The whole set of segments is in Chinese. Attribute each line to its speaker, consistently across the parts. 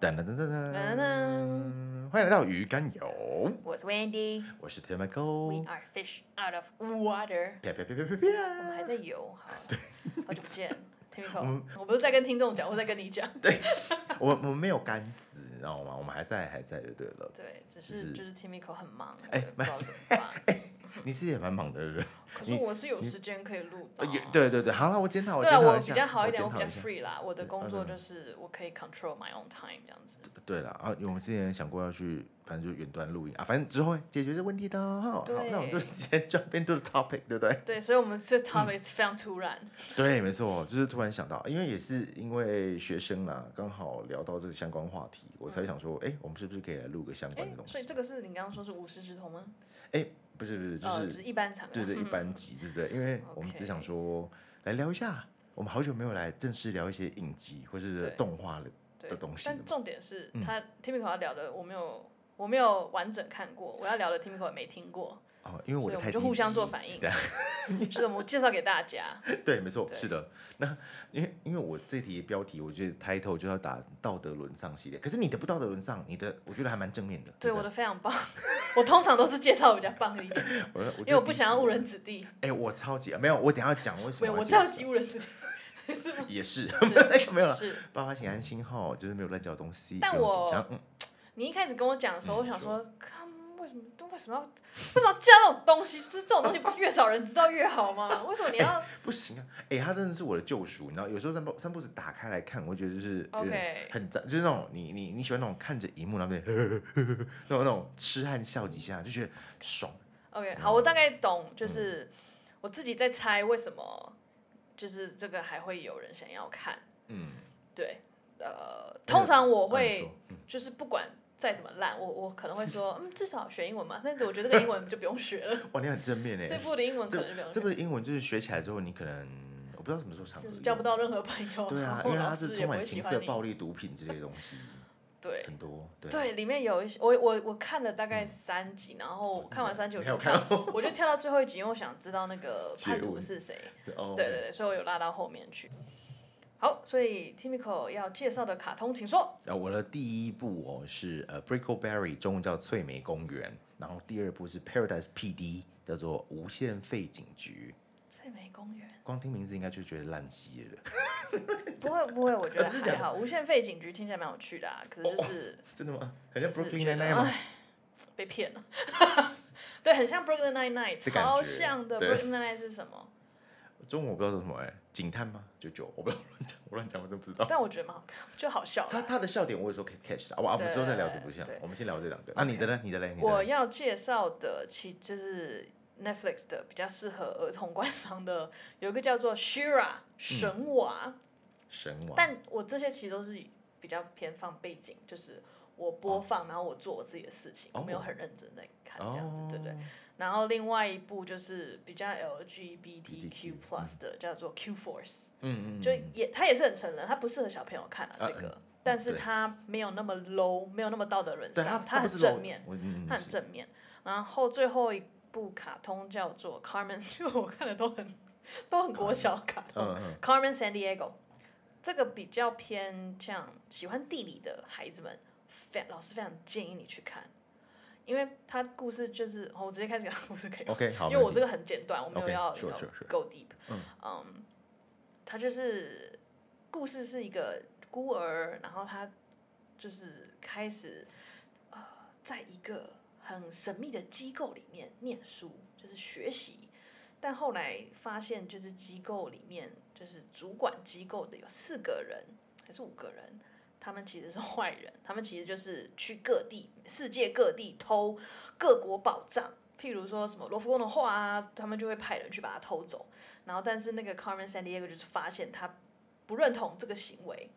Speaker 1: 噔噔噔噔
Speaker 2: 噔
Speaker 1: 噔，欢迎来到鱼肝油，
Speaker 2: 我是 Wendy，We
Speaker 1: 我是 t i m i c o
Speaker 2: are Oh fish out of water。
Speaker 1: 啪啪啪啪啪
Speaker 2: 我
Speaker 1: 啪。
Speaker 2: 们还在游，好，好久不见 t i m i
Speaker 1: 我们
Speaker 2: c o 我不是在跟听众讲，我在跟你讲。
Speaker 1: 我我们没有干死，你知道吗？我们还在还在就对 了。
Speaker 2: 对，只
Speaker 1: 是
Speaker 2: 是就是 t i m i c o 很忙，
Speaker 1: 哎
Speaker 2: 对不知道怎么 办。
Speaker 1: 你其实也蛮忙的，对不对？
Speaker 2: 可是我是有时间可以录的
Speaker 1: 呃。也对对对，好了，我检讨，
Speaker 2: 对
Speaker 1: 检
Speaker 2: 啊，
Speaker 1: 讨
Speaker 2: 我
Speaker 1: 一下，
Speaker 2: 比较好一点，
Speaker 1: 检
Speaker 2: 我比
Speaker 1: 讨
Speaker 2: 较
Speaker 1: 一下。
Speaker 2: free 啦。我的
Speaker 1: 对
Speaker 2: 工作
Speaker 1: 嗯
Speaker 2: 就是我可以 control my own time 这样子。
Speaker 1: 对了啊，因为我们之前想过要去，反正就远端录音啊，反正之后会解决这问题的。好，
Speaker 2: 对
Speaker 1: 那我们就直接 jump into the topic，对不对？
Speaker 2: 对，所以我们
Speaker 1: 嗯
Speaker 2: 这 topic 是非常突然。
Speaker 1: 对，没错，就是突然想到，因为也是因为学生啦，刚好聊到这个相关话题，我才想说，哎、我们是不是可以来录个相关
Speaker 2: 哎
Speaker 1: 的东，西
Speaker 2: 嗯所以？这个是你刚刚说是无师自通吗？
Speaker 1: 哎、不是不是，就
Speaker 2: 呃，
Speaker 1: 是、
Speaker 2: 只是一般场合。
Speaker 1: 对 对一般集，对不对？因为我们只想说来聊一下，我们好久没有来正式聊一些影集或是
Speaker 2: 对
Speaker 1: 动画了。
Speaker 2: 对
Speaker 1: 的东西的嘛嗯
Speaker 2: 但重点是，他 Timiko 要聊的，我没有，我没有完整看过，我要聊的 Timiko 也没听过，
Speaker 1: 哦，因为
Speaker 2: 所
Speaker 1: 我
Speaker 2: 以
Speaker 1: 的
Speaker 2: 我
Speaker 1: 太
Speaker 2: 们就
Speaker 1: 低
Speaker 2: 互相
Speaker 1: 级
Speaker 2: 做反应
Speaker 1: 对。啊
Speaker 2: 是的，我们介绍给大家。
Speaker 1: 对，没错，
Speaker 2: 对
Speaker 1: 是的。那因为因为我这题的标题，我觉得 title 就要打道德沦丧系列，可是你的不道德沦丧，你的我觉得还蛮正面的。
Speaker 2: 对，
Speaker 1: 不
Speaker 2: 我的非常棒。我通常都是介绍比较棒的一点，
Speaker 1: 我的，因
Speaker 2: 因为我不想要误。人子弟。
Speaker 1: 哎、我超级没有，我等一下讲为什
Speaker 2: 没
Speaker 1: 么
Speaker 2: 有，
Speaker 1: 要
Speaker 2: 我
Speaker 1: 介
Speaker 2: 超
Speaker 1: 绍
Speaker 2: 级误人子弟。
Speaker 1: 也是
Speaker 2: 是
Speaker 1: 没有了。
Speaker 2: 是，
Speaker 1: 爸爸请安心哈，就是没有乱嚼东西，
Speaker 2: 但
Speaker 1: 不用
Speaker 2: 我
Speaker 1: 紧张。嗯，
Speaker 2: 你一开始跟我讲的时候，
Speaker 1: 嗯
Speaker 2: 我想说，看为什么为什么要为什么要加这种东西？就是这种东西不是越少人知道越好吗？为什么你要
Speaker 1: 不行啊，哎、他真的是我的救赎，你知道，有时候三步三步子打开来看，我会觉得就是有点
Speaker 2: OK？
Speaker 1: 很赞，就是那种你你你喜欢那种看着荧幕那边 那种那种痴汉笑几下，就觉得爽。嗯
Speaker 2: OK，好，我大概懂，就是我自己在猜为什么，就是这个还会有人想要看。
Speaker 1: 嗯，
Speaker 2: 对，呃，
Speaker 1: 那个
Speaker 2: 通常我
Speaker 1: 我
Speaker 2: 会就是不管再怎么烂，我我可能会说，嗯，至少学英文嘛。但是我觉得这个英文就不用学 了，
Speaker 1: 哇，你很正面哎、
Speaker 2: 这部的英文可能就不用
Speaker 1: 这
Speaker 2: 学
Speaker 1: 不是英文，就是学起来之后，你可能我不知道什么时候常
Speaker 2: 就是交不到任何朋友，
Speaker 1: 对啊
Speaker 2: 然，
Speaker 1: 因
Speaker 2: 后
Speaker 1: 为
Speaker 2: 老
Speaker 1: 它是
Speaker 2: 师也
Speaker 1: 充
Speaker 2: 不
Speaker 1: 满
Speaker 2: 会
Speaker 1: 情
Speaker 2: 喜
Speaker 1: 色、
Speaker 2: 欢你。
Speaker 1: 暴力、毒品之类的东西，
Speaker 2: 对
Speaker 1: 很多。对，
Speaker 2: 对，里面有一些我我我看了大概三集，然后看完三集我
Speaker 1: 你
Speaker 2: 就
Speaker 1: 哦有
Speaker 2: 跳，我就跳到最后一集，因为我想知道 那个
Speaker 1: 结
Speaker 2: 叛徒
Speaker 1: 尾
Speaker 2: 是谁。
Speaker 1: 哦
Speaker 2: 对对对，所以我有拉到后面去。好，所以 Timiko 要介绍的卡通，请说。
Speaker 1: 然后呃我的第一部哦是呃《Brickleberry》，中文叫《翠梅公园》，然后第二部是《Paradise PD》，叫做《无限废警局
Speaker 2: 翠梅公园》。。
Speaker 1: 光听名字应该就觉得烂稀了，
Speaker 2: 不会不会，我觉
Speaker 1: 啊
Speaker 2: 得
Speaker 1: 真的假
Speaker 2: 还
Speaker 1: 的
Speaker 2: 好。无限废警局听起来蛮有趣的啊，可是就是
Speaker 1: 真的吗？很像
Speaker 2: 就是
Speaker 1: 哦 Brooklyn
Speaker 2: 觉
Speaker 1: Nine
Speaker 2: 得
Speaker 1: Nine 吗？
Speaker 2: 哎被骗了。 对，很像 Brooklyn Nine Nine，
Speaker 1: 这感觉
Speaker 2: 超像的。
Speaker 1: 对
Speaker 2: Brooklyn Nine Nine 是什么？
Speaker 1: 中文我不知道叫什么哎、警探吗？九九，我不知道 乱讲，我乱讲，我真不知道。
Speaker 2: 但我觉得蛮好看，就好笑
Speaker 1: 他
Speaker 2: 啦。
Speaker 1: 他的笑点我有时候可以 catch 到，啊我啊我们之后再聊这部像
Speaker 2: 对，
Speaker 1: 我们先聊这两个。那你的呢？你的嘞？你的
Speaker 2: 我
Speaker 1: 嘞
Speaker 2: 要介绍的其就是。Netflix 的比较适合儿童观赏的，有一个叫做 Shira
Speaker 1: 嗯
Speaker 2: 神娃，
Speaker 1: 神王，
Speaker 2: 但我这些其实都是比较偏放背景，就是我播放，然后我做我自己的事情，
Speaker 1: 哦
Speaker 2: 我没有很认真在看
Speaker 1: 哦
Speaker 2: 这样子，对不对？然后另外一部就是比较 LGBTQ
Speaker 1: BTQ
Speaker 2: plus 的，叫做 Q Force，
Speaker 1: 嗯嗯嗯，
Speaker 2: 就
Speaker 1: 嗯
Speaker 2: 也它也是很成人，它不适合小朋友看啊
Speaker 1: 啊
Speaker 2: 这个
Speaker 1: 嗯，
Speaker 2: 但是
Speaker 1: 对
Speaker 2: 它没有那么 low，没有那么道德沦
Speaker 1: 对他
Speaker 2: 丧，它
Speaker 1: 不
Speaker 2: 很
Speaker 1: 是
Speaker 2: 正
Speaker 1: low-
Speaker 2: 面，
Speaker 1: 我嗯
Speaker 2: 它很正面。然后最后一部卡通叫做 Carmen，因为 我看的都很都很国小卡通。
Speaker 1: 嗯嗯
Speaker 2: Carmen San Diego，这个比较偏像喜欢地理的孩子们，非老师非常建议你去看，因为他故事就是、哦我直接开始讲故事可以吗，
Speaker 1: 嗯，OK 好，
Speaker 2: 因为我
Speaker 1: 没问
Speaker 2: 这
Speaker 1: 题
Speaker 2: 个很简短，我没有
Speaker 1: OK，
Speaker 2: 要
Speaker 1: sure，
Speaker 2: 要
Speaker 1: sure，sure
Speaker 2: go deep，
Speaker 1: 嗯
Speaker 2: 他就是故事是一个孤儿，然后他就是开始呃，在一个很神秘的机构里面念书，就是学习。但后来发现，就是机构里面，就是主管机构的有四个人还是五个人，他们其实是坏人，他们其实就是去各地、世界各地偷各国宝藏，譬如说什么罗浮宫的画啊，他们就会派人去把它偷走。然后，但是那个 Carmen San Diego 就是发现他不认同这个行为，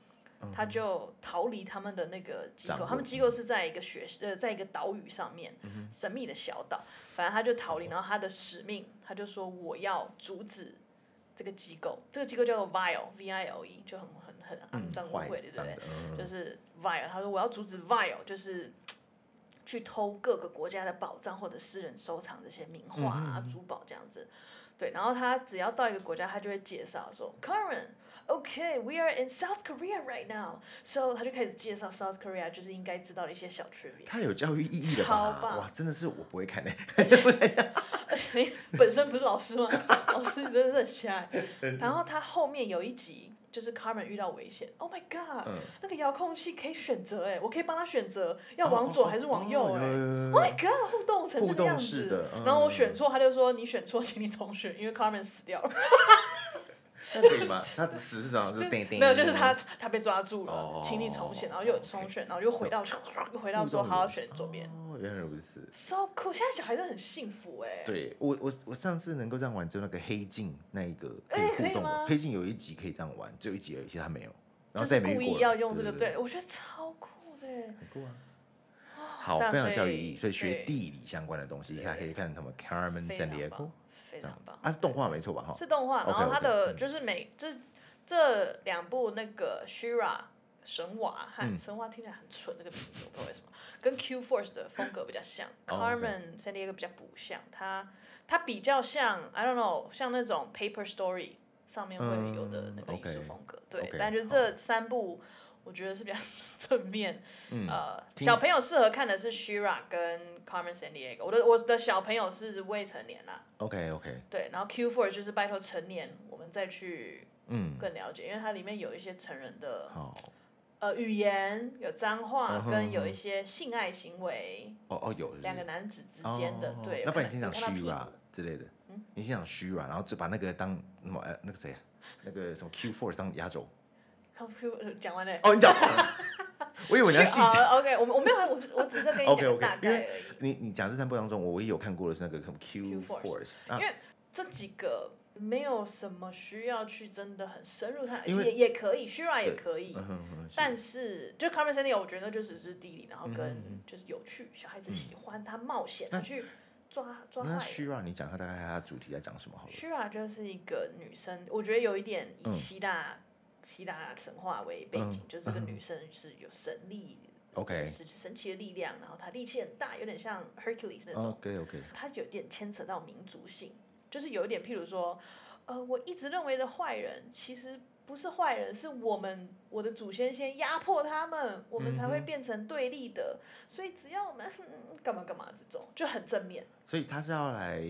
Speaker 2: 他就逃离他们的那个机
Speaker 1: 掌
Speaker 2: 构。
Speaker 1: 握嗯
Speaker 2: 他们机构是在一个学呃，在一个岛屿上面，神秘的小岛。反正他就逃离，然后他的使命，他就说我要阻止这个机构，这个机构叫做 Vile V I L E，就很很很
Speaker 1: 嗯
Speaker 2: 肮脏污
Speaker 1: 坏
Speaker 2: 秽，对不
Speaker 1: 脏
Speaker 2: 对
Speaker 1: 的？嗯
Speaker 2: 就是 Vile，他说我要阻止 Vile，就是去偷各个国家的宝藏或者私人收藏这些名画
Speaker 1: 嗯
Speaker 2: 啊、珠宝这样子。对，然后他只要到一个国家，他就会介绍说 c u r r e n o k Okay, we are in South Korea right now. So 他就开始介绍 South Korea 就是应该知道的一些小 trivia。
Speaker 1: 太有教育意义了
Speaker 2: 超
Speaker 1: 吧？
Speaker 2: 棒
Speaker 1: 哇，真的是我不会看的、
Speaker 2: 你 本身不是老师吗？ 老师你真的是很瞎。然后他后面有一集就是 Carmen 遇到危险，Oh my god，、
Speaker 1: 嗯
Speaker 2: 那个遥控器可以选择哎，我可以帮他选择要往左还是往右哎。
Speaker 1: 哦
Speaker 2: Oh my god！互动成这
Speaker 1: 互
Speaker 2: 个
Speaker 1: 动
Speaker 2: 样
Speaker 1: 式
Speaker 2: 子，
Speaker 1: 的嗯
Speaker 2: 然后我选错，他就说你选错，请你重选，因为 Carmen 死掉了，
Speaker 1: 那可以吗？他只是这样，就
Speaker 2: 就是
Speaker 1: 叮叮。
Speaker 2: 没有，就是他他被抓住了，
Speaker 1: 哦
Speaker 2: 请你重选，然后又
Speaker 1: OK
Speaker 2: 重选，然后又回到又回到说好要选左边
Speaker 1: 哦，原来如此。
Speaker 2: ，so cool！现在小孩子很幸福哎、
Speaker 1: 对我，我我上次能够这样玩，就那个黑镜那一个可以
Speaker 2: 哎可
Speaker 1: 互
Speaker 2: 以
Speaker 1: 动的
Speaker 2: 吗，
Speaker 1: 黑镜有一集可以这样玩，只有一集而已，其他没有，然
Speaker 2: 就
Speaker 1: 后再也
Speaker 2: 是
Speaker 1: 没遇
Speaker 2: 故
Speaker 1: 过了
Speaker 2: 意要用这个，
Speaker 1: 对，
Speaker 2: 对我觉得超酷的哎，
Speaker 1: 很酷啊。好，
Speaker 2: 但
Speaker 1: 非常有
Speaker 2: 所
Speaker 1: 教育意义，
Speaker 2: 以
Speaker 1: 所以学
Speaker 2: 对
Speaker 1: 地理相关的东西，
Speaker 2: 对
Speaker 1: 大家可以看他们 Carmen
Speaker 2: 非
Speaker 1: San
Speaker 2: 常
Speaker 1: Diego
Speaker 2: 棒，非
Speaker 1: 这样
Speaker 2: 常
Speaker 1: 子
Speaker 2: 棒，
Speaker 1: 啊，是动画没错吧？哈，
Speaker 2: 是动画，然后
Speaker 1: OK，OK，
Speaker 2: 它的
Speaker 1: 嗯
Speaker 2: 就是每这这两部那个 Shira 神娃
Speaker 1: 嗯
Speaker 2: 和神娃听起来很蠢，这个名字我不知道为什么，跟 Q Force 的风格比较像
Speaker 1: 哦，OK
Speaker 2: ，Carmen San Diego 比较不像，它它比较像 I don't know 像那种 Paper Story 上面会有的那个
Speaker 1: 嗯
Speaker 2: 艺术
Speaker 1: ，OK，
Speaker 2: 风格，对
Speaker 1: OK，
Speaker 2: 但就是这三部我觉得是比较 正面，
Speaker 1: 嗯，
Speaker 2: 呃，
Speaker 1: 听
Speaker 2: 小朋友适合看的是 Shira 跟 Carmen San Diego，我的我的小朋友是未成年啦。
Speaker 1: OK OK，
Speaker 2: 对，然后 Q Four 就是拜托成年我们再去
Speaker 1: 嗯，
Speaker 2: 更了解，因为它里面有一些成人的
Speaker 1: 好，
Speaker 2: 呃语言，有脏话
Speaker 1: 嗯哼
Speaker 2: 跟有一些性爱行为，
Speaker 1: 哦哦有，
Speaker 2: 两个
Speaker 1: 就是
Speaker 2: 男子之间的
Speaker 1: 哦
Speaker 2: 对。
Speaker 1: 那不
Speaker 2: 有看
Speaker 1: 然你先讲
Speaker 2: 有看到屁
Speaker 1: Shira
Speaker 2: 股嗯
Speaker 1: 之类的，你先讲 Shira，然后就把那个当那么呃那个谁啊，那个什么 Q Force 当压轴。
Speaker 2: 看 Q 呃讲啊完了。
Speaker 1: 哦，你讲， 我以为你要细讲。
Speaker 2: o k 我们我没有，我我只是跟你 讲
Speaker 1: OK
Speaker 2: 个大
Speaker 1: OK，因
Speaker 2: 概而
Speaker 1: 为
Speaker 2: 已。
Speaker 1: 你你讲这三部当中，我唯一有看过的是那个什么 Q
Speaker 2: Q
Speaker 1: Force，啊
Speaker 2: Force
Speaker 1: 那
Speaker 2: 因为这几个没有什么需要去真的很深入探讨，
Speaker 1: 因为
Speaker 2: 也也可以，Shira 也
Speaker 1: 对
Speaker 2: 可以，
Speaker 1: 嗯哼哼是
Speaker 2: 但是就 Carmen Sandiego，我觉得就只是地理，然后
Speaker 1: 嗯
Speaker 2: 跟就是有趣，小孩子喜欢他冒险，
Speaker 1: 那
Speaker 2: 他去抓抓坏
Speaker 1: 那
Speaker 2: 人。
Speaker 1: Shira 你讲一下大概它的主题在讲什么好了？
Speaker 2: Shira 就是一个女生，我觉得有一点以
Speaker 1: 嗯
Speaker 2: 希腊、希腊神话为背景，
Speaker 1: 嗯
Speaker 2: 就是这个
Speaker 1: 嗯
Speaker 2: 女生是有神力，
Speaker 1: OK
Speaker 2: 是神奇的力量，然后她力气很大，有点像 Hercules 那种。
Speaker 1: OK OK，
Speaker 2: 它有点牵扯到民族性，就是有一点，譬如说，呃，我一直认为的坏人，其实不是坏人，是我们我的祖先先压迫他们，我们才会
Speaker 1: 嗯哼
Speaker 2: 变成对立的，所以只要我们 干嘛干嘛这种就很正面，
Speaker 1: 所以他是要来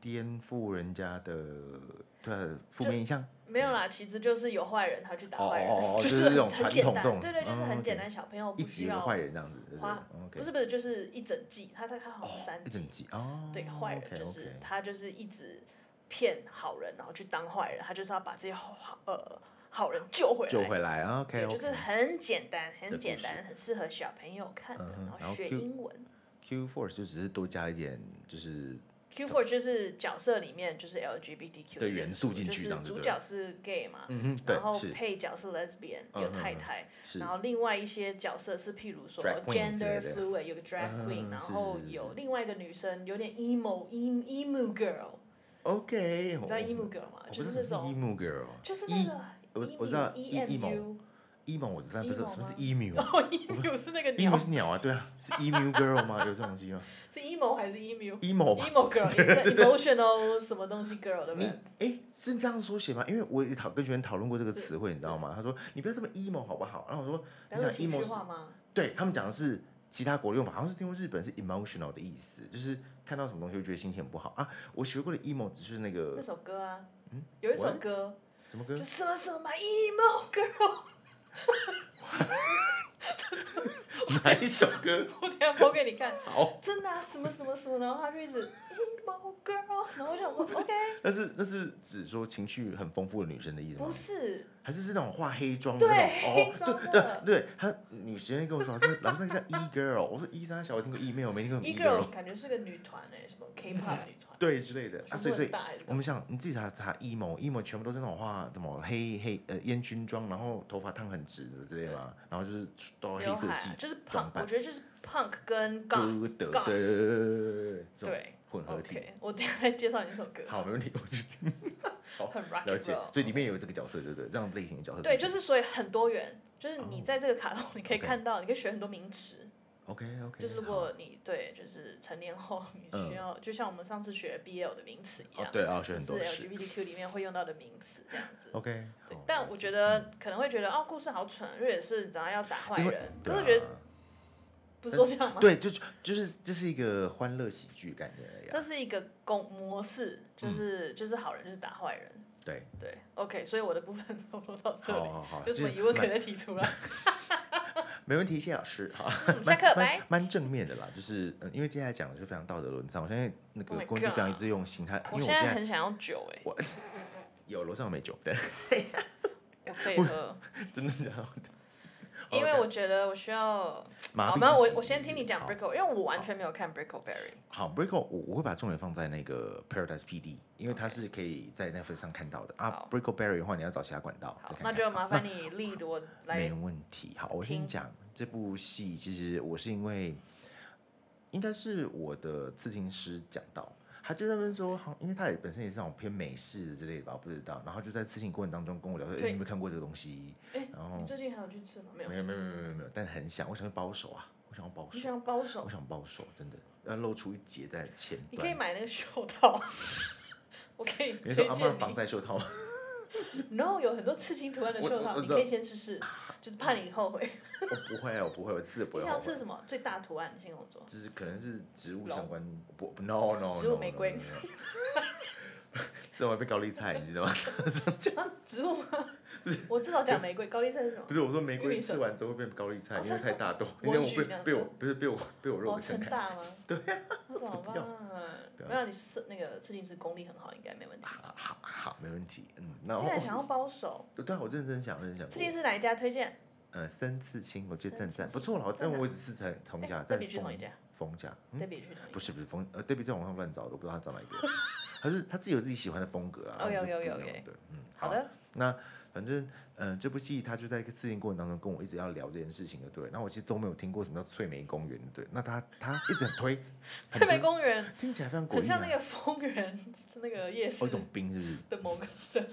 Speaker 1: 颠覆人家的对他的负面印象。
Speaker 2: 没有啦，其实就是有坏人他去打
Speaker 1: 哦
Speaker 2: 坏
Speaker 1: 嗯
Speaker 2: 人，
Speaker 1: 哦哦 哦
Speaker 2: 就
Speaker 1: 就是那种
Speaker 2: 很
Speaker 1: 传
Speaker 2: 简
Speaker 1: 统
Speaker 2: 单
Speaker 1: 这种，
Speaker 2: 对对，就是
Speaker 1: 嗯，OK
Speaker 2: 很简单，小朋友
Speaker 1: 一
Speaker 2: 不
Speaker 1: 集有
Speaker 2: 需
Speaker 1: 个
Speaker 2: 要，
Speaker 1: 坏人这样子，对不对
Speaker 2: 花不
Speaker 1: ？OK，
Speaker 2: 是不是，就是一整季，他他他好像三
Speaker 1: 一
Speaker 2: 季
Speaker 1: 整，集哦，
Speaker 2: 对坏人
Speaker 1: OK，OK
Speaker 2: 就是他就是一直骗好人，然后去当坏人，他就是要把这些好好呃好人救回来。
Speaker 1: 救回来，OK，
Speaker 2: 对，就是很简单，
Speaker 1: 的
Speaker 2: 很
Speaker 1: 故
Speaker 2: 简
Speaker 1: 事
Speaker 2: 单，很适合小朋友看
Speaker 1: 嗯
Speaker 2: 的，
Speaker 1: 哼
Speaker 2: 然
Speaker 1: 然后
Speaker 2: 后学
Speaker 1: Q-
Speaker 2: 英文。
Speaker 1: Q Force 就只是多加一点，就是。
Speaker 2: Q Four 就是角色里面就是 LGBTQ
Speaker 1: 的元素进去
Speaker 2: 就是
Speaker 1: 这样子
Speaker 2: 主
Speaker 1: 对
Speaker 2: 角是 gay 嘛，
Speaker 1: 嗯哼，
Speaker 2: 然后
Speaker 1: 对，是
Speaker 2: 配角是 lesbian
Speaker 1: 嗯
Speaker 2: 有
Speaker 1: 嗯
Speaker 2: 太
Speaker 1: 嗯
Speaker 2: 太，
Speaker 1: 是
Speaker 2: 然后另外一些角色是譬如说
Speaker 1: Drag queen 之类
Speaker 2: gender
Speaker 1: 的
Speaker 2: fluid 有个 drag
Speaker 1: 嗯
Speaker 2: queen，、
Speaker 1: 是
Speaker 2: 然
Speaker 1: 是
Speaker 2: 后
Speaker 1: 是
Speaker 2: 有
Speaker 1: 是
Speaker 2: 另外一个女生有点 emo emo emo girl，
Speaker 1: ，OK，
Speaker 2: 你知道
Speaker 1: 哦
Speaker 2: emo girl 吗？
Speaker 1: 我
Speaker 2: 就
Speaker 1: 不是
Speaker 2: 是那
Speaker 1: 什么
Speaker 2: 种
Speaker 1: emo girl，
Speaker 2: 就是那个
Speaker 1: E- 我我知道
Speaker 2: E
Speaker 1: E-
Speaker 2: M
Speaker 1: emo
Speaker 2: U，
Speaker 1: emo 我知道，不是
Speaker 2: emo
Speaker 1: 什么是
Speaker 2: 吗
Speaker 1: emu
Speaker 2: 然。后 E M 是那个鸟
Speaker 1: emo，是鸟啊，对啊，是 emu girl 吗？ 有这种东西吗
Speaker 2: 是 emo 还是 E M U？
Speaker 1: ？emo 吧
Speaker 2: emo girl，一个 emotional 什么东西 girl 对不
Speaker 1: 你
Speaker 2: 对？
Speaker 1: 哎是这样缩写吗？因为我也讨跟学员讨论过这个词汇，你知道吗？他说你不要这么 emo 好不好？然后我说
Speaker 2: 不
Speaker 1: 你
Speaker 2: 要说
Speaker 1: 讲
Speaker 2: 情
Speaker 1: emo
Speaker 2: 绪
Speaker 1: 是呃
Speaker 2: 化吗？
Speaker 1: 对他们讲的是其他国的用法，好像是听说日本是 emotional 的意思，就是看到什么东西会觉得心情很不好啊。我学过的 emo 只是那
Speaker 2: 那
Speaker 1: 个
Speaker 2: 首歌啊，有一
Speaker 1: 嗯
Speaker 2: 首
Speaker 1: what？
Speaker 2: 歌
Speaker 1: 什么歌
Speaker 2: 就什么什么 emo girl，
Speaker 1: 哪一首歌？
Speaker 2: 我等一下播给你看。
Speaker 1: 好，
Speaker 2: 真的啊，什么什么什么，然后他就一直 emo girl，然后我 想说 OK，
Speaker 1: 那是那是指说情绪很丰富的女生的意思吗
Speaker 2: 不？是，
Speaker 1: 还是是那种化黑妆的那种？
Speaker 2: 对
Speaker 1: 哦
Speaker 2: 黑妆
Speaker 1: 对对
Speaker 2: 的
Speaker 1: 对，她女学生跟我说，老师老师那个叫 e girl，我说 e 啥小，我听过 e 没有，我没听过
Speaker 2: e
Speaker 1: e girl，
Speaker 2: girl 感觉是个女团哎、什么 K-pop 女团，
Speaker 1: 嗯对之类的啊，
Speaker 2: 胸
Speaker 1: 所以所
Speaker 2: 部很
Speaker 1: 以
Speaker 2: 大还是
Speaker 1: 我
Speaker 2: 干嘛
Speaker 1: 们想你自己查查 emo emo 全部都是那种画什么黑黑呃烟熏妆，然后头发烫很直的之类嘛，然后就是都哦黑
Speaker 2: 刘
Speaker 1: 色
Speaker 2: 海
Speaker 1: 系
Speaker 2: 啊，就是
Speaker 1: 装
Speaker 2: punk，
Speaker 1: 扮
Speaker 2: 我，觉得就是 punk 跟
Speaker 1: 歌
Speaker 2: goth
Speaker 1: 德
Speaker 2: goth
Speaker 1: 对对对对对对这种
Speaker 2: 对
Speaker 1: 混合体。
Speaker 2: OK，我等一下再介绍你这首歌，
Speaker 1: 好，没问题，我就
Speaker 2: 很 rock
Speaker 1: 了
Speaker 2: and
Speaker 1: 解
Speaker 2: roll，。
Speaker 1: 所以里面也有这个角色，对不对？这样类型的角色。
Speaker 2: 对，就是所以很多元，就是
Speaker 1: 哦
Speaker 2: 你在这个卡通你可以
Speaker 1: OK
Speaker 2: 看到，你可以学很多名词，
Speaker 1: OK OK，
Speaker 2: 就是如果你对，就是成年后你
Speaker 1: 嗯
Speaker 2: 需要，就像我们上次学 BL 的名词一
Speaker 1: 哦
Speaker 2: 样，
Speaker 1: 对啊，学
Speaker 2: 就
Speaker 1: 很
Speaker 2: 是
Speaker 1: 多哦事。
Speaker 2: LGBTQ 里面会用到的名词这样子。
Speaker 1: OK，
Speaker 2: 对
Speaker 1: 好，
Speaker 2: 但我觉得可能会觉得哦，故事好蠢，因为也是你知道要打坏
Speaker 1: 嗯因为
Speaker 2: 人，
Speaker 1: 对
Speaker 2: 可是我
Speaker 1: 啊
Speaker 2: 觉得不是都这样吗？
Speaker 1: 对，啊就是就是这是一个欢乐喜剧感觉而已啊。
Speaker 2: 这是一个公模式，
Speaker 1: 嗯
Speaker 2: 就是、就是好人就是打坏人。
Speaker 1: 对，
Speaker 2: 对，OK，所以我的部分 差不多到这
Speaker 1: 好
Speaker 2: 里，
Speaker 1: 好好，
Speaker 2: 有什么
Speaker 1: 这
Speaker 2: 疑问可以
Speaker 1: 蛮
Speaker 2: 再提出来。
Speaker 1: 没问题，谢谢老师。好，
Speaker 2: 嗯，下
Speaker 1: 蛮
Speaker 2: 课，
Speaker 1: 蛮
Speaker 2: 拜。
Speaker 1: 蛮正面的啦，就是嗯，因为接下来讲的是非常道德沦丧，我相信那个
Speaker 2: Oh my
Speaker 1: 工具非常
Speaker 2: God
Speaker 1: 之用心，他因为
Speaker 2: 我
Speaker 1: 我
Speaker 2: 现
Speaker 1: 现
Speaker 2: 在
Speaker 1: 在
Speaker 2: 很想要酒哎、
Speaker 1: 有楼上有美酒，对，
Speaker 2: 我可以喝，
Speaker 1: 真的假的？
Speaker 2: 因为我觉得我需要。
Speaker 1: 麻
Speaker 2: 好，
Speaker 1: 痹
Speaker 2: 没有
Speaker 1: 自
Speaker 2: 我
Speaker 1: 己
Speaker 2: 我先听你讲
Speaker 1: 好
Speaker 2: Brickle，因为我完全没有看 Brickleberry。
Speaker 1: 好，Brickle，我我会把重点放在那个 Paradise PD，因为它是可以在 Netflix 上看到的啊
Speaker 2: 好。
Speaker 1: Brickleberry 的话，你要找其他管道
Speaker 2: 好
Speaker 1: 再，看
Speaker 2: 那
Speaker 1: 看。
Speaker 2: 就麻 烦你立我
Speaker 1: 没
Speaker 2: 来。
Speaker 1: 问题。好，我先
Speaker 2: 听
Speaker 1: 讲这部戏，其实我是因为应该是我的刺青师讲到。他就在那边说，好，因为他也本身也是那种偏美式之类的吧，我不知道。然后就在刺青过程当中跟我聊说，哎、你
Speaker 2: 对
Speaker 1: 有没有看过这个东西？
Speaker 2: 哎
Speaker 1: 然后
Speaker 2: 你最近还有去吃吗？没有
Speaker 1: 没。有没有没有没有没有，但很想，我想要保守啊，我想要保
Speaker 2: 你
Speaker 1: 守，
Speaker 2: 想包
Speaker 1: 我
Speaker 2: 手？
Speaker 1: 想保守，真的要露出一截在前
Speaker 2: 你可以
Speaker 1: 端。
Speaker 2: 买那个袖套。 我可以
Speaker 1: 你
Speaker 2: 推
Speaker 1: 说阿妈
Speaker 2: 荐
Speaker 1: 防晒袖套吗？
Speaker 2: 你，然后有很多刺青图案的
Speaker 1: 我
Speaker 2: 袖
Speaker 1: 我
Speaker 2: 套，
Speaker 1: 我
Speaker 2: 你
Speaker 1: 知道
Speaker 2: 可以先试试，就是怕你后悔。
Speaker 1: 我不会啊，我不会，我刺的不
Speaker 2: 你
Speaker 1: 会后
Speaker 2: 想要刺
Speaker 1: 悔。
Speaker 2: 什么？最大图案，你先跟我说。
Speaker 1: 就是可能是植物
Speaker 2: 龙
Speaker 1: 相关，不不，no no，, no
Speaker 2: 植物玫瑰
Speaker 1: no, no, no, no 是我被高丽菜，你知道吗？
Speaker 2: 啊，植物吗？我至少讲玫瑰，高丽菜是什么
Speaker 1: 不？是我说玫
Speaker 2: 玉
Speaker 1: 瑰
Speaker 2: 米笋
Speaker 1: 吃完之后会变高丽菜，
Speaker 2: 哦
Speaker 1: 因为
Speaker 2: 真的
Speaker 1: 太大朵，因
Speaker 2: 莴
Speaker 1: 为我
Speaker 2: 苣那
Speaker 1: 被
Speaker 2: 样
Speaker 1: 被
Speaker 2: 子
Speaker 1: 我不是被我被我肉
Speaker 2: 哦，
Speaker 1: 给撑
Speaker 2: 成
Speaker 1: 开。
Speaker 2: 大吗？
Speaker 1: 对
Speaker 2: 啊，那怎么
Speaker 1: 不要
Speaker 2: 办？
Speaker 1: 要
Speaker 2: 没有，你是那个刺青师功力很好，应该没问题。
Speaker 1: 好好好，没问题。嗯， 那
Speaker 2: 竟然
Speaker 1: 我
Speaker 2: 想要包手，
Speaker 1: 对啊，我认真想，认真
Speaker 2: 刺青
Speaker 1: 想过。
Speaker 2: 师哪一家推荐？
Speaker 1: 呃，三次亲，我觉得
Speaker 2: 三
Speaker 1: 赞
Speaker 2: 次
Speaker 1: 赞
Speaker 2: 亲
Speaker 1: 不错了，但
Speaker 2: 真的
Speaker 1: 我只是在同家，
Speaker 2: 对
Speaker 1: 在
Speaker 2: 哎比去同一
Speaker 1: 冯
Speaker 2: 家，
Speaker 1: 冯家，嗯，
Speaker 2: 对比去同一
Speaker 1: 不
Speaker 2: 家。
Speaker 1: 是不是冯呃对比在网上乱找的，我不知道他找哪 一个，他是他自己有自己喜欢的风格啊。
Speaker 2: 哦
Speaker 1: 然
Speaker 2: 有
Speaker 1: 后就
Speaker 2: 有
Speaker 1: 不
Speaker 2: 有
Speaker 1: 一样
Speaker 2: 有
Speaker 1: 的，嗯，
Speaker 2: 好的，，
Speaker 1: 那反正，嗯、这部戏它就在一个试验过程当中跟我一直要聊这件事情的，对了。那我其实都没有听过什么叫翠梅公园，对。那他他一直很推
Speaker 2: 翠梅
Speaker 1: 很推
Speaker 2: 公园
Speaker 1: 听起来非常诡异、啊，
Speaker 2: 很像那个丰 原那个夜市
Speaker 1: 哦，董冰是不是？
Speaker 2: 的某个的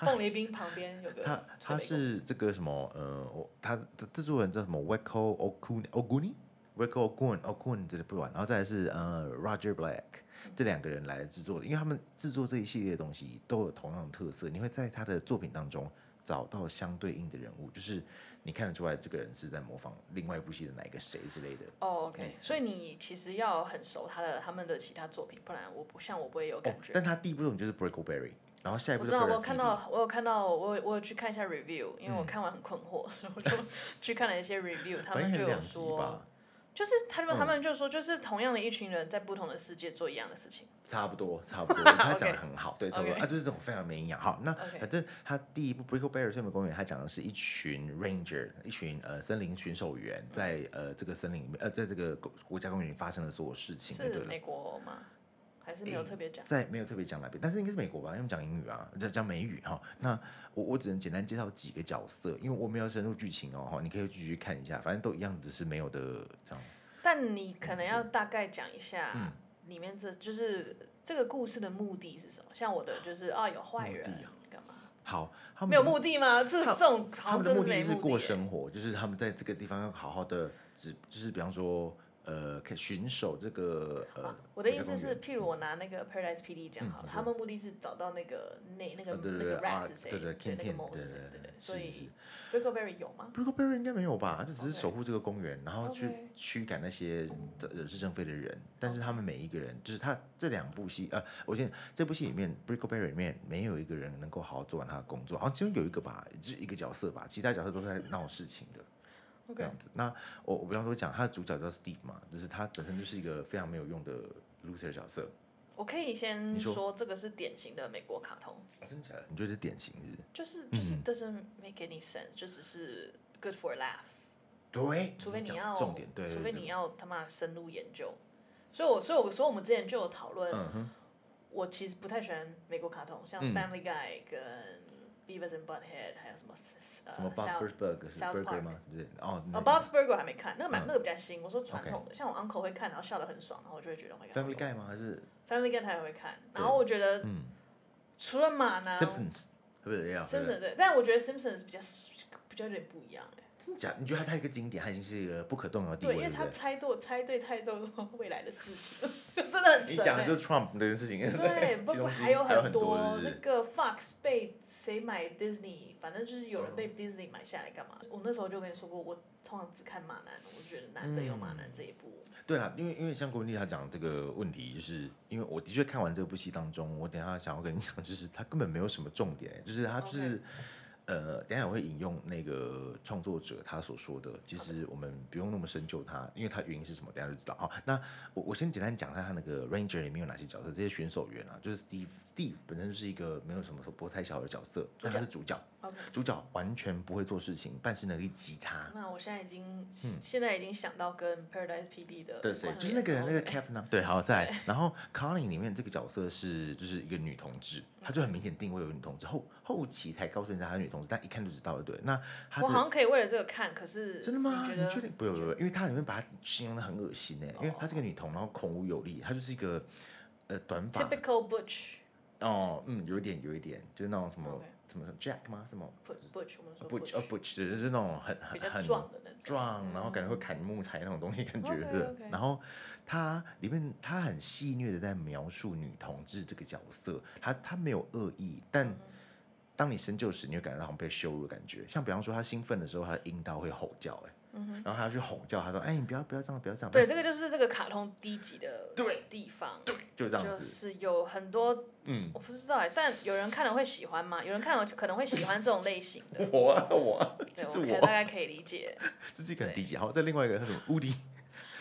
Speaker 2: 凤梨冰旁边有个
Speaker 1: 他他
Speaker 2: 翠梅
Speaker 1: 是这个什么，呃，我他的制作人叫什么 Weko Okuni Oguni。Rico Ogun Ogun 这里不玩，然后再来是呃 Roger Black 这两个人来制作的，因为他们制作这一系列的东西都有同样的特色，你会在他的作品当中找到相对应的人物，就是你看得出来这个人是在模仿另外一部戏的哪一个谁之类的。
Speaker 2: 哦，OK，
Speaker 1: 类似
Speaker 2: 所以你其实要很熟他的他们的其他作品，不然我不像我不会有
Speaker 1: 哦
Speaker 2: 感，觉。
Speaker 1: 但他第一部作品就是 Brickleberry，然后下一部
Speaker 2: 我知
Speaker 1: 是
Speaker 2: 道，我
Speaker 1: Paradise
Speaker 2: 有看
Speaker 1: PD
Speaker 2: 到，我有看到，我有我有去看一下 review，因为
Speaker 1: 嗯
Speaker 2: 我看完很困惑， 所以我就去看了一些 review，他
Speaker 1: 反
Speaker 2: 们
Speaker 1: 应
Speaker 2: 就
Speaker 1: 很
Speaker 2: 有
Speaker 1: 两极
Speaker 2: 说，
Speaker 1: 吧，
Speaker 2: 就是他们
Speaker 1: 嗯
Speaker 2: 他们就说，就是同样的一群人在不同的世界做一样的事情。
Speaker 1: 差不 多，差不多，他讲的
Speaker 2: OK
Speaker 1: 很好，对，差不多
Speaker 2: OK
Speaker 1: 啊，就是这种非常没营养。好，那
Speaker 2: OK
Speaker 1: 反正他第一部《Brickleberry 森林公园》，他讲的是一群 ranger，一群呃森林巡守员
Speaker 2: 嗯
Speaker 1: 在呃这个森林里面，呃在这个国国家公园里发生的所有事情，对
Speaker 2: 是
Speaker 1: 了。
Speaker 2: 美国吗？还是没有特别讲？
Speaker 1: 在没有特别讲哪边，但是应该是美国吧，因为我们讲英语啊，讲讲美语哈。那我我只能简单介绍几个角色，因为我没有深入剧情哦哈，你可以继续看一下，反正都一样，只是没有的这样。
Speaker 2: 但你可
Speaker 1: 嗯
Speaker 2: 能要大概讲一下里面这就是这个故事的目的是什么？像我的就是啊，有坏人
Speaker 1: 目的啊
Speaker 2: 干嘛？
Speaker 1: 好，他们
Speaker 2: 没有目的吗？这
Speaker 1: 他
Speaker 2: 哦这种
Speaker 1: 他
Speaker 2: 好像
Speaker 1: 们的
Speaker 2: 真
Speaker 1: 目
Speaker 2: 是没
Speaker 1: 的是
Speaker 2: 目
Speaker 1: 过
Speaker 2: 的耶。
Speaker 1: 生活，就是他们在这个地方要好好的只就是比方说呃，可以巡守这个呃
Speaker 2: 啊，我的
Speaker 1: 国
Speaker 2: 意
Speaker 1: 家
Speaker 2: 思
Speaker 1: 公
Speaker 2: 是，
Speaker 1: 园
Speaker 2: 譬如我拿那个 Paradise PD 讲
Speaker 1: 嗯
Speaker 2: 好了
Speaker 1: 你，说
Speaker 2: 他们目的是找到那个那那个
Speaker 1: 啊对对
Speaker 2: 那
Speaker 1: 对
Speaker 2: 个 rat
Speaker 1: ，R-
Speaker 2: 是谁，
Speaker 1: 对对
Speaker 2: 那个
Speaker 1: Kingpin，
Speaker 2: mole 是
Speaker 1: 对
Speaker 2: 谁
Speaker 1: 对，
Speaker 2: 对
Speaker 1: 对
Speaker 2: 对。
Speaker 1: 是
Speaker 2: 所
Speaker 1: 是
Speaker 2: 以 Brickleberry 有吗？
Speaker 1: Brickleberry 应该没有吧？他只是
Speaker 2: OK
Speaker 1: 守护这个公园，然后去
Speaker 2: OK
Speaker 1: 驱赶那些惹是生非的人。但是他们每一个人，就是他这两部戏，呃，我先这部戏里面，Brickleberry 里面没有一个人能够好好做完他的工作，好像其中有一个吧，就是一个角色吧，其他角色都是在闹事情的。这
Speaker 2: OK，
Speaker 1: 样子。那我我比方说讲，他的主角叫 Steve 嘛，就是他本身就是一个非常没有用的 loser 角色。
Speaker 2: 我可以先
Speaker 1: 你说
Speaker 2: 说这个是典型的美国卡通，
Speaker 1: 哦真的假的？你觉得是典型是不是？
Speaker 2: 就是就是
Speaker 1: 嗯
Speaker 2: doesn't make any sense，就只是 good for laugh。
Speaker 1: 对，
Speaker 2: 除非你
Speaker 1: 讲
Speaker 2: 要
Speaker 1: 重点，对，
Speaker 2: 除非
Speaker 1: 对
Speaker 2: 你，要他妈深入研究。所以我，所以我说我们之前就有讨
Speaker 1: 对
Speaker 2: 论，
Speaker 1: 嗯哼，
Speaker 2: 我其实不太喜欢美国卡通，像
Speaker 1: 嗯
Speaker 2: Family Guy 跟 Beavis and Butthead，还有什么呃
Speaker 1: 什么
Speaker 2: South-
Speaker 1: Bob's Burger 是
Speaker 2: South
Speaker 1: Burger
Speaker 2: Park
Speaker 1: 吗？是不是？哦，那
Speaker 2: 哦
Speaker 1: 个
Speaker 2: Bob's Burger 还没看，那个蛮、
Speaker 1: 嗯
Speaker 2: 那个比较新。我说传统的，像我 uncle 会看，然后笑得很爽，然后我就会觉得我，Oh
Speaker 1: Family Guy 吗？还是
Speaker 2: Family Guy 他也会看，
Speaker 1: 对
Speaker 2: 然后我觉得
Speaker 1: 嗯
Speaker 2: 除了马呢
Speaker 1: Simpsons？是不是也有？对不对
Speaker 2: Simpsons 对，但我觉得 Simpsons 比较比较有点不一样哎、
Speaker 1: 真假？你觉得它它一个经典，它已经是一个不可动摇的地
Speaker 2: 对，
Speaker 1: 位，
Speaker 2: 因为
Speaker 1: 对
Speaker 2: 他
Speaker 1: 不对？
Speaker 2: 猜对猜对太多未来的事情， 真的很
Speaker 1: 你
Speaker 2: 神、
Speaker 1: 讲
Speaker 2: 欸
Speaker 1: 的。就是 Trump 的事情， 对不
Speaker 2: 对，
Speaker 1: 对
Speaker 2: 不
Speaker 1: 其
Speaker 2: 不
Speaker 1: 中之一
Speaker 2: 还有
Speaker 1: 还有
Speaker 2: 很
Speaker 1: 多，
Speaker 2: 多
Speaker 1: 是不
Speaker 2: 那
Speaker 1: 是
Speaker 2: 个 Fox 被谁买 Disney，反正就是有人
Speaker 1: 哦
Speaker 2: 被 Disney 买下来干嘛？我那时候就跟你说过，我通常只看马男，我就觉得难得有马男这一部。
Speaker 1: 对啦，因为因为像国文丽他讲这个问题，就是因为我的确看完这部戏当中，我等一下想要跟你讲，就是它根本没有什么重点，就是它就是呃，等一下我会引用那个创作者他所说的，其实我们不用那么深究它，因为它原因是什么，等一下就知道啊。那我我先简单讲一下他那个 Ranger 里面有哪些角色，这些选手员啊，就是 Steve Steve 本身就是一个没有什么博采小的角色，但他是主角，
Speaker 2: OK，
Speaker 1: 主角完全不会做事情，办事能力极差。
Speaker 2: 那我现在已经、现在已经想到跟 Paradise PD 的
Speaker 1: 嗯对谁？
Speaker 2: 关
Speaker 1: 就是那
Speaker 2: 联
Speaker 1: 个人，
Speaker 2: 了
Speaker 1: 那个
Speaker 2: OK
Speaker 1: Kevin 啊。对，好，再来。然后 Colin 里面这个角色是就是一个女同志，她就很明显定位为女同志，后后期才告诉人家她是女同志，但一看就知道了。对，那她
Speaker 2: 我好
Speaker 1: 的
Speaker 2: 像可以为了这个看，可是
Speaker 1: 真的吗？
Speaker 2: 你觉
Speaker 1: 你
Speaker 2: 得哦
Speaker 1: 确定？不不不，因为她里面把她形容的很恶心呢，因为她是个女同，然后孔武有力，她就是一个呃短发
Speaker 2: typical butch
Speaker 1: 哦，嗯，有一点有一点，就是那种什么
Speaker 2: OK
Speaker 1: 什么 Jack 吗？什么
Speaker 2: butch，我们说
Speaker 1: Butch 呃 Butch，就是那种很
Speaker 2: 比
Speaker 1: 很
Speaker 2: 较
Speaker 1: 很
Speaker 2: 壮的那种。
Speaker 1: 壮，然后感觉会砍木材那种东西，感觉对。
Speaker 2: 嗯 OK，OK
Speaker 1: 然后他里面他很戏谑的在描述女同志这个角色，他他没有恶意，但
Speaker 2: 嗯
Speaker 1: 当你深究时，你会感觉到好像被羞辱的感觉。像比方说他兴奋的时候，他的阴道会吼叫、哎、然后他要去吼叫，他说：“哎，你不要不要这样，不要这样。”
Speaker 2: 嗯对，，这个就是这个卡通低级的
Speaker 1: 对
Speaker 2: 地方，
Speaker 1: 就这样
Speaker 2: 就
Speaker 1: 子。
Speaker 2: 是有很多
Speaker 1: 嗯，
Speaker 2: 我不知道哎，但有人看了会喜欢吗？有人看了可能会喜欢这种类型 的，
Speaker 1: 我啊我啊，
Speaker 2: 对，
Speaker 1: 就是
Speaker 2: 我可以
Speaker 1: 我
Speaker 2: 大，概可以理解。
Speaker 1: 这是一个很低级。好，再另外一个他什么乌迪。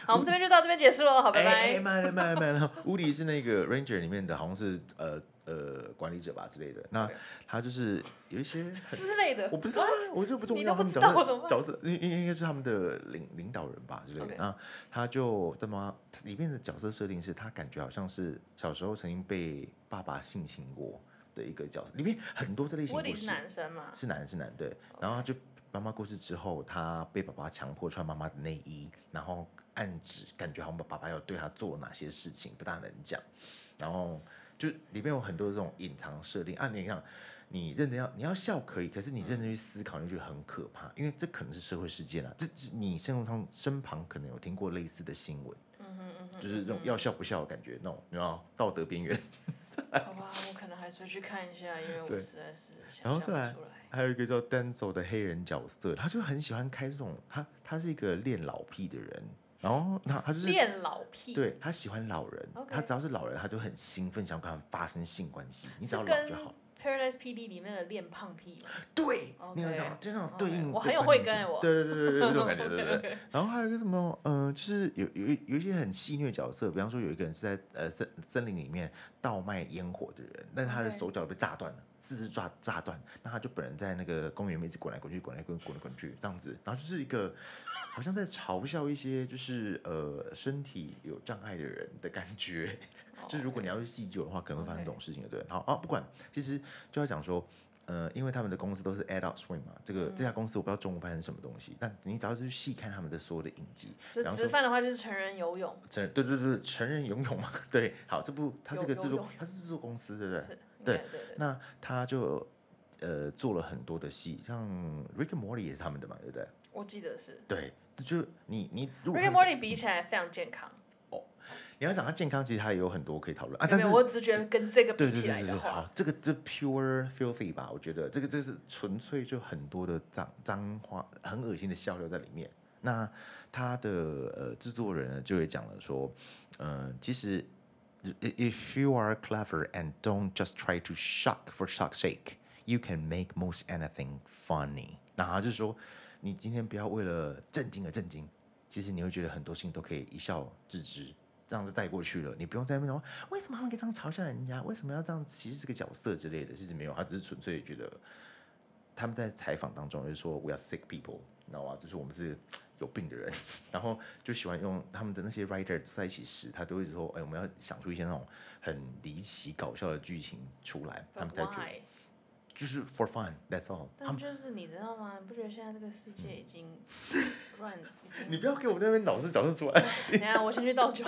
Speaker 2: 好，我们这边就到这边结束了，好，拜
Speaker 1: 哎哎，
Speaker 2: 拜。
Speaker 1: 慢了慢了慢了。乌迪是那个 Ranger 里面的，好像是呃呃管理者吧之类的。那他就是有一些很，
Speaker 2: 之类的
Speaker 1: 我，不知道啊，我就不重
Speaker 2: 你
Speaker 1: 要
Speaker 2: 都
Speaker 1: 他
Speaker 2: 不
Speaker 1: 们角
Speaker 2: 知道怎么
Speaker 1: 色
Speaker 2: 办
Speaker 1: 角色，应应应该是他们的领领导人吧之类的。
Speaker 2: OK
Speaker 1: 那他就他妈里面的角色设定是他感觉好像是小时候曾经被爸爸性侵过的一个角色，里面很多这类型
Speaker 2: 我
Speaker 1: 故
Speaker 2: 里
Speaker 1: 事
Speaker 2: 是男生嘛，
Speaker 1: 是男是男对，然后他就妈妈过世之后，他被爸爸强迫穿妈妈的内衣，然后暗指感觉好像爸爸要对他做哪些事情，不大能讲，然后就里面有很多这种隐藏设定。按、啊、你看，你认真要你要笑可以，可是你认真去思考，你就觉得很可怕，因为这可能是社会事件啊，这这你生活上身旁可能有听过类似的新闻，
Speaker 2: 嗯哼嗯哼，
Speaker 1: 就是这种要笑不笑的感觉，那种你知道道德边缘。
Speaker 2: 好吧，我可能还是会去看一下，因为我
Speaker 1: 对
Speaker 2: 实在是想
Speaker 1: 然后
Speaker 2: 象不
Speaker 1: 再
Speaker 2: 出
Speaker 1: 来
Speaker 2: 来。
Speaker 1: 还有一个叫 Denzel 的黑人角色，他就很喜欢开这种，他他是一个恋老癖的人，然后他他就是
Speaker 2: 恋老癖，，
Speaker 1: 对他喜欢老人
Speaker 2: OK
Speaker 1: 他只要是老人，他就很兴奋，想要跟他们发生性关系，你只
Speaker 2: 是
Speaker 1: 要老
Speaker 2: 跟
Speaker 1: 就好。
Speaker 2: Paradise PD 里面的恋胖癖嘛，
Speaker 1: 对
Speaker 2: OK
Speaker 1: 你有那种就那种对应
Speaker 2: OK，
Speaker 1: 的
Speaker 2: 我很有
Speaker 1: 关
Speaker 2: 慧根
Speaker 1: 系
Speaker 2: 欸我
Speaker 1: 对对对 对对，这种感觉，对对对。然后还有一个什么，呃，就是有有一有一些很戏谑角色，比方说有一个人是在呃森森林里面倒卖烟火的人，但他的
Speaker 2: OK
Speaker 1: 手脚被炸断了。四肢炸炸断，那他就本人在那个公园里面一直滚来滚去，滚来滚滚来滚去这样子，然后就是一个好像在嘲笑一些就是呃身体有障碍的人的感觉，
Speaker 2: 哦
Speaker 1: 就是如果你要去细究的话，可能会发生这种事情的，对。好啊，不管，其实就要讲说，呃，因为他们的公司都是 Adult Swim 嘛，这
Speaker 2: 嗯
Speaker 1: 个、这家公司我不知道中午翻成什么东西，但你只要去细看他们的所有的影集，
Speaker 2: 就
Speaker 1: 然后
Speaker 2: 直
Speaker 1: 说
Speaker 2: 饭的话就是成人游泳，
Speaker 1: 成对对对成人游泳嘛， 对，好，这部它是
Speaker 2: 有
Speaker 1: 个制
Speaker 2: 有
Speaker 1: 作
Speaker 2: 有，
Speaker 1: 它是制作公司，对不对？
Speaker 2: 是，应
Speaker 1: 对
Speaker 2: 该对对，
Speaker 1: 那他就呃做了很多的戏，像 Rick and Morty 也是他们的嘛，对不对？
Speaker 2: 我记得是。
Speaker 1: 对，就你你如果
Speaker 2: Rick and
Speaker 1: 看
Speaker 2: Morty 比起来非常健康，
Speaker 1: 你要讲他健康，其实他也有很多可以讨论啊，
Speaker 2: 没
Speaker 1: 但
Speaker 2: 有
Speaker 1: 是
Speaker 2: 没有，我只觉得跟这个
Speaker 1: 对
Speaker 2: 比
Speaker 1: 对
Speaker 2: 起
Speaker 1: 对
Speaker 2: 来
Speaker 1: 对对，
Speaker 2: 的话
Speaker 1: 好，，这个这 pure filthy 吧，我觉得这个这是纯粹就很多的脏脏话，很恶心的笑料在里面。那他的呃制作人呢就也讲了说，嗯、其实 i- if you are clever and don't just try to shock for shock's sake, you can make most anything funny。那他就说，你今天不要为了震惊而震惊，其实你会觉得很多事情都可以一笑置之，这样子带过去了。你不用在那边想说为什么他们可以这样嘲笑人家，为什么要这样歧视这个角色之类的。其实没有，他只是纯粹觉得他们在采访当中就是说 we are sick people，你知道吗？就是我们是有病的人，然后就喜欢用他们的那些 writer 在一起时，他都会说，哎，我们要想出一些那种很离奇搞笑的剧情出来，他
Speaker 2: But
Speaker 1: 们才觉得
Speaker 2: why？
Speaker 1: 就是 for fun，that's all。他
Speaker 2: 但
Speaker 1: 们
Speaker 2: 就是你知道吗？你不觉得现在这个世界已经乱？已
Speaker 1: 嗯
Speaker 2: 经
Speaker 1: 你不要给我那边老是角色出来，
Speaker 2: 等一下我先去倒酒。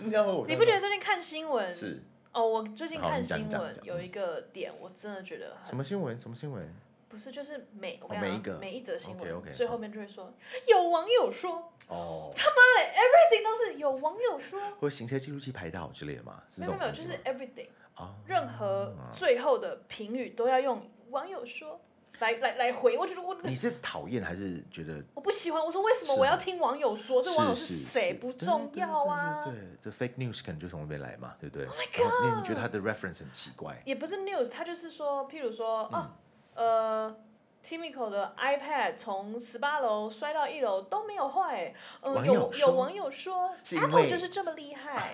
Speaker 1: 你知道吗？ 我
Speaker 2: 你不觉得最近看新闻？
Speaker 1: 是
Speaker 2: 哦，我最近
Speaker 1: 好
Speaker 2: 看
Speaker 1: 你讲
Speaker 2: 新
Speaker 1: 你讲
Speaker 2: 闻
Speaker 1: 你讲
Speaker 2: 有一个点，我真的觉得
Speaker 1: 什
Speaker 2: 很
Speaker 1: 么新闻？什么新闻？
Speaker 2: 不不是，就是每我
Speaker 1: 哦
Speaker 2: 跟你
Speaker 1: 每
Speaker 2: 讲
Speaker 1: 一个
Speaker 2: 每一则新闻
Speaker 1: OK，OK，
Speaker 2: 最后面就会说，有网友说，
Speaker 1: 哦，
Speaker 2: 妈的，everything 都是有网友说，
Speaker 1: 或者行车记录器拍到之类的嘛，是
Speaker 2: 没
Speaker 1: 这种
Speaker 2: 有没
Speaker 1: 东
Speaker 2: 有，就
Speaker 1: 西
Speaker 2: 是
Speaker 1: 吗？
Speaker 2: everything，
Speaker 1: 哦，
Speaker 2: 任何最后的评语都要用网友说来来来回，我觉得我
Speaker 1: 你是讨厌还是觉得
Speaker 2: 我不喜欢，我说为什么
Speaker 1: 是
Speaker 2: 我要听网友说？这网友
Speaker 1: 是
Speaker 2: 谁不重要啊？Oh
Speaker 1: 对对对对对这 fake news 可能就从那边来嘛，对不对？然后你你觉得他的 reference 很奇怪？
Speaker 2: 也不是 news，他就是说，譬如说，
Speaker 1: 嗯
Speaker 2: 哦，呃，Timiko 的 iPad 从十八楼摔到一楼都没有坏，嗯、
Speaker 1: 网友
Speaker 2: 有有
Speaker 1: 说
Speaker 2: 网友说
Speaker 1: 是因
Speaker 2: ，Apple
Speaker 1: 为
Speaker 2: 就是这么 厉害，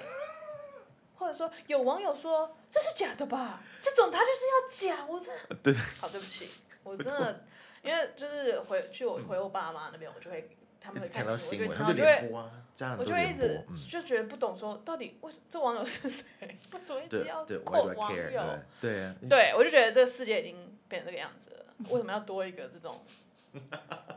Speaker 2: 或者说有网友说这是假的吧？这种他就是要假，我真的，
Speaker 1: 对
Speaker 2: 好，对不起，我真的，因为就是回去我回我爸妈那边，我就会他
Speaker 1: 一
Speaker 2: 们会
Speaker 1: 直 看到
Speaker 2: 看
Speaker 1: 新
Speaker 2: 闻，
Speaker 1: 闻，
Speaker 2: 我就
Speaker 1: 他
Speaker 2: 会
Speaker 1: 们就
Speaker 2: 听到，我就会
Speaker 1: 联播啊，家长
Speaker 2: 我
Speaker 1: 都
Speaker 2: 就会一
Speaker 1: 联播
Speaker 2: 直，
Speaker 1: 嗯，
Speaker 2: 就觉得不懂说，到底为什这网友是谁？ 为什么一直
Speaker 1: 对
Speaker 2: 要
Speaker 1: 对，why
Speaker 2: 扣
Speaker 1: do I
Speaker 2: 网
Speaker 1: care？对
Speaker 2: 友
Speaker 1: 不？对对啊，
Speaker 2: 对，我就觉得这个世界已经变成这个样子了，为什么要多一个这种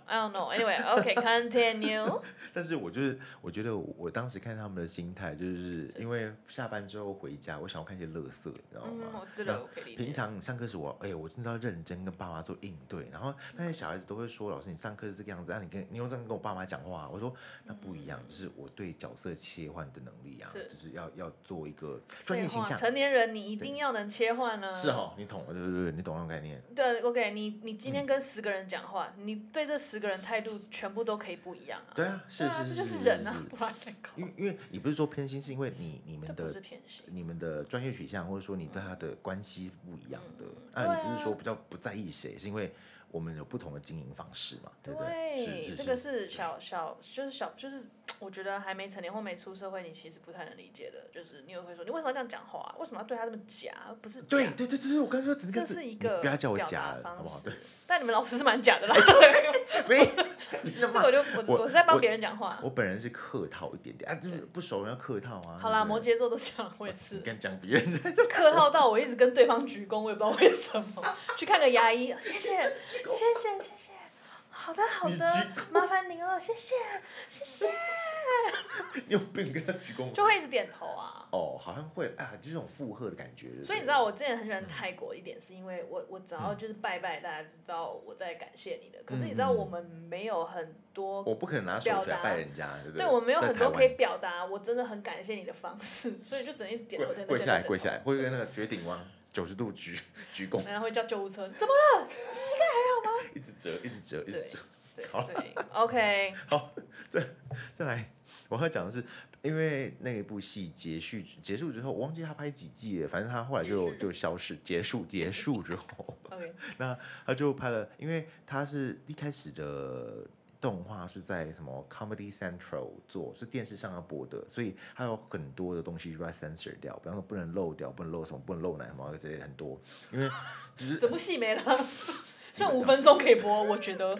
Speaker 2: ？I don't know. Anyway, OK, continue.
Speaker 1: 但是我就是，我觉得我当时看他们的心态，就是因为下班之后回家，我想要看一些乐色，你知道
Speaker 2: 嗯，
Speaker 1: 吗？
Speaker 2: 我对了，我可以理
Speaker 1: 平
Speaker 2: 解。
Speaker 1: 常你上课时我，哎、我真的要认真跟爸妈做应对。然后
Speaker 2: 嗯
Speaker 1: 那些小孩子都会说，老师你上课是这个样子，那、啊你跟你用这样跟我爸妈讲话、我说那不一样，就是我对角色切换的能力啊，
Speaker 2: 是
Speaker 1: 就是要要做一个专业
Speaker 2: 废
Speaker 1: 形
Speaker 2: 话
Speaker 1: 象。
Speaker 2: 成年人你一定要能切换呢。
Speaker 1: 是。哦，你懂了，对对对，你懂那种概念。
Speaker 2: 对，OK，你你今
Speaker 1: 嗯
Speaker 2: 天跟十个人讲话，你对这十个人态度全部都可以不一样啊。
Speaker 1: 对啊，是
Speaker 2: 啊，
Speaker 1: 是
Speaker 2: 这
Speaker 1: 是，
Speaker 2: 就是人啊
Speaker 1: 是，
Speaker 2: 不然能搞
Speaker 1: 因为因为你不是说偏心，是因为你你
Speaker 2: 这
Speaker 1: 们
Speaker 2: 不
Speaker 1: 的
Speaker 2: 是偏心。
Speaker 1: 你们的专业取向，或者说你对他的关系不一样的。那、
Speaker 2: 对
Speaker 1: 你不
Speaker 2: 啊
Speaker 1: 是说比较不在意谁，是因为我们有不同的经营方式嘛？对不对？是是
Speaker 2: 这个
Speaker 1: 是。
Speaker 2: 是小小，就是小，就是我觉得还没成年或没出社会，你其实不太能理解的。就是你也会说，你为什么要这样讲话、啊为什么要对他这么假？不是
Speaker 1: 对
Speaker 2: 假，
Speaker 1: 对对对对，我刚才说整
Speaker 2: 这
Speaker 1: 个字
Speaker 2: 是一
Speaker 1: 你
Speaker 2: 个
Speaker 1: 不要叫我
Speaker 2: 表
Speaker 1: 假
Speaker 2: 达
Speaker 1: 了，好
Speaker 2: 方
Speaker 1: 不好？
Speaker 2: 式
Speaker 1: 对，。
Speaker 2: 但你们老师是蛮假的啦。
Speaker 1: 没有， 那
Speaker 2: 这个
Speaker 1: 么
Speaker 2: 我就我
Speaker 1: 我
Speaker 2: 我是在帮
Speaker 1: 我
Speaker 2: 别人讲话。
Speaker 1: 我本人是客套一点点啊，就是不熟人要客套啊。
Speaker 2: 好啦，
Speaker 1: 对不
Speaker 2: 摩
Speaker 1: 对
Speaker 2: 羯座都这样，我也是
Speaker 1: 你敢讲别人 的？
Speaker 2: 客套到我一直跟对方鞠躬，我也不知道为什么。去看个牙医，谢谢， 谢谢，谢谢。好的，好
Speaker 1: 你
Speaker 2: 的
Speaker 1: 鞠，
Speaker 2: 麻烦您了，谢谢，谢谢，
Speaker 1: 你有病跟他鞠躬吗？
Speaker 2: 就会一直点头啊。
Speaker 1: 哦，好像会啊，就是这种附和的感觉。对不
Speaker 2: 所以
Speaker 1: 对
Speaker 2: 你知道我之前很喜
Speaker 1: 嗯
Speaker 2: 欢泰国一点，是因为我我只要就是拜拜，大家知道我在感谢你的。可是你知
Speaker 1: 嗯
Speaker 2: 道
Speaker 1: 嗯嗯嗯
Speaker 2: 我们没有很多，
Speaker 1: 我不可能拿手
Speaker 2: 表
Speaker 1: 起来
Speaker 2: 达
Speaker 1: 拜人家，对不
Speaker 2: 对我们没有
Speaker 1: 在
Speaker 2: 很
Speaker 1: 台
Speaker 2: 多
Speaker 1: 湾
Speaker 2: 可以表达我真的很感谢你的方式，所以就只能一直点头，
Speaker 1: 跪
Speaker 2: 点头，
Speaker 1: 跪下来，
Speaker 2: 点头
Speaker 1: 跪下来，。会跟那个绝顶王九十度鞠鞠躬
Speaker 2: 点头，然后会叫救护车，怎么
Speaker 1: 一直折，一直折，一直折。
Speaker 2: 对，所以 OK，
Speaker 1: 再来，我要讲的是，因为那一部戏结束结束之后，我忘记他拍几季了，反正他后来就
Speaker 2: 结束
Speaker 1: 就消失，结束结束之后，
Speaker 2: OK，
Speaker 1: 他就拍了，因为他是一开始的。动画是在什么 Comedy Central 做，是电视上要播的，所以还有很多的东西就要 censor 掉，比方说不能漏掉，不能漏什么，不能漏奶什么之类的很多，因为就是
Speaker 2: 整部戏没了， 剩五分钟可以播，我觉得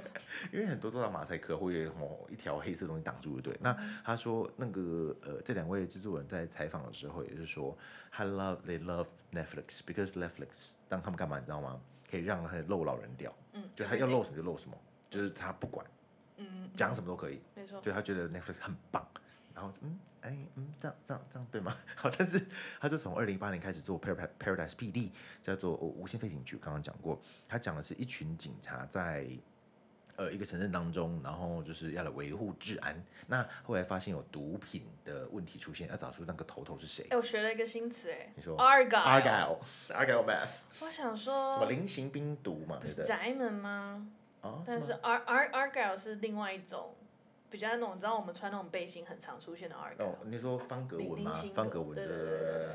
Speaker 1: 因为很多都到马赛克会有什么一条黑色的东西挡住，对不对。那他说那个呃，这两位制作人在采访的时候，也是说他 love they love Netflix because Netflix 让他们干嘛，你知道吗？可以让他漏老人掉，
Speaker 2: 嗯，
Speaker 1: 就他要漏什么就漏什么，就是他不管
Speaker 2: 嗯，
Speaker 1: 讲什么都可以，
Speaker 2: 没错，
Speaker 1: 就他觉得 Netflix 很棒。然后嗯，哎嗯，这样这样这样对吗？ 好，但是他就从二零一八年开始做 Paradise Paradise PD，叫做、哦无限飞行局。刚刚讲过，他讲的是一群警察在呃一个城镇当中，然后就是要来维护治安。那后来发现有毒品的问题出现，要找出那个头头是谁。
Speaker 2: 哎，我学了一个新词，哎
Speaker 1: 你说
Speaker 2: ，argyle，
Speaker 1: Argyle Argyle Math
Speaker 2: 我想
Speaker 1: 什么
Speaker 2: 说，
Speaker 1: 菱形冰毒嘛，
Speaker 2: 不
Speaker 1: 对不
Speaker 2: 哦是
Speaker 1: 对？
Speaker 2: 宅门吗？
Speaker 1: 啊，
Speaker 2: 但是 R R Argyle 是另外一种，比较那种，你知道我们穿那种背心很常出现的 Argyle，
Speaker 1: 哦，你说方格
Speaker 2: 菱
Speaker 1: 纹吗
Speaker 2: 菱形？
Speaker 1: 方
Speaker 2: 格
Speaker 1: 格纹，
Speaker 2: 对对
Speaker 1: 对
Speaker 2: 对对
Speaker 1: 对。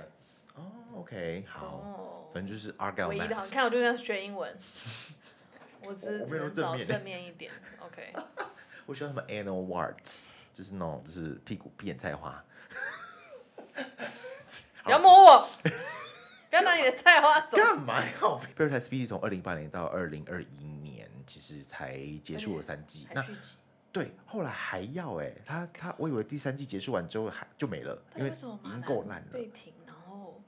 Speaker 1: 哦，OK，好。
Speaker 2: 哦，
Speaker 1: 反正就是 Argyle
Speaker 2: 唯一的
Speaker 1: Math
Speaker 2: 好，。你看我就这样学 英文，我
Speaker 1: 我
Speaker 2: 只
Speaker 1: 我
Speaker 2: 只
Speaker 1: 没有
Speaker 2: 能
Speaker 1: 说
Speaker 2: 找
Speaker 1: 正面
Speaker 2: 正面一 点，OK，
Speaker 1: 我喜欢什么 anal warts，就是那种就是屁股屁眼菜花。
Speaker 2: 不要摸 我，不要拿你的菜花手。
Speaker 1: 干嘛要？Paradise PD 从二零一八年到二零二一年，其实才结束了三季。
Speaker 2: 哎还
Speaker 1: 那
Speaker 2: 续集，
Speaker 1: 对，后来还要哎、他他我以为第三季结束完之后还就没了，因
Speaker 2: 但
Speaker 1: 为
Speaker 2: 为什么
Speaker 1: 已
Speaker 2: 马
Speaker 1: 经够
Speaker 2: 兰
Speaker 1: 烂了
Speaker 2: 被。停，然后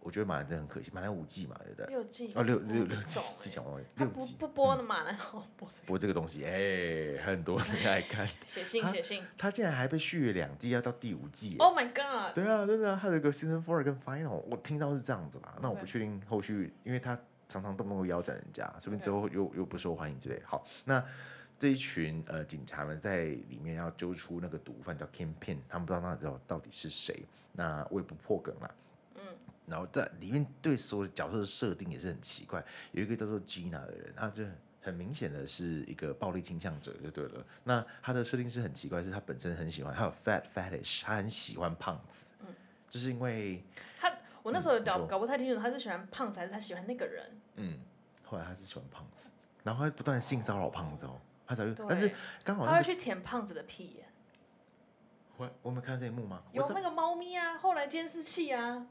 Speaker 1: 我觉得马兰真的很可惜，马兰五季嘛，对不对？
Speaker 2: 六季
Speaker 1: 哦，六
Speaker 2: 我
Speaker 1: 六
Speaker 2: 不
Speaker 1: 六季
Speaker 2: 懂，
Speaker 1: 季
Speaker 2: 欸
Speaker 1: 讲完了
Speaker 2: 他
Speaker 1: 六
Speaker 2: 不
Speaker 1: 季。嗯
Speaker 2: 不播的马兰，哦我播这
Speaker 1: 不过这个东西，哎、很多人爱看。
Speaker 2: 个写信
Speaker 1: 啊
Speaker 2: 写信
Speaker 1: 他竟然还被续了两季，要到第五季、欸。
Speaker 2: ，Oh my God，
Speaker 1: 对啊，真的、啊，他有一个 season four 跟 final，我听到是这样子啦。那我不
Speaker 2: OK
Speaker 1: 确定后续，因为他常常动不动腰斩人家，说不定之
Speaker 2: OK
Speaker 1: 后又又不受欢迎之类。好，那这一群呃警察们在里面要揪出那个毒贩叫 Kingpin，他们不知道那到到底是谁，那我也不破梗啦。嗯，然后在里面对所有的角色的设定也是很奇怪，有一个叫做 Gina 的人，他就很明显的是一个暴力倾向者就对了。那他的设定是很奇怪，是他本身很喜欢，他有 fat fetish，他很喜欢胖子，就是因为
Speaker 2: 他我那时候有
Speaker 1: 嗯
Speaker 2: 搞
Speaker 1: 你说
Speaker 2: 搞不太清楚，他是喜欢胖子还是他喜欢那个人？
Speaker 1: 嗯，后来他是喜欢胖子，然后他不断地性骚扰胖子哦，他才会，
Speaker 2: 对，
Speaker 1: 但是刚好
Speaker 2: 他
Speaker 1: 哦那
Speaker 2: 会
Speaker 1: 个
Speaker 2: 去舔胖子的屁眼，
Speaker 1: 我我们看到这一幕吗？
Speaker 2: 有
Speaker 1: 我
Speaker 2: 那个猫咪啊，后来监视器啊，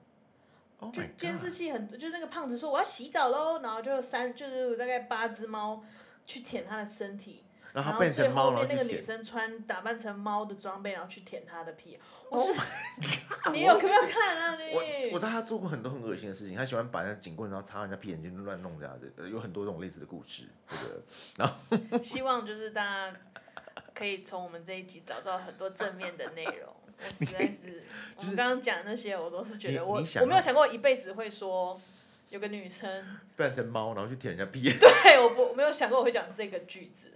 Speaker 1: oh
Speaker 2: 就
Speaker 1: my
Speaker 2: 监视
Speaker 1: god，
Speaker 2: 器很，就是那个胖子说我要洗澡喽，然后就三就是大概八只猫去舔他的身体，
Speaker 1: 然后
Speaker 2: 后
Speaker 1: 他变成猫，然
Speaker 2: 最后
Speaker 1: 后
Speaker 2: 面那
Speaker 1: 去
Speaker 2: 个女
Speaker 1: 舔，
Speaker 2: 生穿打扮成猫的装备，然后去舔他的屁眼，我是
Speaker 1: 啊
Speaker 2: 你
Speaker 1: ，Oh 我
Speaker 2: 有没有看啊
Speaker 1: 我我
Speaker 2: 你？
Speaker 1: 知道他做过很多很恶心的事情，他喜欢把那警棍然后插人家屁眼睛乱弄这样子，呃有很多这种类似的故事，对不对？
Speaker 2: 希望就是大家可以从我们这一集找到很多正面的内容。我实 在是，我们刚刚讲那些，我都是觉
Speaker 1: 你
Speaker 2: 得我
Speaker 1: 你想
Speaker 2: 我没有
Speaker 1: 要
Speaker 2: 想过一辈子会说有个女生，
Speaker 1: 变成猫然后去舔人家屁眼。
Speaker 2: 对，我不我没有想过我会讲这个句子。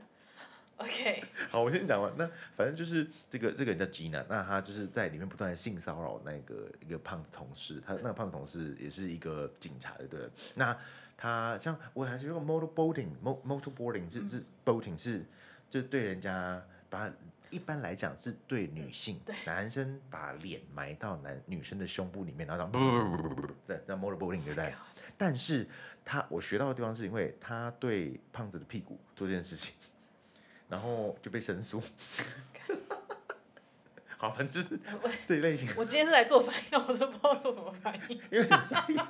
Speaker 2: OK，
Speaker 1: 好，我先讲完。那反正就是这个这个人叫吉娜，那他就是在里面不断的性骚扰那个一个胖子同事，他
Speaker 2: 是
Speaker 1: 那个胖子同事也是一个警察，对不对？那他像我还学过 motor boating，mo motor boating 是是 boating 是就对人家把一般来讲是对女性，男生把脸埋到男女生的胸部里面，然后这样在在 motor boating
Speaker 2: Oh
Speaker 1: 对不对？但是他我学到的地方是因为他对胖子的屁股做这件事情， 然后就被申诉。 好，反正就是这一类型，
Speaker 2: 我今天是来做反应，但我都不知道做什么反应。
Speaker 1: 因为很傻眼，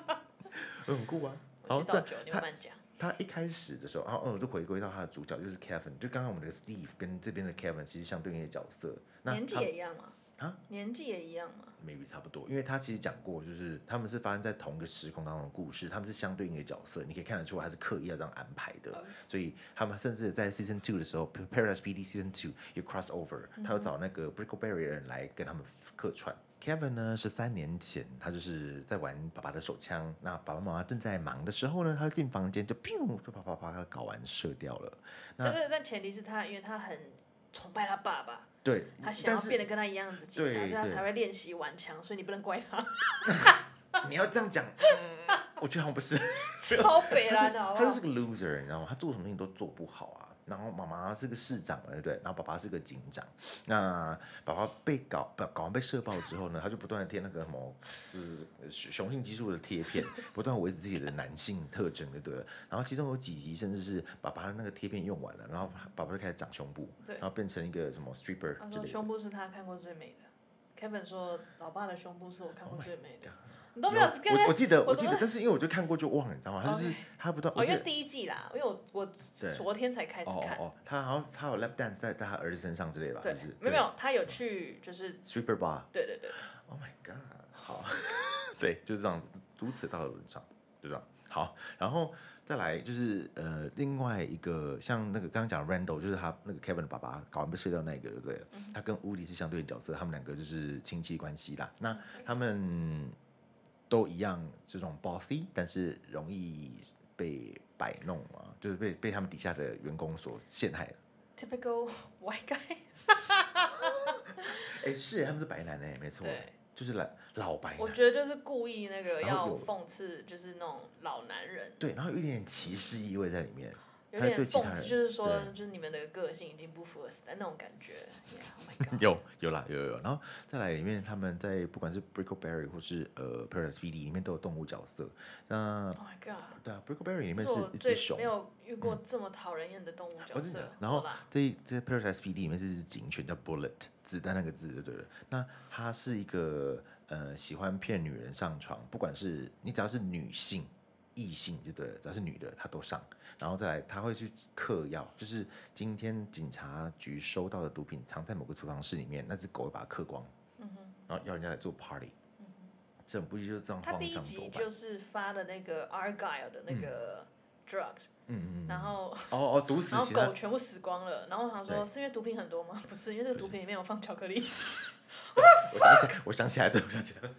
Speaker 1: 很酷啊。然 后
Speaker 2: 我去倒
Speaker 1: 在
Speaker 2: 酒，你
Speaker 1: 他
Speaker 2: 慢慢讲。
Speaker 1: 他一开始的时候，然后嗯，我就回归到他的主角就是 Kevin，就刚刚我们的 Steve 跟这边的 Kevin 其实相对应的角色，那
Speaker 2: 年纪
Speaker 1: 他
Speaker 2: 也一样嘛？
Speaker 1: 啊？
Speaker 2: 年纪也一样啊嘛？
Speaker 1: maybe 差不多，因为他其实讲过，就是他们是发生在同一个时空当中的故事，他们是相对应的角色，你可以看得出来他是刻意要这样安排的，
Speaker 2: 嗯
Speaker 1: 所以他们甚至在 season two 的时候，P-，Paradise PD season two 有 crossover，他有
Speaker 2: 嗯
Speaker 1: 找那个 Brickleberry 的人来跟他们客串。Kevin 呢，十三年前他就是在玩爸爸的手枪，那爸爸妈妈正在忙的时候呢，他就进房间就砰就啪啪啪他搞完射掉了。那
Speaker 2: 但是但前提是他，因为他很崇拜他爸爸，
Speaker 1: 对，
Speaker 2: 他想
Speaker 1: 但
Speaker 2: 要
Speaker 1: 是
Speaker 2: 变得跟他一样的警察，所
Speaker 1: 对
Speaker 2: 以他
Speaker 1: 对
Speaker 2: 才会练习顽强，所以你不能 怪他，
Speaker 1: 你要这样讲，嗯我觉得好像不是。
Speaker 2: 超北
Speaker 1: 他
Speaker 2: 蓝
Speaker 1: 是
Speaker 2: 的好不
Speaker 1: 他就是
Speaker 2: 好？
Speaker 1: 个 loser，你知道吗？他做什么事情都做不好啊。然后妈妈是个市长嘛，对不对？然后爸爸是个警长。那爸爸被搞搞搞完被射爆之后呢，他就不断的贴那个什么，就是雄性激素的贴片，不断地维持自己的男性特征，就对了。然后其中有几集甚至是爸爸的那个贴片用完了，然后爸爸就开始长胸部，
Speaker 2: 对
Speaker 1: 然后变成一个什么 stripper
Speaker 2: 他
Speaker 1: 之
Speaker 2: 说
Speaker 1: 类的。
Speaker 2: 胸部是他看过最美的。Kevin 说，老爸的胸部是我看过最美的
Speaker 1: Oh my。
Speaker 2: 你都没有
Speaker 1: 有
Speaker 2: 跟
Speaker 1: 我我记得我
Speaker 2: 我怎
Speaker 1: 记
Speaker 2: 么
Speaker 1: 得，但是因为我就看过就忘了，你知道吗？他就是
Speaker 2: OK
Speaker 1: 他不断，
Speaker 2: 哦，
Speaker 1: 我
Speaker 2: 因
Speaker 1: 记得
Speaker 2: 为是第一季啦，因为我我
Speaker 1: 对
Speaker 2: 昨天才开始
Speaker 1: 哦
Speaker 2: 看。
Speaker 1: 哦哦，他好像他有 lap dance 在在他儿子身上之类吧，
Speaker 2: 对
Speaker 1: 是不是，
Speaker 2: 没有没有，他有去，就是
Speaker 1: ，stripper bar。
Speaker 2: 对对对，
Speaker 1: Oh my god！好，对，就是这样子，如此到了轮上，就这样。好，然后再来就是呃，另外一个像那个刚刚讲的 Randall，就是他那个 Kevin 的爸爸搞完被射掉那个，对不对？他跟 Woody 是相对的角色，他们两个就是亲戚关系啦。那他们都一样，这种 bossy，但是容易被摆弄啊，就是被被他们底下的员工所陷害了。
Speaker 2: typical white guy，
Speaker 1: 哎，是他们是白男哎，没错，
Speaker 2: 对，
Speaker 1: 就是老老白
Speaker 2: 我
Speaker 1: 男。
Speaker 2: 觉得就是故意那个
Speaker 1: 然后
Speaker 2: 要
Speaker 1: 有
Speaker 2: 讽刺，就是那种老男人，
Speaker 1: 对，然后有一点歧视意味在里面。
Speaker 2: 有
Speaker 1: 还有
Speaker 2: 点
Speaker 1: 对其他
Speaker 2: 讽刺，
Speaker 1: 人
Speaker 2: 就是说，
Speaker 1: 对
Speaker 2: 就是你们的个性已经不符合时代那种感觉。Yeah, oh my god！
Speaker 1: 有有啦，有有有。然后再来里面，他们在不管是 Brickleberry 或是呃 Paradise PD 里面都有动物角色。那
Speaker 2: Oh my god！
Speaker 1: 对啊，Brickleberry 里面
Speaker 2: 是
Speaker 1: 是
Speaker 2: 我
Speaker 1: 一只
Speaker 2: 最
Speaker 1: 熊嗯
Speaker 2: 没，有遇过这么讨人厌的动物角
Speaker 1: 哦真的假
Speaker 2: 色
Speaker 1: 的。然后
Speaker 2: 好啦
Speaker 1: 这一这 Paradise PD 里面是一只警犬叫 Bullet，子弹那个字就对了。那它是一个呃喜欢骗女人上床，不管是你只要是女性。异性就对了，只要是女的，她都上。然后再来，她会去嗑药，就是今天警察局收到的毒品藏在某个储藏室里面，那只狗会把它嗑光。然后要人家来做 party，这种不就是这样
Speaker 2: 他
Speaker 1: 荒
Speaker 2: 嗯第一
Speaker 1: 腔走
Speaker 2: 集
Speaker 1: 板？嗯
Speaker 2: 就是发了那个 Argyle 的那个 drugs，
Speaker 1: 嗯嗯嗯。
Speaker 2: 然后
Speaker 1: 哦哦，毒死
Speaker 2: 然后
Speaker 1: 其他
Speaker 2: 狗全部死光了。然后我想说，
Speaker 1: 对
Speaker 2: 是因为毒品很多吗？ 不是，因为这个毒品里面有放巧克力。
Speaker 1: 我想起来，我想起来，对，我想起来了，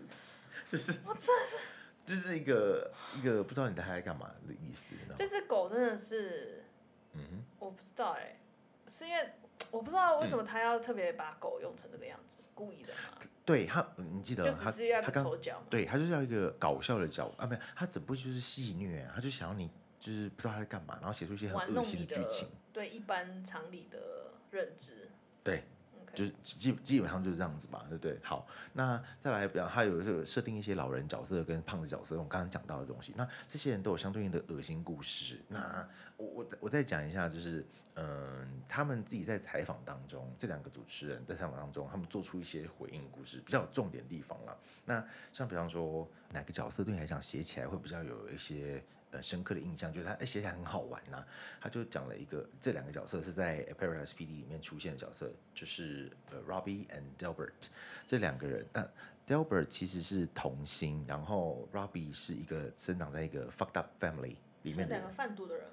Speaker 1: 就是
Speaker 2: 我真的是
Speaker 1: 就是一个一个不知道你在还在干嘛的意思，你知道吗
Speaker 2: 这只狗真的是
Speaker 1: 嗯哼，
Speaker 2: 我不知道哎、是因为我不知道为什
Speaker 1: 嗯
Speaker 2: 么他要特别把狗用成这个样子，故意的嘛？
Speaker 1: 对他，嗯你记得
Speaker 2: 就
Speaker 1: 他
Speaker 2: 只是要
Speaker 1: 他
Speaker 2: 被
Speaker 1: 刚
Speaker 2: 丑角嘛？
Speaker 1: 对他就是要一个搞笑的角啊，没有，他整部就是戏虐啊，他就想要你就是不知道他在干嘛，然后写出一些很
Speaker 2: 玩
Speaker 1: 恶
Speaker 2: 弄
Speaker 1: 心
Speaker 2: 你
Speaker 1: 剧情，
Speaker 2: 对一般常理的认知。
Speaker 1: 对，
Speaker 2: OK，
Speaker 1: 就是基基本上就是这样子嘛，对不对？好，那再来，比方他有有设定一些老人角色跟胖子角色，我们刚刚讲到的东西，那这些人都有相对应的恶心故事。那我我再我再讲一下，就是嗯、他们自己在采访当中，这两个主持人在采访当中，他们做出一些回应故事，比较有重点地方啦。那像比方说哪个角色对你来讲写起来会比较有一些呃深刻的印象，就是他哎写起来很好玩呐、他就讲了一个这两个角色是在《Paradise PD》里面出现的角色，就是呃 Robbie and Delbert 这两个人。那 Delbert 其实是童星，然后 Robbie 是一个生长在一个 fucked up family 里
Speaker 2: 是
Speaker 1: 面的
Speaker 2: 两
Speaker 1: 人
Speaker 2: 个，贩毒的人吗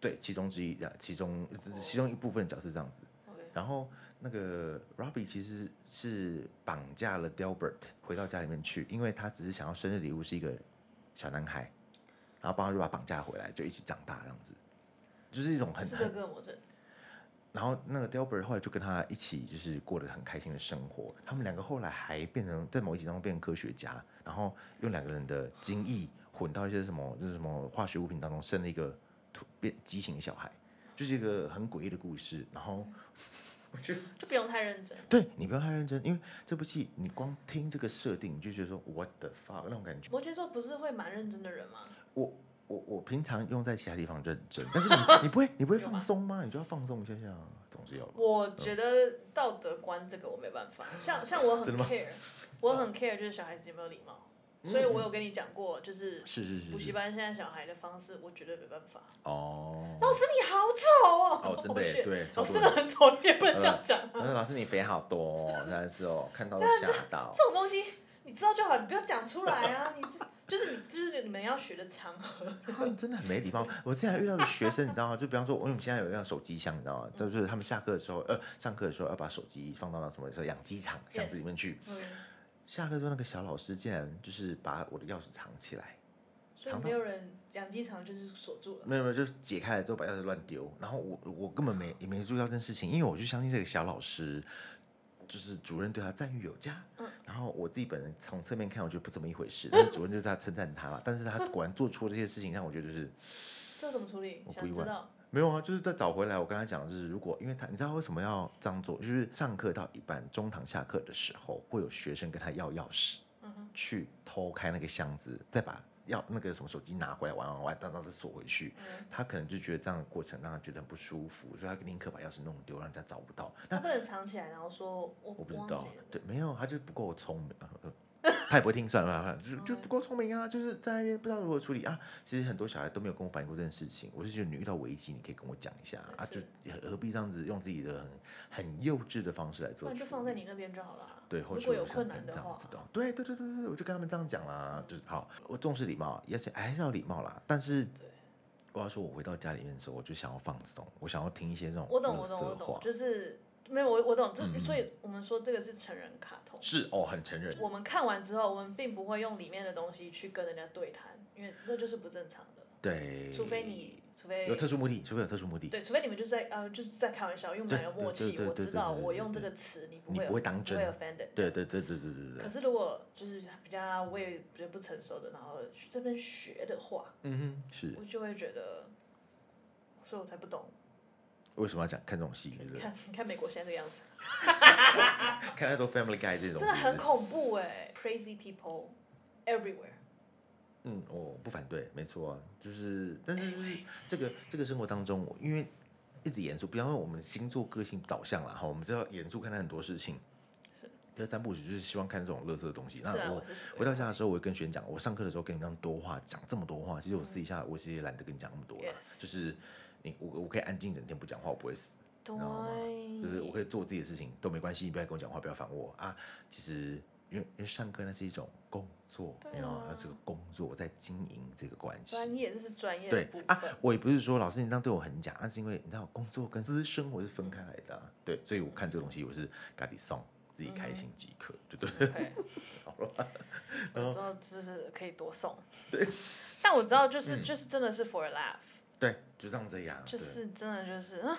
Speaker 1: 对，其中之一，呃其中其中一部分角色这样子。
Speaker 2: ？OK，
Speaker 1: 然后那个 Robbie 其实是绑架了 Delbert 回到家里面去，因为他只是想要生日礼物是一个小男孩，然后帮他就把他绑架回来，就一起长大这样子，就是一种很
Speaker 2: 斯
Speaker 1: 很
Speaker 2: 德哥尔摩症。
Speaker 1: 然后那个 Delbert 后来就跟他一起，就是过得很开心的生活。他们两个后来还变成在某一集当中变成科学家，然后用两个人的精液混到一些什么，就是什么化学物品当中，生了一个突变畸形的小孩，就是一个很诡异的故事。然后
Speaker 2: 就不用太认真。
Speaker 1: 对你不要太认真，因为这部戏你光听这个设定，你就觉得说 What the fuck 那种感觉。
Speaker 2: 摩羯座不是会蛮认真的人吗？
Speaker 1: 我我我平常用在其他地方认真，但是你你不会你不会
Speaker 2: 有
Speaker 1: 放
Speaker 2: 吗
Speaker 1: 松吗？你就要放松一下下，总是要吧。
Speaker 2: 我觉得道德观这个我没办法，像像我很
Speaker 1: 真的吗嗯
Speaker 2: care，我很 care 就是小孩子有没有礼貌，所以我有跟你讲过，就是
Speaker 1: 是是
Speaker 2: 补
Speaker 1: 是
Speaker 2: 习
Speaker 1: 是
Speaker 2: 班现在小孩的方式，我绝对没办法。
Speaker 1: 哦。
Speaker 2: 老师你好丑 哦！
Speaker 1: 哦，真的耶，
Speaker 2: shit
Speaker 1: 对，
Speaker 2: 老
Speaker 1: 超
Speaker 2: 师
Speaker 1: 多嗯
Speaker 2: 真
Speaker 1: 的
Speaker 2: 的很丑，你也不能这样讲。 啊
Speaker 1: 我说老师你肥好多、哦，真的是哦，看到都吓到。
Speaker 2: 这种东西你知道就好，你不要讲出来啊！你这就是你就是你们要学的场合。
Speaker 1: 他们真的很没礼貌。我之前还遇到的学生，你知道吗？就比方说，因为我们现在有一辆手机箱，你知道吗？
Speaker 2: 嗯
Speaker 1: 就是他们下课的时候，呃，上课的时候要把手机放到那什么说养鸡场箱子里面去。
Speaker 2: 嗯，
Speaker 1: 下课之后，那个小老师竟然就是把我的钥匙藏起来，
Speaker 2: 所以
Speaker 1: 藏到
Speaker 2: 没有人养鸡场就是锁住了。
Speaker 1: 没有没有，就是解开了之后把钥匙乱丢。然后我我根本没也没注意到这件事情，因为我就相信这个小老师。就是主任对他赞誉有加，
Speaker 2: 嗯
Speaker 1: 然后我自己本人从侧面看，我觉得不怎么一回事，但是主任就是他称赞他了，但是他果然做出了这些事情，让我觉得就是
Speaker 2: 这怎么处理？
Speaker 1: 我不
Speaker 2: 想
Speaker 1: 意
Speaker 2: 知
Speaker 1: 外
Speaker 2: 道。
Speaker 1: 没有啊，就是再找回来。我跟他讲，就是如果因为他，你知道为什么要这样做？就是上课到一半，中堂下课的时候，会有学生跟他要钥匙，
Speaker 2: 嗯哼
Speaker 1: 去偷开那个箱子，再把钥那个什么手机拿回来玩玩玩，当当再锁回去。
Speaker 2: 嗯
Speaker 1: 他可能就觉得这样的过程让他觉得很不舒服，所以他宁可把钥匙弄丢，让人家找不到。
Speaker 2: 他
Speaker 1: 那
Speaker 2: 不能藏起来，然后说我
Speaker 1: 我不知
Speaker 2: 忘
Speaker 1: 道
Speaker 2: 记了，
Speaker 1: 对，没有，他就是不够聪明，呃呃他也不会听，算了算了， 就是
Speaker 2: 嗯
Speaker 1: 就不够聪明啊，就是在那边不知道如何处理啊。其实很多小孩都没有跟我反映过这件事情，我是觉得你遇到危机，你可以跟我讲一下啊，
Speaker 2: 是
Speaker 1: 就何何必这样子用自己的很很幼稚的方式来
Speaker 2: 不
Speaker 1: 做
Speaker 2: 然
Speaker 1: 处
Speaker 2: 就
Speaker 1: 理？
Speaker 2: 放在你那边就好了啊。
Speaker 1: 对，后
Speaker 2: 如
Speaker 1: 续
Speaker 2: 果
Speaker 1: 我
Speaker 2: 有
Speaker 1: 就
Speaker 2: 困
Speaker 1: 想
Speaker 2: 难
Speaker 1: 跟这
Speaker 2: 的
Speaker 1: 样
Speaker 2: 话
Speaker 1: 子，的，哦对对对对对，我就跟他们这样讲啦，就是好，我重视礼貌，而且还是要礼貌啦，但是
Speaker 2: 对。
Speaker 1: 我要说，我回到家里面的时候，我就想要放松，我想要听一些这种
Speaker 2: 我懂，
Speaker 1: 垃
Speaker 2: 我懂，
Speaker 1: 圾
Speaker 2: 我懂
Speaker 1: 话，
Speaker 2: 就是没有我我
Speaker 1: 嗯
Speaker 2: 懂这，
Speaker 1: 嗯
Speaker 2: 所以我们说这个是成人卡通。
Speaker 1: 是哦，很承认。
Speaker 2: 我们看完之后，我们并不会用里面的东西去跟人家对谈，因为那就是不正常的，
Speaker 1: 对，
Speaker 2: 除非你，除非
Speaker 1: 有特殊目的，除非有特殊目的，
Speaker 2: 对，除非你们就是在呃，就是在开玩笑，因为我们
Speaker 1: 对
Speaker 2: 很有默契
Speaker 1: 对对，对
Speaker 2: 我知道
Speaker 1: 对对对
Speaker 2: 我用这个词你不
Speaker 1: 你
Speaker 2: 会
Speaker 1: 不会当真
Speaker 2: 不会 offended。
Speaker 1: 对对对对对对
Speaker 2: 可
Speaker 1: 对，
Speaker 2: 是如果就是比较我也比较不成熟的，然后去这边学的话，
Speaker 1: 嗯哼，是
Speaker 2: 我就会觉得，所以我才不懂。
Speaker 1: 为什么要讲看这种戏？对不对？
Speaker 2: 你看，你看美国现在这个样子，
Speaker 1: 看太多 Family Guy 这种，
Speaker 2: 真的
Speaker 1: 是
Speaker 2: 很
Speaker 1: 不是
Speaker 2: 恐怖哎、c r a z y people everywhere。
Speaker 1: 嗯，我不反对，没错啊，就是，但是就是这个这个生活当中，我因为一直严肃，比方说我们星座个性导向啦，哈，我们就要严肃看待很多事情。
Speaker 2: 是
Speaker 1: 第二三部曲就是希望看这种乐色的东西。那
Speaker 2: 是啊，
Speaker 1: 我
Speaker 2: 我是属于
Speaker 1: 回到家的时候，我会跟学员讲，我上课的时候跟你们这样多话，讲这么多话，其实我私底下我其实也懒得跟你讲那么多了
Speaker 2: Yes
Speaker 1: 就是你我我可以安静一整天不讲话，我不会死。
Speaker 2: 对，
Speaker 1: 道吗就是
Speaker 2: 嗯
Speaker 1: 我可以做我自己的事情都没关系，你不要跟我讲话，不要烦我啊。其实因为因为上课那是一种工作，
Speaker 2: 对
Speaker 1: 你知道吗
Speaker 2: 啊？
Speaker 1: 那是个工作，我在经营这个关系。
Speaker 2: 专业这是专业的
Speaker 1: 对
Speaker 2: 部分。
Speaker 1: 啊，我也不是说老师你这样对我很
Speaker 2: 嗯
Speaker 1: 假，那是因为你知道工作跟私生活是分开来的啊、对，所以我看这个东西我是咖喱送，自己开心即可，就对。
Speaker 2: 对，
Speaker 1: 好了，哦
Speaker 2: 我知道就是可以多送，但我知道就是就是真的是 for a laugh，
Speaker 1: 嗯对，就这样子呀。
Speaker 2: 就
Speaker 1: 对
Speaker 2: 是真的就是啊，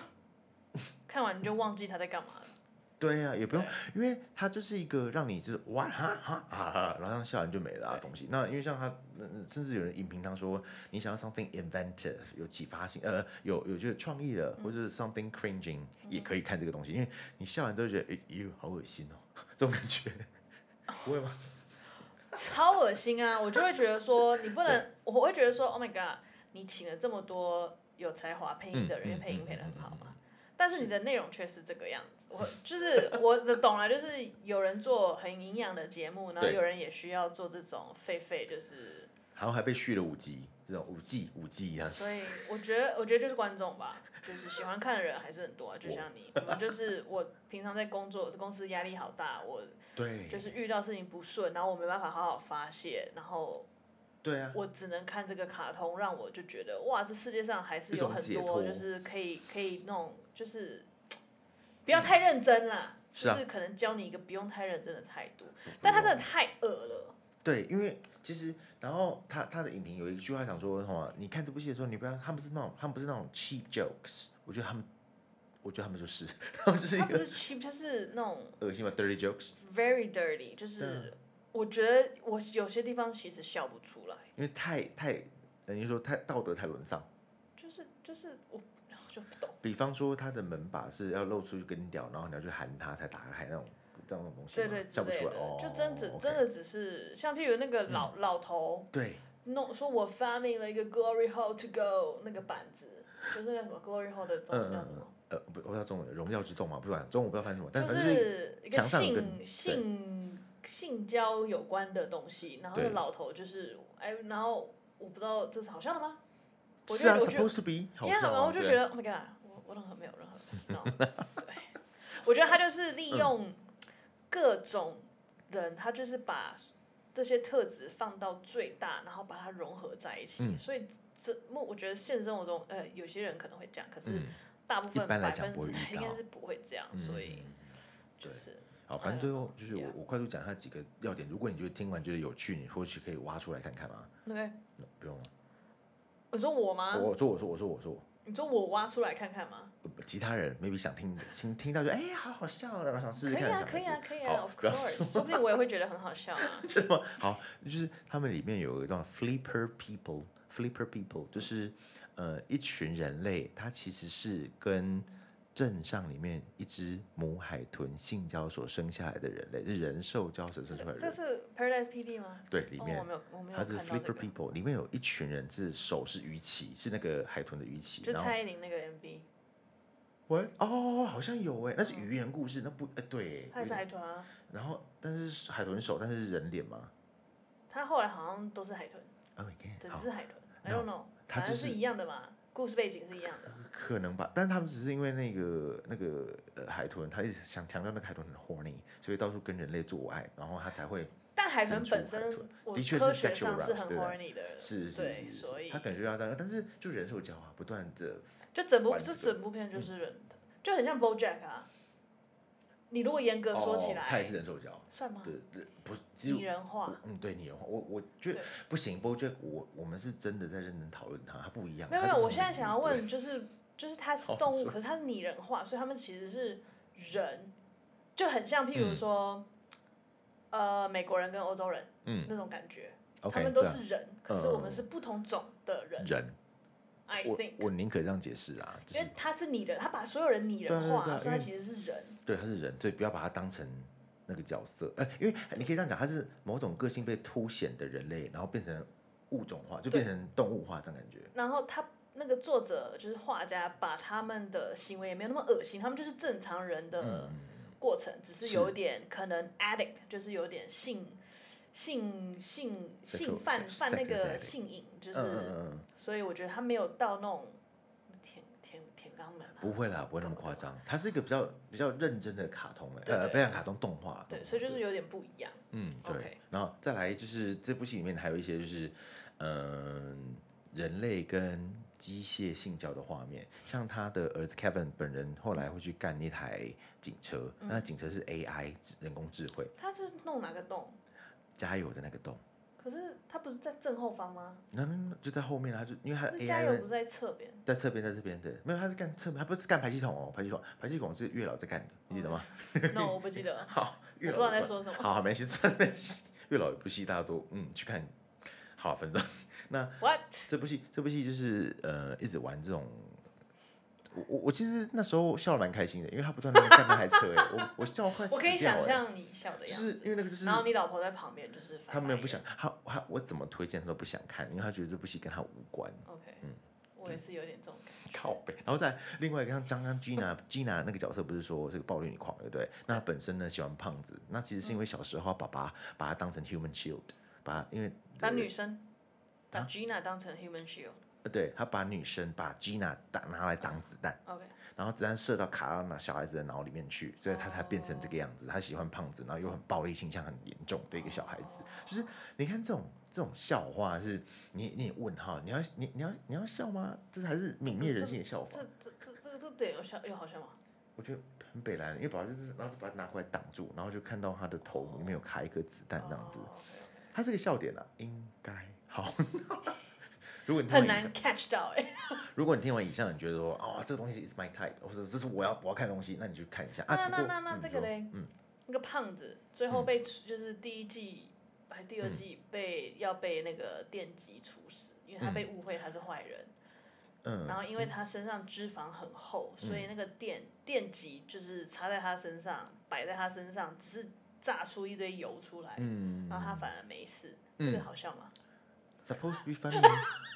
Speaker 2: 看完你就忘记他在干嘛了。
Speaker 1: 对呀、也不用
Speaker 2: 对，
Speaker 1: 因为它就是一个让你就是哇哈哈哈哈，然后笑完就没了、啊、
Speaker 2: 对
Speaker 1: 东西。那因为像它，嗯甚至有人影评他说，你想要 something inventive 有启发性，呃，有有就是创意的，或者是 something cringing、也可以看这个东西，因为你笑完都会觉得哎呦好恶心哦， 这种感觉，不会吗？
Speaker 2: 超恶 心啊！我就会觉得说，你不能，我会觉得说，Oh my god，你请了这么多有才华配音的人，
Speaker 1: 嗯
Speaker 2: 因为配音
Speaker 1: 嗯
Speaker 2: 配的
Speaker 1: 嗯
Speaker 2: 很好
Speaker 1: 嗯
Speaker 2: 嘛。但是你的内容却是这个样子，我就是我 的懂了，就是有人做很营养的节目，然后
Speaker 1: 对
Speaker 2: 有人也需要做这种狒狒，就是，
Speaker 1: 然后还被续了五集，这种五季五季 一样。
Speaker 2: 所以我觉得，我觉得就是观众 吧，就是喜欢看的人还是很多、啊，就像你，我们就是我平常在工作，公司压力好大，我
Speaker 1: 对，
Speaker 2: 就是遇到事情不顺，然后我没办法好好发泄，然后
Speaker 1: 对啊，
Speaker 2: 我只能看这个卡通，让我就觉得哇，这世界上还是
Speaker 1: 一
Speaker 2: 有
Speaker 1: 种
Speaker 2: 很
Speaker 1: 解
Speaker 2: 多
Speaker 1: 脱
Speaker 2: 就是可以可以那种就是不要太认真啦，
Speaker 1: 是啊
Speaker 2: 就是可能教你一个不用太认真的态度，但他真的太恶 了，
Speaker 1: 对，因为其实，然后他他的影评有一句话想说什么？你看这部戏的时候，你不要他们是那种他们不是那种 cheap jokes，我觉得他们，我觉得他们就是， 他们就是一
Speaker 2: 他不
Speaker 1: 个
Speaker 2: 是 cheap 就是那种
Speaker 1: 恶心吧 dirty jokes，
Speaker 2: very dirty，
Speaker 1: 对啊
Speaker 2: 就是我觉得我有些地方其实笑不出来，
Speaker 1: 因为太太等于说太道德太沦丧。
Speaker 2: 就是就是我 就不懂，
Speaker 1: 比方说他的门把是要露出一根屌，然后你要去喊他才打开那种这种东西
Speaker 2: 对
Speaker 1: 吗，
Speaker 2: 对之
Speaker 1: 笑不
Speaker 2: 类
Speaker 1: 出
Speaker 2: 的
Speaker 1: 来哦，，
Speaker 2: 就真只
Speaker 1: OK 嗯
Speaker 2: 真的只是像譬如那个老、老头。
Speaker 1: 对
Speaker 2: 弄说我发明了一个 Glory Hole to Go 那个板子，就是那个什么 Glory Hole 的中文叫什么？
Speaker 1: 呃不，我不知道中文荣耀之洞嘛，不管中文不知道翻什么，嗯但
Speaker 2: 就
Speaker 1: 反正就是
Speaker 2: 一个
Speaker 1: 墙上有个
Speaker 2: 性性性交有关的东西。然后那
Speaker 1: 对
Speaker 2: 老头就是哎，然后我不知道这是好笑的吗？我
Speaker 1: 是
Speaker 2: 就
Speaker 1: 啊
Speaker 2: 我就
Speaker 1: ，supposed to be，好
Speaker 2: 因为
Speaker 1: 笑
Speaker 2: 然后
Speaker 1: 啊
Speaker 2: 我就
Speaker 1: 对
Speaker 2: 觉得 Oh my God，我我任何没有任何 的 no，对，我觉得他就是利
Speaker 1: 嗯
Speaker 2: 用各种人，他就是把这些特质放到最大，然后把它融合在一起。
Speaker 1: 嗯
Speaker 2: 所以这目我觉得现实生活中，呃，有些人可能会这样，可是
Speaker 1: 嗯。
Speaker 2: 大部分
Speaker 1: 一般来
Speaker 2: 百
Speaker 1: 讲
Speaker 2: 分
Speaker 1: 不会遇
Speaker 2: 之
Speaker 1: 到嗯
Speaker 2: 应该是不会这样，所以就
Speaker 1: 对
Speaker 2: 是
Speaker 1: 好，
Speaker 2: 嗯
Speaker 1: 反正最后就是我
Speaker 2: Yeah
Speaker 1: 我快速讲一下几个要点，如果你觉得听完觉得有趣，你或许可以挖出来看看嘛。
Speaker 2: OK。
Speaker 1: No, 不用了，
Speaker 2: 你说我吗？
Speaker 1: 我我说我说我说我说
Speaker 2: 你说我挖出来看看吗？
Speaker 1: 我，其他人 maybe 想听听听到就哎好好笑啊，然后想试
Speaker 2: 可
Speaker 1: 试
Speaker 2: 以
Speaker 1: 看。
Speaker 2: 啊，
Speaker 1: 这
Speaker 2: 可以
Speaker 1: 样
Speaker 2: 啊
Speaker 1: 子，
Speaker 2: 可以 啊
Speaker 1: 好
Speaker 2: ，Of course，说不定我也会觉得很好 笑啊。
Speaker 1: 真的吗？好，就是他们里面有一段 flipper people，flipper people 就是呃一群人类，它其实是跟镇上里面一只母海豚性交所生下来的人类，是人兽交所生出来的
Speaker 2: 这
Speaker 1: 人，
Speaker 2: 是 Paradise PD 吗？
Speaker 1: 对，里面
Speaker 2: 哦、我没有，我没有
Speaker 1: 它
Speaker 2: 看
Speaker 1: 是
Speaker 2: 到这
Speaker 1: Flipper
Speaker 2: 个，
Speaker 1: People，里面有一群人是手是鱼鳍，是那个海豚的鱼鳍。
Speaker 2: 就
Speaker 1: 然后
Speaker 2: 蔡依林那个 MV，
Speaker 1: 喂，哦，好像有哎，那是语言故事，那不呃对。
Speaker 2: 她也
Speaker 1: 有
Speaker 2: 是海
Speaker 1: 点
Speaker 2: 豚啊，
Speaker 1: 然后但是海豚手，但是人脸嘛。
Speaker 2: 她后来好像都是海豚，
Speaker 1: Oh my
Speaker 2: 对
Speaker 1: god！，好
Speaker 2: 是，海豚，I don't know，
Speaker 1: 她
Speaker 2: 反
Speaker 1: 就
Speaker 2: 正
Speaker 1: 是
Speaker 2: 一样的嘛，故事背景是一样的，
Speaker 1: 可能吧，但是他们只是因为那个那个呃海豚，他一直想强调那个海豚很 horny，所以到处跟人类做爱，然后他才会
Speaker 2: 但海
Speaker 1: 生
Speaker 2: 豚
Speaker 1: 出
Speaker 2: 本
Speaker 1: 海
Speaker 2: 身
Speaker 1: 豚，
Speaker 2: 我
Speaker 1: 的确
Speaker 2: 科
Speaker 1: 是
Speaker 2: 学
Speaker 1: sexual
Speaker 2: 上
Speaker 1: aroused，
Speaker 2: 是很
Speaker 1: 对不对
Speaker 2: horny 的，
Speaker 1: 是是
Speaker 2: 呃对，
Speaker 1: 是
Speaker 2: 所
Speaker 1: 是，
Speaker 2: 以
Speaker 1: 他感觉要这样，但是就人兽交啊，不断的
Speaker 2: 就整部
Speaker 1: 完
Speaker 2: 就
Speaker 1: 整
Speaker 2: 整部片就是人，就很像 BoJack 啊，你如果严格说起
Speaker 1: 哦，他也
Speaker 2: 来
Speaker 1: 是，人兽交，
Speaker 2: 算吗？
Speaker 1: 对，对不是几乎
Speaker 2: 拟人化。
Speaker 1: 嗯，对，拟人化，我我觉得
Speaker 2: 对
Speaker 1: 不行，BoJack，我我们是真的在认真讨论它，它不一样。
Speaker 2: 没有没
Speaker 1: 它
Speaker 2: 有，
Speaker 1: 跟
Speaker 2: 我
Speaker 1: 们
Speaker 2: 现在想要
Speaker 1: 对哦
Speaker 2: 问，就是就是它是
Speaker 1: 好
Speaker 2: 动物，
Speaker 1: 说
Speaker 2: 可是它是拟人化，所以它们其实是人，就很像譬如
Speaker 1: 嗯
Speaker 2: 说，呃，美国人跟欧洲人
Speaker 1: 嗯
Speaker 2: 那种感觉，
Speaker 1: ，OK，
Speaker 2: 他们都
Speaker 1: 对啊
Speaker 2: 是人，可是我
Speaker 1: 嗯嗯
Speaker 2: 们
Speaker 1: 嗯
Speaker 2: 是不同种的人。
Speaker 1: 人，
Speaker 2: I
Speaker 1: 我
Speaker 2: think，
Speaker 1: 我宁可这样解释啊，就
Speaker 2: 因
Speaker 1: 是
Speaker 2: 为它是拟人，它把所有人拟
Speaker 1: 对啊
Speaker 2: 人
Speaker 1: 对啊
Speaker 2: 化，
Speaker 1: 对啊
Speaker 2: 所以它
Speaker 1: 因为
Speaker 2: 其实是人。
Speaker 1: 对，他是人，所以不要把它当成那个角色，哎、因为你可以这样讲，他是某种个性被凸显的人类，然后变成物种化，就变
Speaker 2: 对
Speaker 1: 成动物化这样感觉。
Speaker 2: 然后他那个作者就是画家，把他们的行为也没有那么恶心，他们就是正常人的过程，只
Speaker 1: 嗯
Speaker 2: 是
Speaker 1: 是
Speaker 2: 有点可能 addict，就是有点性性性
Speaker 1: Sexual-
Speaker 2: 性犯
Speaker 1: sex-
Speaker 2: 犯那
Speaker 1: sex
Speaker 2: 个
Speaker 1: addict
Speaker 2: 性瘾，就
Speaker 1: 嗯
Speaker 2: 是、
Speaker 1: 嗯嗯嗯，
Speaker 2: 所以我觉得他没有到那种舔舔舔肛门、
Speaker 1: 嗯不
Speaker 2: 啊。
Speaker 1: 会啦，不会那么夸张，它是一个比较比较认真的卡通、哎，
Speaker 2: 对
Speaker 1: 呃，不要讲卡通动画，
Speaker 2: 对，
Speaker 1: 动画
Speaker 2: 所以就是有点不一样。
Speaker 1: 嗯，对。
Speaker 2: OK
Speaker 1: 然后呃再来就是这部戏里面还有一些就是，嗯、人类跟机械性交的画面，像他的儿子 Kevin 本人后来会去干一台警车，
Speaker 2: 嗯
Speaker 1: 那警车是 AI 智人工智慧
Speaker 2: 他是弄哪个洞？
Speaker 1: 加油的那个洞，
Speaker 2: 可是他不是在正后方吗？
Speaker 1: 那那那就在后面啊，他就因为他
Speaker 2: 那加
Speaker 1: AI
Speaker 2: 油
Speaker 1: 的
Speaker 2: 不是在侧 边？
Speaker 1: 在侧边，在这边对，没有他是干侧边，他不是干排气筒哦，排气筒排气孔是月老在干的，你记得吗？。
Speaker 2: 那我不记 得
Speaker 1: 好，月
Speaker 2: 哦我
Speaker 1: 老
Speaker 2: 不知道
Speaker 1: 的关
Speaker 2: 在说什么
Speaker 1: 好，好没事，真的是月老有部戏，大家都嗯去看。好，反正
Speaker 2: What？
Speaker 1: 这部戏，这部戏就是呃，一直玩这种。我我我其实那时候笑得蛮开心的，因为他不断的干那台车、欸，我我笑快死
Speaker 2: 我 可以
Speaker 1: 掉
Speaker 2: 想
Speaker 1: 欸，
Speaker 2: 象你笑的
Speaker 1: 就
Speaker 2: 样
Speaker 1: 是
Speaker 2: 子，
Speaker 1: 因为那个就是
Speaker 2: 然后你老婆在旁边就是翻
Speaker 1: 他没有
Speaker 2: 白
Speaker 1: 不
Speaker 2: 眼
Speaker 1: 想，他他我怎么推荐他都不想看，因为他觉得这部戏跟他无关。
Speaker 2: OK，
Speaker 1: 嗯
Speaker 2: 我也是有点这种感觉。
Speaker 1: 靠背。然后再另外一个像刚刚 Gina Gina 那个角色不是说是个暴力女狂，对不对？那她本身呢喜欢胖子，那其实是因
Speaker 2: 嗯
Speaker 1: 为小时候爸爸把她当成 human shield，把她因为
Speaker 2: 把
Speaker 1: 呃
Speaker 2: 女生把
Speaker 1: 啊
Speaker 2: Gina 当成 human shield。
Speaker 1: 呃对他把女生把 Gina 打拿来挡子弹，
Speaker 2: OK，
Speaker 1: 然后子弹射到卡到那小孩子的脑里面去，所以他才变成这个样子。他喜欢胖子，然后又很暴力倾向很严重的一个小孩子。就是你看这种这种笑话是，你你也问号，你要你你要你要笑吗？这才是泯灭人性的笑话。
Speaker 2: 这这这这这点有笑有好笑吗？
Speaker 1: 我觉得很北蓝，因为宝宝就是，然后就把它拿回来挡住，然后就看到他的头里面有卡一颗子弹这样子。
Speaker 2: 哦
Speaker 1: 他这个笑点啊，应该好。 如果你
Speaker 2: ，OK，OK
Speaker 1: 听
Speaker 2: 很
Speaker 1: 完以
Speaker 2: 难
Speaker 1: 上，
Speaker 2: catch 到哎。
Speaker 1: 如果你听完以上，你觉得说啊、这个东西 is my type，或者这是我要我要看的东西，那你去看一下啊。
Speaker 2: 那
Speaker 1: 不过
Speaker 2: 那那那
Speaker 1: 嗯
Speaker 2: 这个
Speaker 1: 说
Speaker 2: 嘞
Speaker 1: 嗯，
Speaker 2: 那个胖子最后被处就是第一季还是第
Speaker 1: 嗯
Speaker 2: 二季被要被那个电击处死，因为他被误会他是坏人，
Speaker 1: 嗯，
Speaker 2: 然后因为他身上脂肪很厚，所以那个电电极就是插在他身上，摆在他身上，只是炸出一堆油出来，
Speaker 1: 嗯
Speaker 2: 然后他反而没事。
Speaker 1: 嗯
Speaker 2: 这个好笑吗？
Speaker 1: ，supposed to be funny，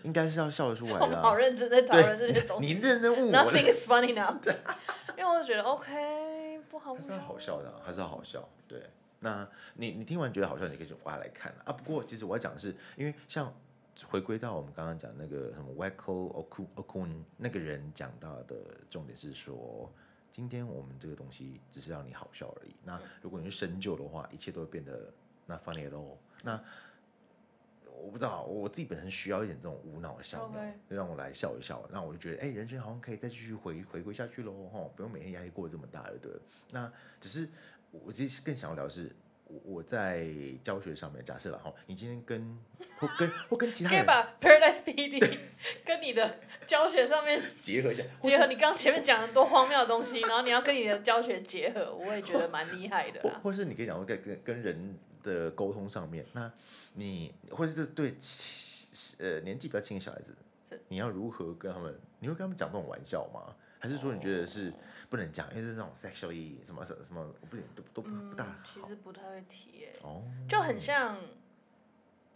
Speaker 1: 应 该是要笑得出来
Speaker 2: 我
Speaker 1: 的
Speaker 2: 们
Speaker 1: 啊、
Speaker 2: 好认真在讨论这些东
Speaker 1: 你
Speaker 2: 西
Speaker 1: 认真问我的，
Speaker 2: ，Nothing is funny now。因为 我就觉得 OK 不好
Speaker 1: 还
Speaker 2: 不
Speaker 1: 是要
Speaker 2: 笑，
Speaker 1: 好笑的啊、还是要好笑。对，那你你听完觉得好笑，你可以去挖来看啊。啊不过其实我要讲的是，因为像回归到我们刚刚讲那个什么 Wacko Okun Okun 那个人讲到的重点是说。今天我们这个东西只是让你好笑而已。
Speaker 2: 嗯
Speaker 1: 那如果你去深究的话，一切都会变得那 funny at all。那我不知道，我自己本身需要一点这种无脑的笑料
Speaker 2: OK
Speaker 1: 就让我来笑一笑。那我就觉得，哎、人生好像可以再继续回回归下去喽，吼，不用每天压力过得这么大了，对。那只是我我其实更想要聊的是，我我在教学上面，假设了哈，你今天跟或跟或跟其他
Speaker 2: 可以
Speaker 1: 人
Speaker 2: 把 Paradise PD 跟你的教学上面
Speaker 1: 结合一下，或
Speaker 2: 结
Speaker 1: 是
Speaker 2: 合，你刚前面讲的多荒谬的东西，然后你要跟你的教学结合，我也觉得蛮厉害的
Speaker 1: 或
Speaker 2: 啦。
Speaker 1: 或是你可以讲说跟跟跟人的沟通上面，那你或是对呃年纪比较轻的小孩子
Speaker 2: 是，
Speaker 1: 你要如何跟他们？你会跟他们讲这种玩笑吗？还是说你觉得
Speaker 2: 哦
Speaker 1: 是不能讲，因为是那种 sexually 什么什么什么，我不都都不不大好
Speaker 2: 嗯，其实不太会提耶、
Speaker 1: 哦，
Speaker 2: 就很像，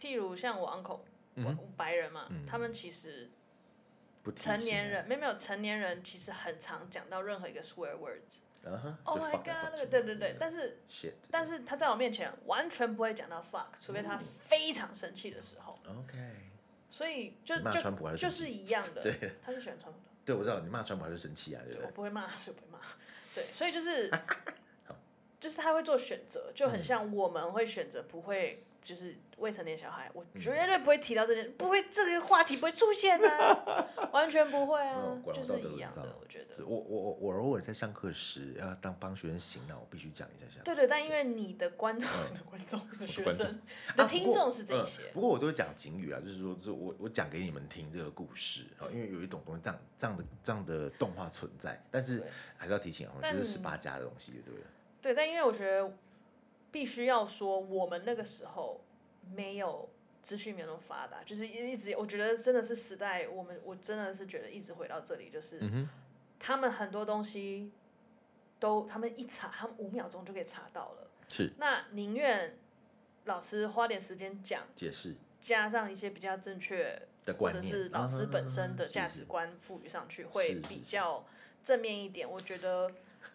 Speaker 2: 譬如像我 uncle，我、
Speaker 1: 嗯
Speaker 2: 我白人嘛，
Speaker 1: 嗯
Speaker 2: 他们其实
Speaker 1: 不提
Speaker 2: 成
Speaker 1: 醒
Speaker 2: 年
Speaker 1: 啊，
Speaker 2: 人没有没有成年人其实很常讲到任何一个 swear words。
Speaker 1: 啊哈
Speaker 2: Oh
Speaker 1: 就
Speaker 2: my
Speaker 1: 放
Speaker 2: god，
Speaker 1: 来放嗯
Speaker 2: 那
Speaker 1: 去
Speaker 2: 个对对对，但是
Speaker 1: shit，
Speaker 2: 但是他在我面前完全不会讲到 fuck，除非
Speaker 1: 嗯
Speaker 2: 他非常生气的时候，
Speaker 1: OK。
Speaker 2: 所以就
Speaker 1: 你骂川普还
Speaker 2: 就是就
Speaker 1: 生
Speaker 2: 是一样 的
Speaker 1: 对。
Speaker 2: 他是喜欢川普的。
Speaker 1: 对，我知道你骂川普他就生气啊，对不
Speaker 2: 我
Speaker 1: 对？
Speaker 2: 不会骂，所以不会骂。对，所以就是， 就是他会做选择，就
Speaker 1: 嗯
Speaker 2: 很像我们会选择不会，就是未成年小孩，我
Speaker 1: 嗯
Speaker 2: 绝对不会提到这件，不会这个话题不会出 现啊，完全不会
Speaker 1: 那
Speaker 2: 啊
Speaker 1: 我，果然
Speaker 2: 就
Speaker 1: 我道
Speaker 2: 是
Speaker 1: 德
Speaker 2: 一
Speaker 1: 沦
Speaker 2: 样
Speaker 1: 丧
Speaker 2: 的，我觉
Speaker 1: 是
Speaker 2: 得。
Speaker 1: 我我我我偶尔在上课时要当帮学生醒脑，我必须讲一下下。
Speaker 2: 对对，但因为你的观众、你的观众、你的学
Speaker 1: 嗯观众
Speaker 2: 生、你的
Speaker 1: 啊
Speaker 2: 听
Speaker 1: 不过
Speaker 2: 众是这些
Speaker 1: 嗯，不过我都会讲警语啊，就是说，就是我我讲给你们听这个故事啊，因为有一种东西这样这样的这样的动画存在，但是
Speaker 2: 对
Speaker 1: 还是要提醒啊，
Speaker 2: 但
Speaker 1: 就是十八加的东西，对不对？
Speaker 2: 对，但因为我觉得必须要说，我们那个时候没有资讯没有那么发达，就是一一直我觉得真的是时代，我们我真的是觉得一直回到这里，就是、
Speaker 1: 嗯哼
Speaker 2: 他们很多东西都他们一查，他们五秒钟就可以查到了。
Speaker 1: 是
Speaker 2: 那宁愿老师花点时间讲，
Speaker 1: 解释
Speaker 2: 加上一些比较正确
Speaker 1: 的
Speaker 2: 或
Speaker 1: 观
Speaker 2: 者
Speaker 1: 念，
Speaker 2: 是老师本身的
Speaker 1: 啊
Speaker 2: 价
Speaker 1: 是
Speaker 2: 值
Speaker 1: 是
Speaker 2: 观赋予上去，会
Speaker 1: 是是
Speaker 2: 比
Speaker 1: 是
Speaker 2: 较正面一点。我觉得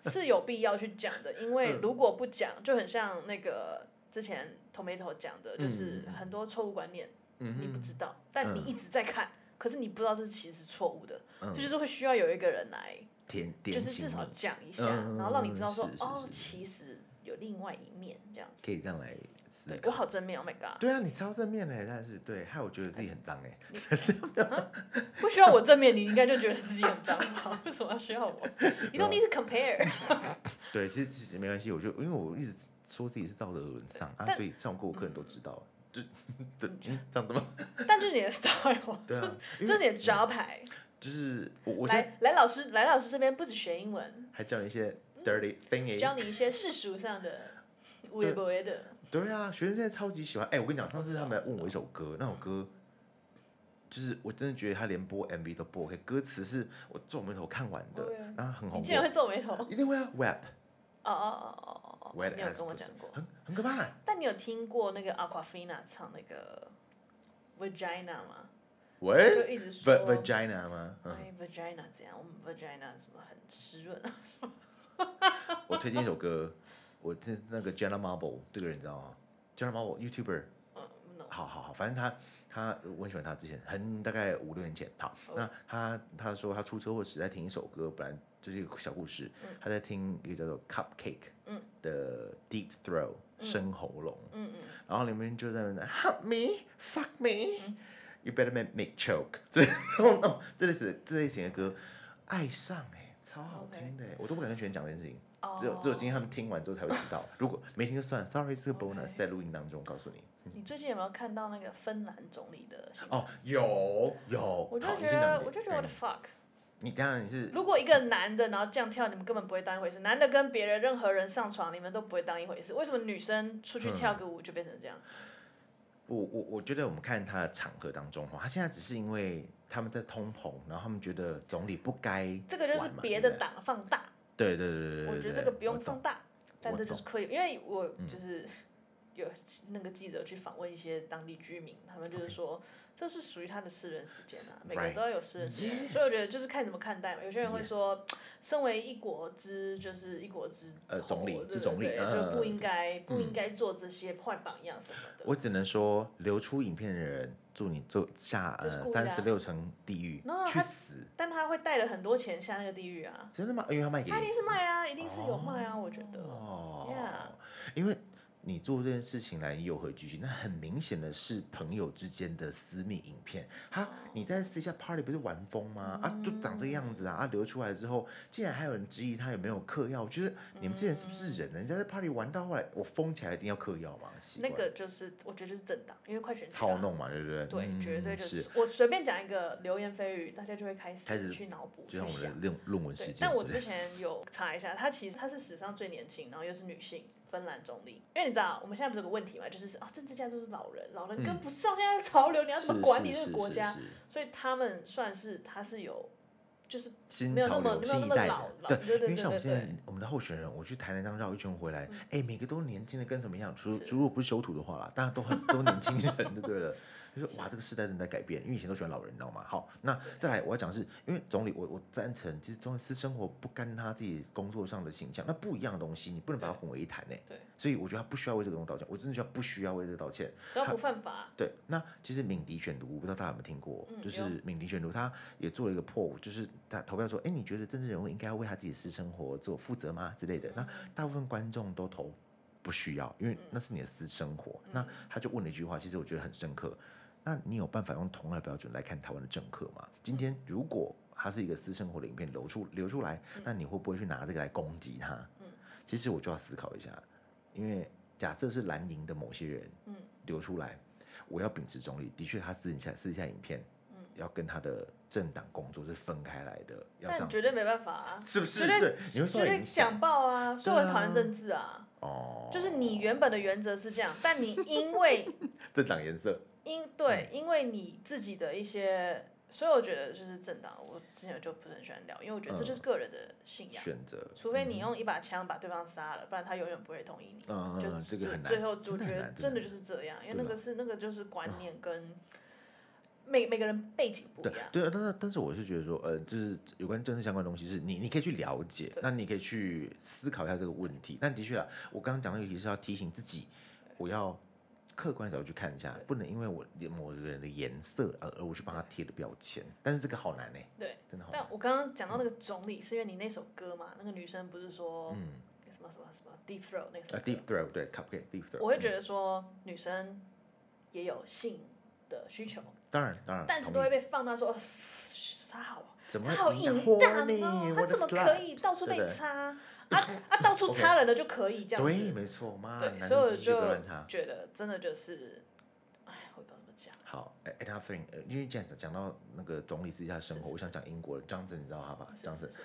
Speaker 2: 是有必要去讲的，因
Speaker 1: 嗯
Speaker 2: 为如果不讲，就很像那个之前 Tomato 讲的，就
Speaker 1: 嗯
Speaker 2: 是
Speaker 1: 嗯
Speaker 2: 很多错误观念
Speaker 1: 嗯
Speaker 2: 你不
Speaker 1: 哼，
Speaker 2: 知道，但你
Speaker 1: 嗯
Speaker 2: 一直在看，可是你不知道这其实是错误的，
Speaker 1: 嗯
Speaker 2: 这就是会需要有一个人来，
Speaker 1: 点
Speaker 2: 就
Speaker 1: 点
Speaker 2: 是至
Speaker 1: 醒
Speaker 2: 少
Speaker 1: 你
Speaker 2: 讲一下，
Speaker 1: 嗯嗯嗯
Speaker 2: 然后让你知道说
Speaker 1: 是是
Speaker 2: 哦，
Speaker 1: 是是
Speaker 2: 其实有另外一面这样子。
Speaker 1: 可以这样来思
Speaker 2: 对
Speaker 1: 考。
Speaker 2: 我好正面，Oh my god！
Speaker 1: 对啊，你超正面的，但是对，害我觉得自己很脏哎，但 是
Speaker 2: 不需要我正面，你应该就觉得自己很脏吧？ 为什么要需要我？You
Speaker 1: 啊
Speaker 2: don't need to compare。
Speaker 1: 对，其实其实没关系，我就因为我一直说自己是道德沦丧啊，
Speaker 2: 但
Speaker 1: 所以上过我课人都知道，就 对，嗯这样 的吗？
Speaker 2: 但这是你的 style，
Speaker 1: 对 啊，
Speaker 2: 这
Speaker 1: 因
Speaker 2: 是
Speaker 1: 为
Speaker 2: 你的招牌。
Speaker 1: 就是我我现在
Speaker 2: 来来老师来老师这边不止学英文，
Speaker 1: 还教你一些 dirty
Speaker 2: 教
Speaker 1: thingy，
Speaker 2: 你一些世俗上的无为不为的。
Speaker 1: 对啊，学生现在超级喜欢，哎，我跟你讲，上次他们来问我一首歌，那首歌。就是我真的觉得他连播 MV 都播 OK，歌词是我皱眉头看完的
Speaker 2: OK
Speaker 1: 然后很
Speaker 2: 哦啊你
Speaker 1: 红
Speaker 2: 竟然会
Speaker 1: 过，
Speaker 2: 皱眉头？哦
Speaker 1: 一定会啊，Web
Speaker 2: 哦哦哦哦哦哦！
Speaker 1: Wet
Speaker 2: 你有
Speaker 1: ass
Speaker 2: 跟我
Speaker 1: pussy
Speaker 2: 讲过，
Speaker 1: 很很可怕，
Speaker 2: 但你有听过那个 Aquafina 唱那个 Vagina 吗？就
Speaker 1: 喂
Speaker 2: 一直说
Speaker 1: ，Va-，Vagina 吗？ 嗯，
Speaker 2: 哎 Vagina 怎样？我们 Vagina 什么很湿润啊？什么？
Speaker 1: 我推荐一首歌，我这那个 Jenna Marble 这个人你知道吗？Jenna Marble YouTuber，
Speaker 2: 嗯，no，
Speaker 1: 好好好，反正他他我很喜欢他之前很大概五六年前，好，
Speaker 2: 哦
Speaker 1: 那他他说他出车祸时在听一首歌，本来就是一个小故事，他在听一个叫做 Cupcake
Speaker 2: 嗯
Speaker 1: 的 Deep Throat 深喉咙，
Speaker 2: 嗯嗯，
Speaker 1: 然后里面就在那边 Help me, fuck me,、you better make make choke，这 no no 这类似这类型的歌，爱上哎、超好听的、欸我都不敢跟学员讲这件事情。
Speaker 2: 哦，
Speaker 1: 只有只有今天他们听完之后才会知道，如果没听就算了，sorry，这个 bonus
Speaker 2: OK
Speaker 1: 在录音当中告诉你。
Speaker 2: 你最近有没有看到那个芬兰总理的新闻？
Speaker 1: 哦，有有，
Speaker 2: 我就
Speaker 1: 好
Speaker 2: 觉
Speaker 1: 你先讲
Speaker 2: 得
Speaker 1: 你，的
Speaker 2: 我就觉得我
Speaker 1: 概
Speaker 2: 的
Speaker 1: 念
Speaker 2: fuck，
Speaker 1: 你当然你是
Speaker 2: 如果一个男的然后这样跳，你们根本不会当一回事。男的跟别人任何人上床，你们都不会当一回事。为什么女生出去跳个
Speaker 1: 嗯
Speaker 2: 舞就变成这样子？
Speaker 1: 我我我觉得我们看他的场合当中哈，他现在只是因为他们在通膨，然后他们觉得总理不该玩嘛，
Speaker 2: 这个就是别
Speaker 1: 对不
Speaker 2: 的
Speaker 1: 对
Speaker 2: 党放大，
Speaker 1: 对对对对对对，
Speaker 2: 我觉得这个不用
Speaker 1: 我懂
Speaker 2: 放大，但
Speaker 1: 我
Speaker 2: 这就是
Speaker 1: 懂嗯
Speaker 2: 可以，因为我就是 有那个记者去访问一些当地居民，他们就是说这是属于他的私人时间啊，每个人
Speaker 1: Right.
Speaker 2: 都要有私人时间，所以我觉得就是看怎么看待嘛。有些人会说，身为一国之就是一国之
Speaker 1: 呃
Speaker 2: 头
Speaker 1: 总理
Speaker 2: 对
Speaker 1: 就总理
Speaker 2: 对
Speaker 1: 嗯
Speaker 2: 就不应该不应该做这些坏榜样什么的。
Speaker 1: 我只能说，流出影片的人，祝你做下
Speaker 2: 就是
Speaker 1: 呃
Speaker 2: 故意的啊
Speaker 1: 三十六层地狱
Speaker 2: No，
Speaker 1: 去
Speaker 2: 他
Speaker 1: 死，
Speaker 2: 但他会带了很多钱下那个地狱啊，
Speaker 1: 真的吗？因为他卖给
Speaker 2: 他一定是卖啊，一定是有卖啊，我觉得。
Speaker 1: 哦
Speaker 2: Yeah
Speaker 1: 因为你做这件事情来诱合聚集，那很明显的是朋友之间的私密影片。哈，你在私下 party 不是玩疯吗？啊，就长这个样子啊！啊，流出来之后，竟然还有人质疑他有没有嗑药，我觉得你们这人是不是人？人家在 party 玩到后来，我疯起来一定要嗑药嘛？奇怪
Speaker 2: 那个就是我觉得就是正当，因为快选举
Speaker 1: 操
Speaker 2: 啊。
Speaker 1: 弄嘛，对不对？
Speaker 2: 对，
Speaker 1: 嗯。
Speaker 2: 绝对就是我随便讲一个流言蜚语，大家就会开始
Speaker 1: 开始
Speaker 2: 去脑补、去
Speaker 1: 就像我们的
Speaker 2: 想。
Speaker 1: 论论文事
Speaker 2: 对
Speaker 1: 件，之
Speaker 2: 但我
Speaker 1: 类
Speaker 2: 之前有查一下，她其实她是史上最年轻，然后又是女性，芬兰总理。因为你知道，我们现在不是有个问题嘛，就是啊，政治家都是老人，老人跟不上现在的潮流，你要怎
Speaker 1: 嗯
Speaker 2: 么
Speaker 1: 是
Speaker 2: 管
Speaker 1: 是
Speaker 2: 理这
Speaker 1: 是
Speaker 2: 个国
Speaker 1: 是
Speaker 2: 家？
Speaker 1: 是
Speaker 2: 所以他们算是他是有，就是
Speaker 1: 新
Speaker 2: 没有那
Speaker 1: 潮
Speaker 2: 么
Speaker 1: 流、
Speaker 2: 没有
Speaker 1: 新
Speaker 2: 那
Speaker 1: 一
Speaker 2: 么
Speaker 1: 代
Speaker 2: 老
Speaker 1: 的，
Speaker 2: 老对对
Speaker 1: 因为
Speaker 2: 对
Speaker 1: 像我们
Speaker 2: 对
Speaker 1: 现在
Speaker 2: 对嗯
Speaker 1: 我们的候选人，我去台南这样绕一圈回来，哎，每个都年轻的跟什么样，除
Speaker 2: 是
Speaker 1: 除如果不是修图的话啦，当然都很都年轻人就对了。就说哇，这个时代正在改变，因为以前都喜欢老人，你知道吗？好，那再来我要讲的是，因为总理我我赞成，其实总理私生活不干他自己工作上的形象，那不一样的东西，你不能把它
Speaker 2: 对
Speaker 1: 混为一谈呢。欸
Speaker 2: 对，
Speaker 1: 所以我觉得他不需要为这个东西道歉，我真的觉得他不需要为这个道歉。
Speaker 2: 只要不犯法，
Speaker 1: 对，那其实敏迪选读，我不知道大家有没有听过，
Speaker 2: 嗯
Speaker 1: 就是
Speaker 2: 有
Speaker 1: 敏迪选读，他也做了一个 poll，就是他投票说，哎，你觉得政治人物应该要为他自己的私生活做负责吗之类
Speaker 2: 嗯
Speaker 1: 的？那大部分观众都投不需要，因为那是你的私生活。
Speaker 2: 嗯
Speaker 1: 那他就问了一句话，其实我觉得很深刻。那你有办法用同样的标准来看台湾的政客吗？今天如果他是一个私生活的影片流出流出来，
Speaker 2: 嗯
Speaker 1: 那你会不会去拿这个来攻击他？其实我就要思考一下，因为假设是蓝营的某些人，
Speaker 2: 嗯
Speaker 1: 流出来，我要秉持中立，的确他私底下私底下影片，要跟他的政党工作是分开来的，要这
Speaker 2: 但
Speaker 1: 样
Speaker 2: 绝对没办法啊，
Speaker 1: 是不是？
Speaker 2: 绝对
Speaker 1: 对，你会受
Speaker 2: 绝
Speaker 1: 到
Speaker 2: 对
Speaker 1: 影响
Speaker 2: 讲爆啊！所以我很
Speaker 1: 对啊
Speaker 2: 讨厌政治啊，
Speaker 1: 哦，
Speaker 2: 就是你原本的原则是这样，但你因为
Speaker 1: 政党颜色，
Speaker 2: 因对，
Speaker 1: 嗯
Speaker 2: 因为你自己的一些，所以我觉得就是政党，我之前就不是很喜欢聊，因为我觉得这就是个人的信仰，
Speaker 1: 嗯选择，
Speaker 2: 除非你用一把枪把对方杀了，不然他永远不会同意你。
Speaker 1: 嗯嗯
Speaker 2: 就
Speaker 1: 嗯，这个
Speaker 2: 最
Speaker 1: 很难，
Speaker 2: 最后我
Speaker 1: 真的
Speaker 2: 觉
Speaker 1: 很
Speaker 2: 得
Speaker 1: 难
Speaker 2: 真的
Speaker 1: 很
Speaker 2: 就是这样，因
Speaker 1: 对啊
Speaker 2: 为那
Speaker 1: 啦
Speaker 2: 个是那个就是观念跟每每个人背景不
Speaker 1: 对
Speaker 2: 一样。
Speaker 1: 对，呃但是但是我是觉得说，呃，就是有关政治相关的东西，是你你可以去了解，那你可以去思考一下这个问题。但的确啊，我刚刚讲的问题是要提醒自己，我要客观的角度去看一下，不能因为我某个人的颜色而而我去帮他贴了标签。但是这个好难呢、
Speaker 2: 对，
Speaker 1: 真的好难
Speaker 2: 但。我刚刚讲到那个总理，是因为你那首歌嘛，那个女生不是说
Speaker 1: 嗯嗯
Speaker 2: 什什么什么什么 deep throat 那个什
Speaker 1: 呃
Speaker 2: 么
Speaker 1: ，Deep Throat 对 Cupcake Deep Throat，
Speaker 2: 我会
Speaker 1: 嗯
Speaker 2: 觉得说女生也有性的需求，
Speaker 1: 嗯当然当然，
Speaker 2: 但
Speaker 1: 啊
Speaker 2: 是
Speaker 1: 同
Speaker 2: 都
Speaker 1: 意
Speaker 2: 会被放到说，呃他好，
Speaker 1: 怎么
Speaker 2: 他好
Speaker 1: 会影响
Speaker 2: 淫
Speaker 1: horny？
Speaker 2: 荡哦，
Speaker 1: 我
Speaker 2: 他
Speaker 1: 的
Speaker 2: 怎么
Speaker 1: slut
Speaker 2: 可以到处
Speaker 1: 对
Speaker 2: 被
Speaker 1: 不对
Speaker 2: 插啊啊，到处
Speaker 1: OK
Speaker 2: 插人的就可以这样
Speaker 1: 对，
Speaker 2: 子？
Speaker 1: 没错，妈，
Speaker 2: 对，
Speaker 1: 啊男
Speaker 2: 所以
Speaker 1: 生
Speaker 2: 我
Speaker 1: 直觉不要乱
Speaker 2: 就
Speaker 1: 插。
Speaker 2: 觉得真的就是，哎，我也不知道怎么讲，
Speaker 1: 好哎，another thing，呃因为这样子讲到那个总理私下的生
Speaker 2: 是
Speaker 1: 活，
Speaker 2: 是
Speaker 1: 我想讲英国的 Johnson，你知道他吧
Speaker 2: 是
Speaker 1: ？Johnson
Speaker 2: 啊是是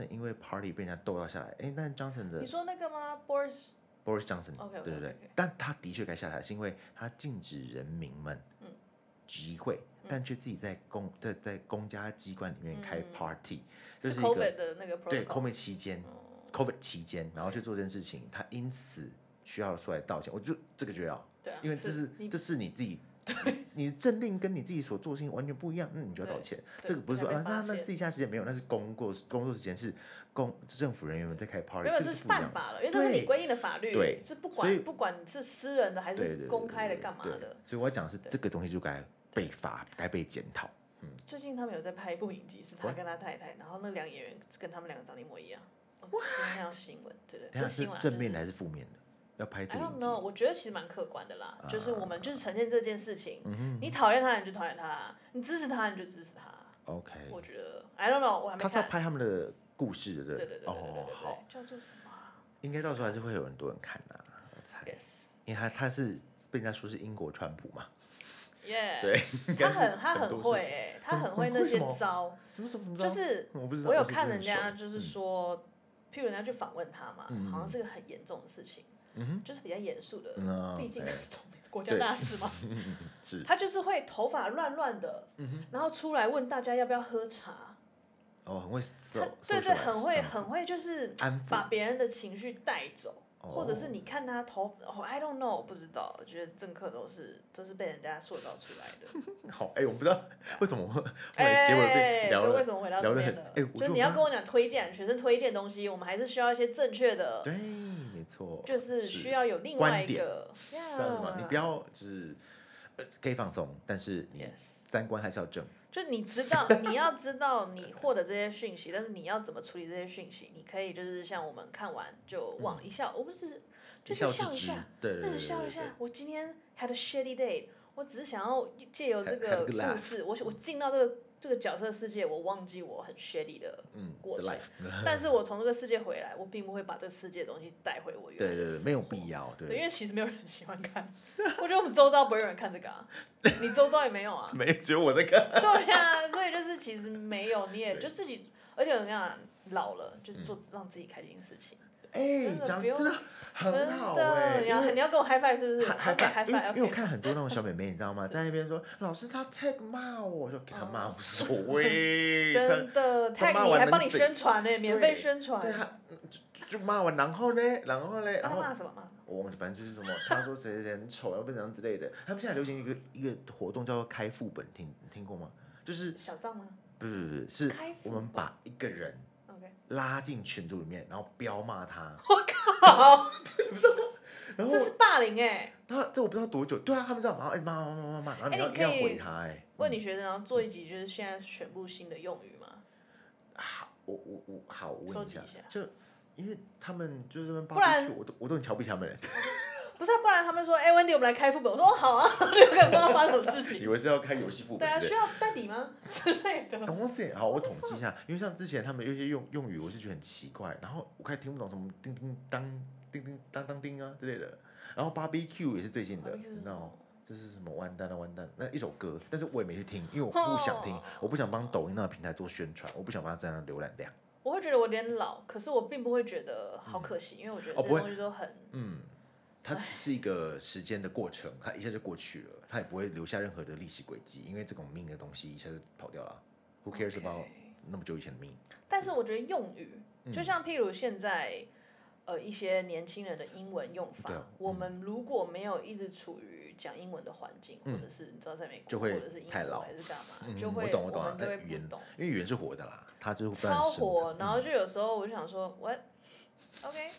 Speaker 1: Johnson 因为 party 被人家斗到下来，哎，但 Johnson 的
Speaker 2: 你说那个吗？Boris，
Speaker 1: Boris Johnson，
Speaker 2: OK，OK，OK，OK
Speaker 1: 对对对，但他的确该下台，是因为他禁止人民们
Speaker 2: 嗯
Speaker 1: 集会，但却自己在公在在公家机关里面开
Speaker 2: 嗯
Speaker 1: party，这
Speaker 2: 是
Speaker 1: 是一
Speaker 2: COVID
Speaker 1: 个
Speaker 2: 的那个 protocol，
Speaker 1: 对 COVID 期间
Speaker 2: 嗯
Speaker 1: ，COVID 期间，然后去做这件事情，他因此需要出来道歉，我就这个觉得啊，
Speaker 2: 对啊，
Speaker 1: 因为这是
Speaker 2: 你
Speaker 1: 这是你自己，你的政令跟你自己所做的事情完全不一样，嗯那你就要道歉。
Speaker 2: 对
Speaker 1: 这个不是说
Speaker 2: 才被
Speaker 1: 啊，那
Speaker 2: 发
Speaker 1: 那
Speaker 2: 现
Speaker 1: 私底下时间没有，那是工作工作时间是公政府人员们在开 party，
Speaker 2: 没有，
Speaker 1: 这
Speaker 2: 这
Speaker 1: 个
Speaker 2: 是
Speaker 1: 不一
Speaker 2: 犯
Speaker 1: 样的。
Speaker 2: 法了，因为这是你
Speaker 1: 对
Speaker 2: 规定的法律，
Speaker 1: 对
Speaker 2: 是不
Speaker 1: 所
Speaker 2: 管
Speaker 1: 以
Speaker 2: 不管是私人的还
Speaker 1: 对对
Speaker 2: 是
Speaker 1: 对
Speaker 2: 公开的
Speaker 1: 对
Speaker 2: 干嘛
Speaker 1: 对
Speaker 2: 的。
Speaker 1: 所以我要讲的是这个东西就该被罚，该被检讨。
Speaker 2: 最近他们有在拍一部影集，是他
Speaker 1: What？
Speaker 2: 跟他太太，然后那两个演员跟他们两个长得一模一样。我今天看到新闻，对对，
Speaker 1: 等一下
Speaker 2: 不是
Speaker 1: 是
Speaker 2: 新闻啊
Speaker 1: 正面的
Speaker 2: 就是
Speaker 1: 还是负面的？要拍这
Speaker 2: I
Speaker 1: 个
Speaker 2: don't
Speaker 1: 影集
Speaker 2: know，我觉得其实蛮客观的啦，就是我们就是呈现这件事情，
Speaker 1: 啊嗯哼
Speaker 2: 你讨厌他你就讨厌他，你支持他你就支持他。
Speaker 1: ？OK，
Speaker 2: 我觉得 I don't know，我还没
Speaker 1: 他是要
Speaker 2: 看。
Speaker 1: 拍他们的故事的，
Speaker 2: 对
Speaker 1: 对
Speaker 2: 对
Speaker 1: 不
Speaker 2: 对对对对对
Speaker 1: 哦，
Speaker 2: 对
Speaker 1: 好，，
Speaker 2: 叫做什么啊
Speaker 1: 应该到时候还是会有很多人看啊，我猜，
Speaker 2: ？Yes，
Speaker 1: 因为他他是被人家说是英国川普嘛，
Speaker 2: 耶，
Speaker 1: 对，
Speaker 2: 哎 他很他
Speaker 1: 很
Speaker 2: 很
Speaker 1: 多
Speaker 2: 会
Speaker 1: 事情
Speaker 2: 哎，他
Speaker 1: 很
Speaker 2: 很会
Speaker 1: 很
Speaker 2: 那
Speaker 1: 会什
Speaker 2: 些
Speaker 1: 么
Speaker 2: 招，
Speaker 1: 什么什么什么
Speaker 2: 就
Speaker 1: 招，
Speaker 2: 是
Speaker 1: 我不知道，
Speaker 2: 我有
Speaker 1: 是
Speaker 2: 看
Speaker 1: 真的
Speaker 2: 人
Speaker 1: 很
Speaker 2: 家
Speaker 1: 熟
Speaker 2: 就是
Speaker 1: 嗯
Speaker 2: 说，譬如人家去访问他嘛，
Speaker 1: 嗯
Speaker 2: 好像是个很严重的事情，
Speaker 1: 嗯哼
Speaker 2: 就是比较严肃的，
Speaker 1: 嗯啊
Speaker 2: 毕竟
Speaker 1: 哎
Speaker 2: 是中国家
Speaker 1: 对
Speaker 2: 大事 嘛，
Speaker 1: 是
Speaker 2: 他就是会头发乱乱的，
Speaker 1: 嗯
Speaker 2: 然后出来问大家要不要喝茶，
Speaker 1: 哦，很会
Speaker 2: 他
Speaker 1: so-
Speaker 2: 对对
Speaker 1: socialize，
Speaker 2: 很会
Speaker 1: 这样子
Speaker 2: 很会就是
Speaker 1: 安
Speaker 2: 把
Speaker 1: 抚，
Speaker 2: 别人的情绪带走。
Speaker 1: 哦
Speaker 2: 或者是你看他头发、哦、，I don't know，不知道，我觉得政客都是都是被人家塑造出来的。
Speaker 1: 好哎，我不知 道为什么会后来
Speaker 2: 哎，
Speaker 1: 结尾被聊
Speaker 2: 对
Speaker 1: 了
Speaker 2: 为，什么回到
Speaker 1: 聊得
Speaker 2: 这边
Speaker 1: 很
Speaker 2: 了？
Speaker 1: 哎我
Speaker 2: 就
Speaker 1: 就是
Speaker 2: 你要
Speaker 1: 发
Speaker 2: 跟我讲推荐学生推荐东西，我们还是需要一些正确的，
Speaker 1: 对，没错，
Speaker 2: 就是啊需要有另
Speaker 1: 观
Speaker 2: 外一
Speaker 1: 点
Speaker 2: 个。
Speaker 1: 知道吗？你不
Speaker 2: Yeah
Speaker 1: 要就是呃可以放松，但是你
Speaker 2: Yes
Speaker 1: 三观还是要正，
Speaker 2: 就你知道，你要知道你获得这些讯息，但是你要怎么处理这些讯息？你可以就是像我们看完就忘一笑，我不是
Speaker 1: 嗯一
Speaker 2: 就是
Speaker 1: 笑
Speaker 2: 笑一
Speaker 1: 置之
Speaker 2: 下，，
Speaker 1: 对对
Speaker 2: 就
Speaker 1: 对
Speaker 2: 是
Speaker 1: 对
Speaker 2: 笑一
Speaker 1: 对
Speaker 2: 下
Speaker 1: 对。
Speaker 2: 我今天 had a shitty day，我只是想要借由这
Speaker 1: Had-
Speaker 2: 个
Speaker 1: had a good laugh
Speaker 2: 故事，我我进到这个这个角色世界，我忘记我很 shitty 的
Speaker 1: 嗯
Speaker 2: 过
Speaker 1: the
Speaker 2: 程
Speaker 1: life，
Speaker 2: 但是我从这个世界回来，我并不会把这个世界的东西带回我原
Speaker 1: 对
Speaker 2: 来
Speaker 1: 对
Speaker 2: 的
Speaker 1: 对，
Speaker 2: 世
Speaker 1: 没有必要，
Speaker 2: 对，因
Speaker 1: 对，
Speaker 2: 为其实没有人喜欢看，我觉得我们周遭不会有人看这个啊，你周遭也没有啊，
Speaker 1: 没有只有我那个，
Speaker 2: 对呀、所以就是其实没有，你也
Speaker 1: 对嗯
Speaker 2: 就自己，而且我跟你讲，老了就是做让自己开心的事情，
Speaker 1: 哎
Speaker 2: 真，的
Speaker 1: 讲
Speaker 2: 不用
Speaker 1: 真的很好哎，
Speaker 2: 的，你
Speaker 1: 因
Speaker 2: 要
Speaker 1: 为
Speaker 2: 你要跟我 high five 是不是？
Speaker 1: 还还
Speaker 2: OK，
Speaker 1: 反
Speaker 2: high
Speaker 1: 因为
Speaker 2: five，
Speaker 1: 因为我
Speaker 2: OK
Speaker 1: 看了很多那种小妹妹，你知道吗？在那边说老师他 tag 骂我，我说给他骂无所 谓，
Speaker 2: 哦真的
Speaker 1: 他
Speaker 2: tag
Speaker 1: 骂
Speaker 2: 你
Speaker 1: 完
Speaker 2: 还
Speaker 1: 能
Speaker 2: 帮你
Speaker 1: 怎
Speaker 2: 宣传呢，免费宣
Speaker 1: 他
Speaker 2: 传。
Speaker 1: 对他嗯就就就骂完，然后呢，然后呢，然
Speaker 2: 他
Speaker 1: 后
Speaker 2: 骂什么骂什么？
Speaker 1: 我忘记，反正就是什么，他说谁谁谁很丑，要不然怎样之类的。他们现在流行一个一个活动叫做开副本，听你听过吗？就是
Speaker 2: 小账吗
Speaker 1: 不是不是不是，是
Speaker 2: 开
Speaker 1: 我
Speaker 2: 副本
Speaker 1: 们把一个人
Speaker 2: ？OK，
Speaker 1: 拉进群组里面，然后彪骂 他，
Speaker 2: 好，
Speaker 1: 然后
Speaker 2: 这是霸凌哎！
Speaker 1: 他这我不知道多久，对啊，他们知道，然后哎骂骂骂骂骂，然后你
Speaker 2: 哎
Speaker 1: 要
Speaker 2: 你
Speaker 1: 你
Speaker 2: 可
Speaker 1: 要
Speaker 2: 以
Speaker 1: 回他哎。
Speaker 2: 问你学生，然后做一集就是现在全部新的用语嘛，
Speaker 1: 好，我我我好，我
Speaker 2: 收
Speaker 1: 问一
Speaker 2: 集
Speaker 1: 下
Speaker 2: 一下，
Speaker 1: 就因为他们就是这边
Speaker 2: 不然
Speaker 1: barbecue，我都我都很瞧不起他们了，
Speaker 2: 不是啊，不然他们说，哎，Wendy，我们来开副本，我说哦好啊， 我就根本不知道发生什么事
Speaker 1: 以
Speaker 2: 情。
Speaker 1: 为是要开游戏副
Speaker 2: 对啊，
Speaker 1: 本之
Speaker 2: 需
Speaker 1: 类的。哎
Speaker 2: 要代笔吗之类的？
Speaker 1: 我忘记了好，我统计一下，因为像之前他们有一些用用语，我是觉得很奇怪，然后我开始听不懂什么叮叮当、叮叮当当叮啊之类的，然后 barbecue 也是最近的，
Speaker 2: Barbecue
Speaker 1: 你
Speaker 2: 是
Speaker 1: 知
Speaker 2: 什
Speaker 1: 道
Speaker 2: 么
Speaker 1: 吗就是什么完蛋了完蛋，那一首歌，但是我也没去听，因为我不想听
Speaker 2: 哦，
Speaker 1: 我不想帮抖音那个平台做宣传，我不想帮它增加浏览量。
Speaker 2: 我会觉得我有点老，可是我并不会觉得好可惜，因为我觉得
Speaker 1: 哦
Speaker 2: 这
Speaker 1: 不会
Speaker 2: 些东西都很、
Speaker 1: 嗯，它只是一个时间的过程，它一下就过去了，它也不会留下任何的历史轨迹，因为这种命的东西一下就跑掉了。Who cares about
Speaker 2: OK
Speaker 1: 那么久以前的命？
Speaker 2: 但是我觉得用语，
Speaker 1: 嗯
Speaker 2: 就像譬如现在呃一些年轻人的英文用法，
Speaker 1: 对啊
Speaker 2: 我们如果没有一直处于讲英文的环境，或者是你知道在美国，
Speaker 1: 嗯就会
Speaker 2: 或者是英
Speaker 1: 太
Speaker 2: 国
Speaker 1: 老
Speaker 2: 还是干嘛，
Speaker 1: 嗯
Speaker 2: 就
Speaker 1: 我
Speaker 2: 会
Speaker 1: 懂我懂啊
Speaker 2: 们就会
Speaker 1: 那语言
Speaker 2: 不懂，
Speaker 1: 因为语言是活的啦，它就是不断
Speaker 2: 超
Speaker 1: 地生
Speaker 2: 火。
Speaker 1: 长嗯
Speaker 2: 然后就有时候我就想说，what，OK，、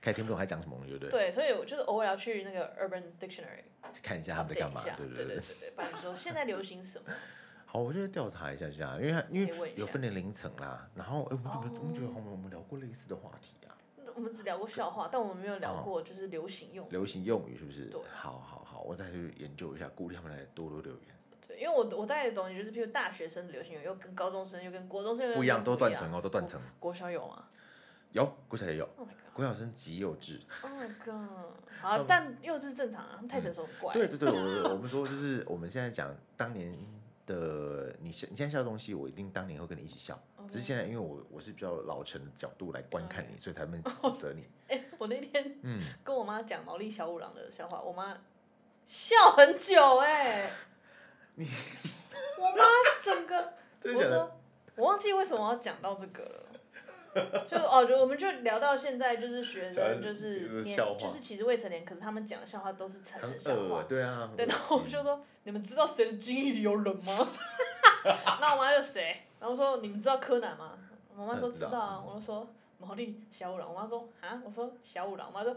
Speaker 1: 看听不懂还讲什么，对不对？
Speaker 2: 对，所以我就是偶尔要去那个 Urban Dictionary
Speaker 1: 看一下他们在
Speaker 2: update
Speaker 1: 干
Speaker 2: 一
Speaker 1: 嘛，
Speaker 2: 下，
Speaker 1: 对不
Speaker 2: 对对对对，不然你说现在流行什么？
Speaker 1: 好，我就会调查一下这样，因为它因
Speaker 2: 可以问
Speaker 1: 为
Speaker 2: 一下
Speaker 1: 有分年龄层啦。然后，哎、我们怎么、
Speaker 2: 哦
Speaker 1: 我们觉得我们我们聊过类似的话题啊？
Speaker 2: 那我们只聊过笑话，但我们没有
Speaker 1: 哦
Speaker 2: 聊过就是流行用语。
Speaker 1: 流行用语是不是？
Speaker 2: 哦对
Speaker 1: 好好好，我再去研究一下，鼓励他们来多多留言。
Speaker 2: 对，因为我我大概懂，就是譬如大学生的流行用语，又跟高中生，又跟国中生又跟
Speaker 1: 不一样，都断层
Speaker 2: 哦。
Speaker 1: 哦，都断层。
Speaker 2: 国小有吗
Speaker 1: 有，郭小也有，
Speaker 2: ？Oh my god！
Speaker 1: 郭小生极幼稚。
Speaker 2: Oh my god！好，啊
Speaker 1: 嗯
Speaker 2: 但幼稚正常啊，他们太成熟很怪。
Speaker 1: 对对对，我我们说就是我们现在讲当年的你现你现在笑的东西，我一定当年会跟你一起笑。
Speaker 2: 哦
Speaker 1: 只是现在因为我我是比较老成的角度来观看你，所以才能指责你。
Speaker 2: 哎、 我那天
Speaker 1: 嗯，
Speaker 2: 跟我妈讲毛利小五郎的笑话，我妈笑很久哎、 你，我妈整个，
Speaker 1: 真
Speaker 2: 我
Speaker 1: 的假的？
Speaker 2: 说我忘记为什么要讲到这个了，就哦，就我们就聊到现在，就是学
Speaker 1: 小孩
Speaker 2: 生就是
Speaker 1: 子
Speaker 2: 年
Speaker 1: 笑话，
Speaker 2: 就是其实未成年，可是他们讲的笑话都是成
Speaker 1: 很
Speaker 2: 人笑
Speaker 1: 恶
Speaker 2: 话
Speaker 1: 啊，，对啊。
Speaker 2: 对，然后我就说：“你们知道谁是精益游人 吗？”然后我妈就谁，然后说：“你们知道柯南吗？”我妈说：“
Speaker 1: 嗯
Speaker 2: 知
Speaker 1: 知道
Speaker 2: 道啊。”我就说：“毛利小五郎。”我妈说：“啊？”我说：“小五郎。”我妈说：“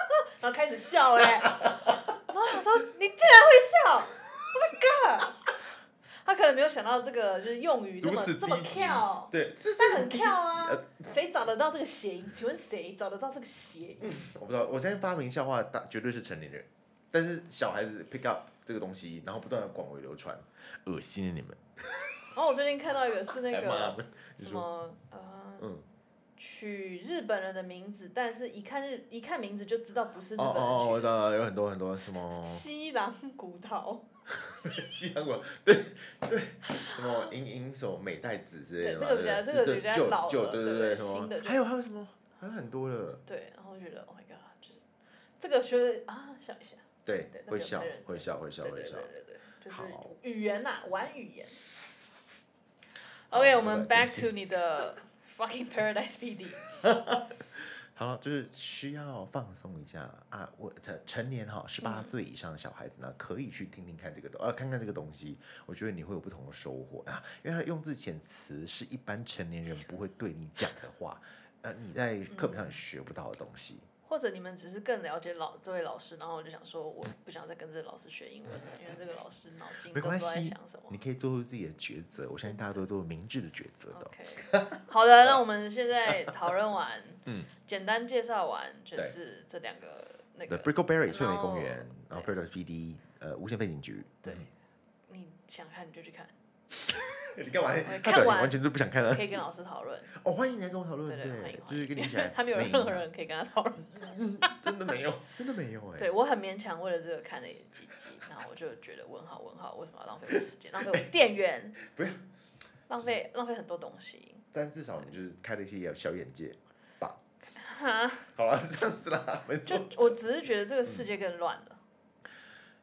Speaker 2: 然后开始笑哎、然后我说：“你竟然会笑！Oh my god！” 他可能没有想到这个就是用语这
Speaker 1: 如
Speaker 2: 么
Speaker 1: 此
Speaker 2: 这么
Speaker 1: 低级
Speaker 2: 跳，
Speaker 1: 对，这
Speaker 2: 但很跳啊
Speaker 1: 低级！呃
Speaker 2: 谁找得到这个谐音？请问谁找得到这个谐音？
Speaker 1: 我不知道，我现在发明笑话大绝对是成年人，但是小孩子 pick up 这个东西，然后不断的广为流传，恶心了你们，
Speaker 2: 然后我最近看到一个是那
Speaker 1: 还骂他
Speaker 2: 个
Speaker 1: 们。你
Speaker 2: 什
Speaker 1: 说，
Speaker 2: 么呃。
Speaker 1: 嗯，
Speaker 2: 取日本人的名字，但是一看日一看名字就知道不是日
Speaker 1: 哦
Speaker 2: 本人
Speaker 1: 哦
Speaker 2: 取。
Speaker 1: 哦，我知道了，有很多很多什么
Speaker 2: 西郎古道，
Speaker 1: 西洋馆， 对对，什么银银什么美代子之类的嘛，
Speaker 2: 对这个比较
Speaker 1: 对
Speaker 2: 这个
Speaker 1: 对
Speaker 2: 比较
Speaker 1: 旧
Speaker 2: 老
Speaker 1: 旧
Speaker 2: 了
Speaker 1: 对
Speaker 2: 对
Speaker 1: 对，
Speaker 2: 对
Speaker 1: 什么
Speaker 2: 新的就
Speaker 1: 还有还有什么，还有很多了，
Speaker 2: 对，然后我觉得 Oh my God，就是这个学得啊，想一下，
Speaker 1: 对
Speaker 2: 对，那
Speaker 1: 会
Speaker 2: 个
Speaker 1: 笑
Speaker 2: 很认真
Speaker 1: 会笑会笑
Speaker 2: 对
Speaker 1: 会
Speaker 2: 对对
Speaker 1: 笑，
Speaker 2: 对对，就是
Speaker 1: 好
Speaker 2: 语言呐、玩语言。
Speaker 1: 好
Speaker 2: OK，我
Speaker 1: 拜
Speaker 2: 们
Speaker 1: 拜
Speaker 2: back to 你的 fucking Paradise PD。
Speaker 1: 好了，就是需要放松一下啊！我成成年哈，十
Speaker 2: 嗯
Speaker 1: 八岁以上的小孩子呢，可以去听听看这个东，呃，看看这个东西，我觉得你会有不同的收获啊。因为它用字遣词是一般成年人不会对你讲的话，呃，你在课本上也学不到的东西。
Speaker 2: 或者你们只是更了解老这位老师，然后我就想说，我不想再跟这个老师学英文了，因为这个老师脑筋
Speaker 1: 没
Speaker 2: 都不
Speaker 1: 关
Speaker 2: 知道在
Speaker 1: 系
Speaker 2: 想什么，
Speaker 1: 你。可以做出自己的抉择。我相信大家都做明智的抉择的哦。
Speaker 2: OK，好的，那我们现在讨论完，
Speaker 1: 嗯
Speaker 2: 简单介绍完就
Speaker 1: 对
Speaker 2: 是这两个那
Speaker 1: The
Speaker 2: 个，
Speaker 1: Brickleberry
Speaker 2: 然
Speaker 1: 翠梅
Speaker 2: 后
Speaker 1: 公园，然后
Speaker 2: 对
Speaker 1: Paradise PD，呃，无线背景局。
Speaker 2: 对，你想看你就去看，
Speaker 1: 你干嘛？
Speaker 2: 我
Speaker 1: 他
Speaker 2: 看
Speaker 1: 表情
Speaker 2: 完
Speaker 1: 完全就不想看了
Speaker 2: 可。以跟老师讨论，
Speaker 1: 哦，欢迎来跟我讨论，
Speaker 2: 对对，欢迎，
Speaker 1: 就是跟你一起
Speaker 2: 欢
Speaker 1: 来
Speaker 2: 迎 他没有
Speaker 1: 每一
Speaker 2: 任何人可以跟他讨论，
Speaker 1: 真的 没有，真的没有哎、
Speaker 2: 对我很勉强为了这个看了几集，然后我就觉得问号问号，为什么要浪费我时间，浪费我的电源，
Speaker 1: 不要，
Speaker 2: 浪费浪费很多东西，
Speaker 1: 但至少你就是开了一些小眼界吧。
Speaker 2: 哈，
Speaker 1: 好了，是这样子啦，没
Speaker 2: 就
Speaker 1: 错。
Speaker 2: 我只是觉得这个世界
Speaker 1: 嗯
Speaker 2: 更乱了。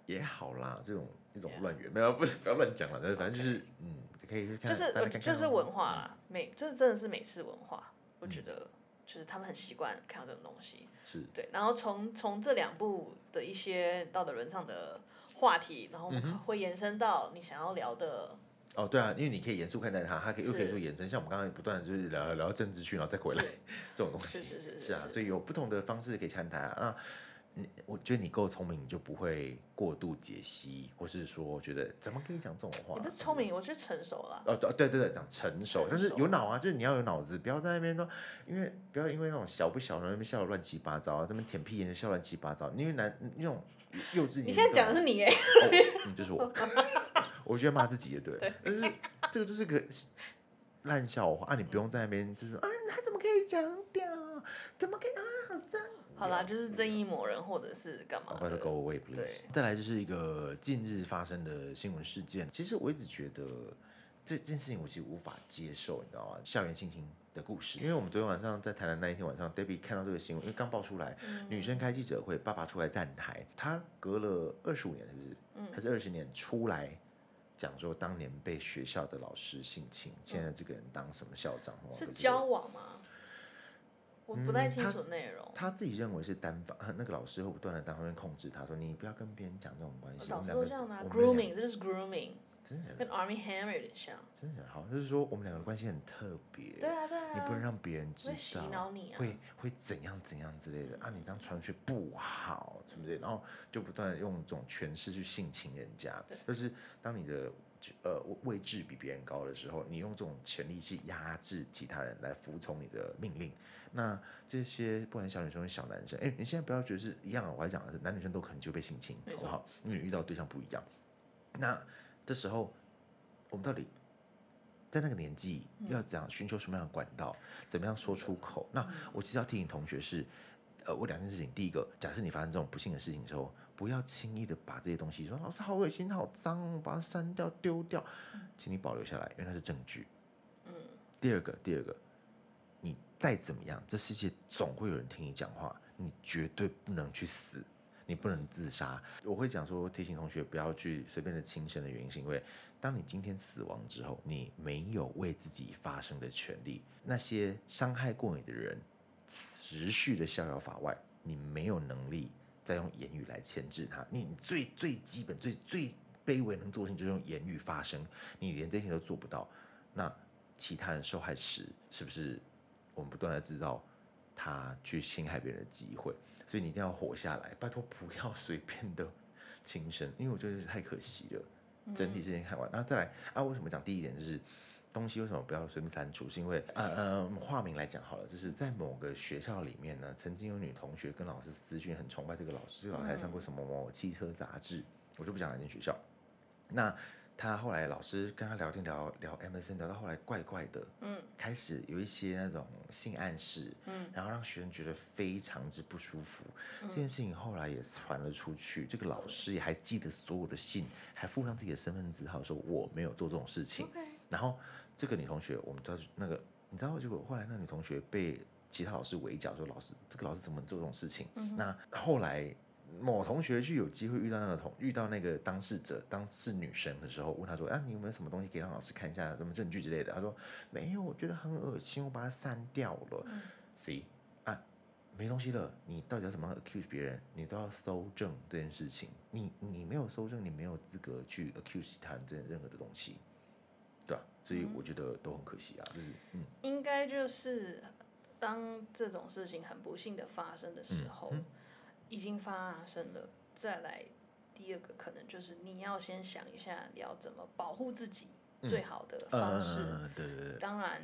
Speaker 1: 也好啦，这种这种乱源，没有不是不要乱讲了，反正就是嗯，可以去看，
Speaker 2: 就是
Speaker 1: 大家
Speaker 2: 我
Speaker 1: 看看
Speaker 2: 就是
Speaker 1: 哦嗯
Speaker 2: 文化啦，美这真的是美式文化，我觉得就是他们很习惯看到这种东西。
Speaker 1: 是
Speaker 2: 对，然后从从这两部的一些道德沦丧的话题，然后我
Speaker 1: 嗯
Speaker 2: 们会延伸到你想要聊的，
Speaker 1: 哦，对啊，因为你可以严肃看待它，它可以又可以
Speaker 2: 是
Speaker 1: 做延伸，像我们刚刚不断地就是聊聊政治去，然后再回来 这种东西，
Speaker 2: 是是是是
Speaker 1: 啊，
Speaker 2: 是
Speaker 1: 所以有不同的方式可以看待啊。那你我觉得你够聪明，你就不会过度解析，或是说觉得怎么跟你讲这种话，
Speaker 2: 也不是聪
Speaker 1: 嗯
Speaker 2: 明，我觉得成熟了。
Speaker 1: 哦，对对对对，讲成熟，但是
Speaker 2: 成熟
Speaker 1: 有脑啊，就是你要有脑子，不要在那边说，因为不要因为那种小不小，然后那边笑的乱七八糟，那边舔屁眼就笑乱七八糟，因为男那种幼稚
Speaker 2: 你
Speaker 1: 年
Speaker 2: 现在
Speaker 1: 代
Speaker 2: 讲
Speaker 1: 那
Speaker 2: 的
Speaker 1: 种，
Speaker 2: 是你哎，
Speaker 1: 哦 嗯，就是我，我觉得骂自己也对，但是这个就是个烂笑话啊，你不用在那边就是啊，他怎么可以讲掉，怎么可以啊，好脏，
Speaker 2: 好
Speaker 1: 啊
Speaker 2: 啦，就是正义魔人或者是干
Speaker 1: 好
Speaker 2: 嘛
Speaker 1: 吧，
Speaker 2: 的
Speaker 1: 就 go away please。再来就是一个近日发生的新闻事件，其实我一直觉得这件事情我其实无法接受，你知道吗？校园性侵的故事，因为我们昨天晚上在台南那一天晚上，Debbie 看到这个新闻，因为刚爆出来，
Speaker 2: 嗯
Speaker 1: 女生开记者会，爸爸出来站台，她隔了二十五年是不是？
Speaker 2: 嗯
Speaker 1: 还是二十年出来。讲说当年被学校的老师性侵，现在这个人当什么校长？什么
Speaker 2: 是
Speaker 1: 之类的
Speaker 2: 交往吗？我不太
Speaker 1: 嗯
Speaker 2: 清
Speaker 1: 他
Speaker 2: 楚内容。
Speaker 1: 他自己认为是单方，那个老师会不断的单方面控制他，说你不要跟别人讲这种关系。
Speaker 2: 老
Speaker 1: 我们
Speaker 2: 师
Speaker 1: 两个
Speaker 2: 都这样的啊
Speaker 1: 我们两个
Speaker 2: ，grooming，这就是 grooming，
Speaker 1: 真的假的
Speaker 2: 跟 Army Hammer 有点像。
Speaker 1: 真的假的好，就是说我们两个的关系很特别，
Speaker 2: 对啊，对啊。
Speaker 1: 你不能让别人知
Speaker 2: 会洗
Speaker 1: 道，
Speaker 2: 脑你啊。
Speaker 1: 会会怎样怎样之类的啊，你这样传出去不好，对不对？然后就不断的用这种权势去性侵人家
Speaker 2: 对，
Speaker 1: 就是当你的。呃位置比别人高的时候，你用这种权力去压制其他人来服从你的命令。那这些不管小女生、小男生，哎、你现在不要觉得是一样啊，我还讲的是男女生都可能就被性侵，
Speaker 2: 没
Speaker 1: 好
Speaker 2: 错
Speaker 1: 不好？因为你遇到的对象不一样。那这时候，我们到底在那个年纪
Speaker 2: 嗯
Speaker 1: 要怎样寻求什么样的管道，怎么样说出口？
Speaker 2: 嗯
Speaker 1: 那我其实要提醒同学是，呃，我两件事情，第一个，假设你发生这种不幸的事情之后，不要轻易的把这些东西说老师好恶心、好脏哦，把它删掉、丢掉，请你保留下来，因为它是证据。嗯。第二个，第二个，你再怎么样，这世界总会有人听你讲话，你绝对不能去死，你不能自杀。我会讲说提醒同学不要去随便的轻生的原因，是因为当你今天死亡之后，你没有为自己发声的权利，那些伤害过你的人持续的逍遥法外，你没有能力再用言语来牵制他。你你最最基本、最最卑微能做的事情就是用言语发声，你连这些都做不到，那其他人受害时，是不是我们不断的制造他去侵害别人的机会？所以你一定要活下来，拜托不要随便的轻生，因为我觉得太可惜了。整体事情看完，那、再来啊，为什么讲第一点就是东西为什么不要随便删除？是因为
Speaker 2: 嗯
Speaker 1: 呃呃，我们化名来讲好了，就是在某个学校里面呢，曾经有女同学跟老师私讯很崇拜这个老师，这个老师还上过什么某某汽车杂志，我就不讲哪间学校。那她后来老师跟她聊天聊聊 MSN，聊到后来怪怪的，
Speaker 2: 嗯，
Speaker 1: 开始有一些那种性暗示，
Speaker 2: 嗯，
Speaker 1: 然后让学生觉得非常之不舒服。这件事情后来也传了出去，这个老师也还记得所有的信，还附上自己的身份字号，说我没有做这种事情。
Speaker 2: OK，
Speaker 1: 然后这个女同学，我们知道那个，你知道，结果后来那女同学被其他老师围剿，说老师这个老师怎么做这种事情？那后来某同学去有机会遇到那个同遇到那个当事者，当事女生的时候，问她说：“啊，你有没有什么东西可以让老师看一下，什么证据之类的？”她说：“没有，我觉得很恶心，我把它删掉了。
Speaker 2: 嗯
Speaker 1: C 啊，没东西了，你到底要怎么样 accuse 别人？你都要搜证这件事情，你你没有搜证，你没有资格去 accuse 其他人这任何的东西，对吧、所
Speaker 2: 嗯
Speaker 1: 以我觉得都很可惜啊，就是嗯，
Speaker 2: 应该就是当这种事情很不幸的发生的
Speaker 1: 嗯
Speaker 2: 时候，已经发生了，再来第二个可能就是你要先想一下你要怎么保护自己
Speaker 1: 嗯
Speaker 2: 最好的方式。
Speaker 1: 呃，对对对，
Speaker 2: 当然，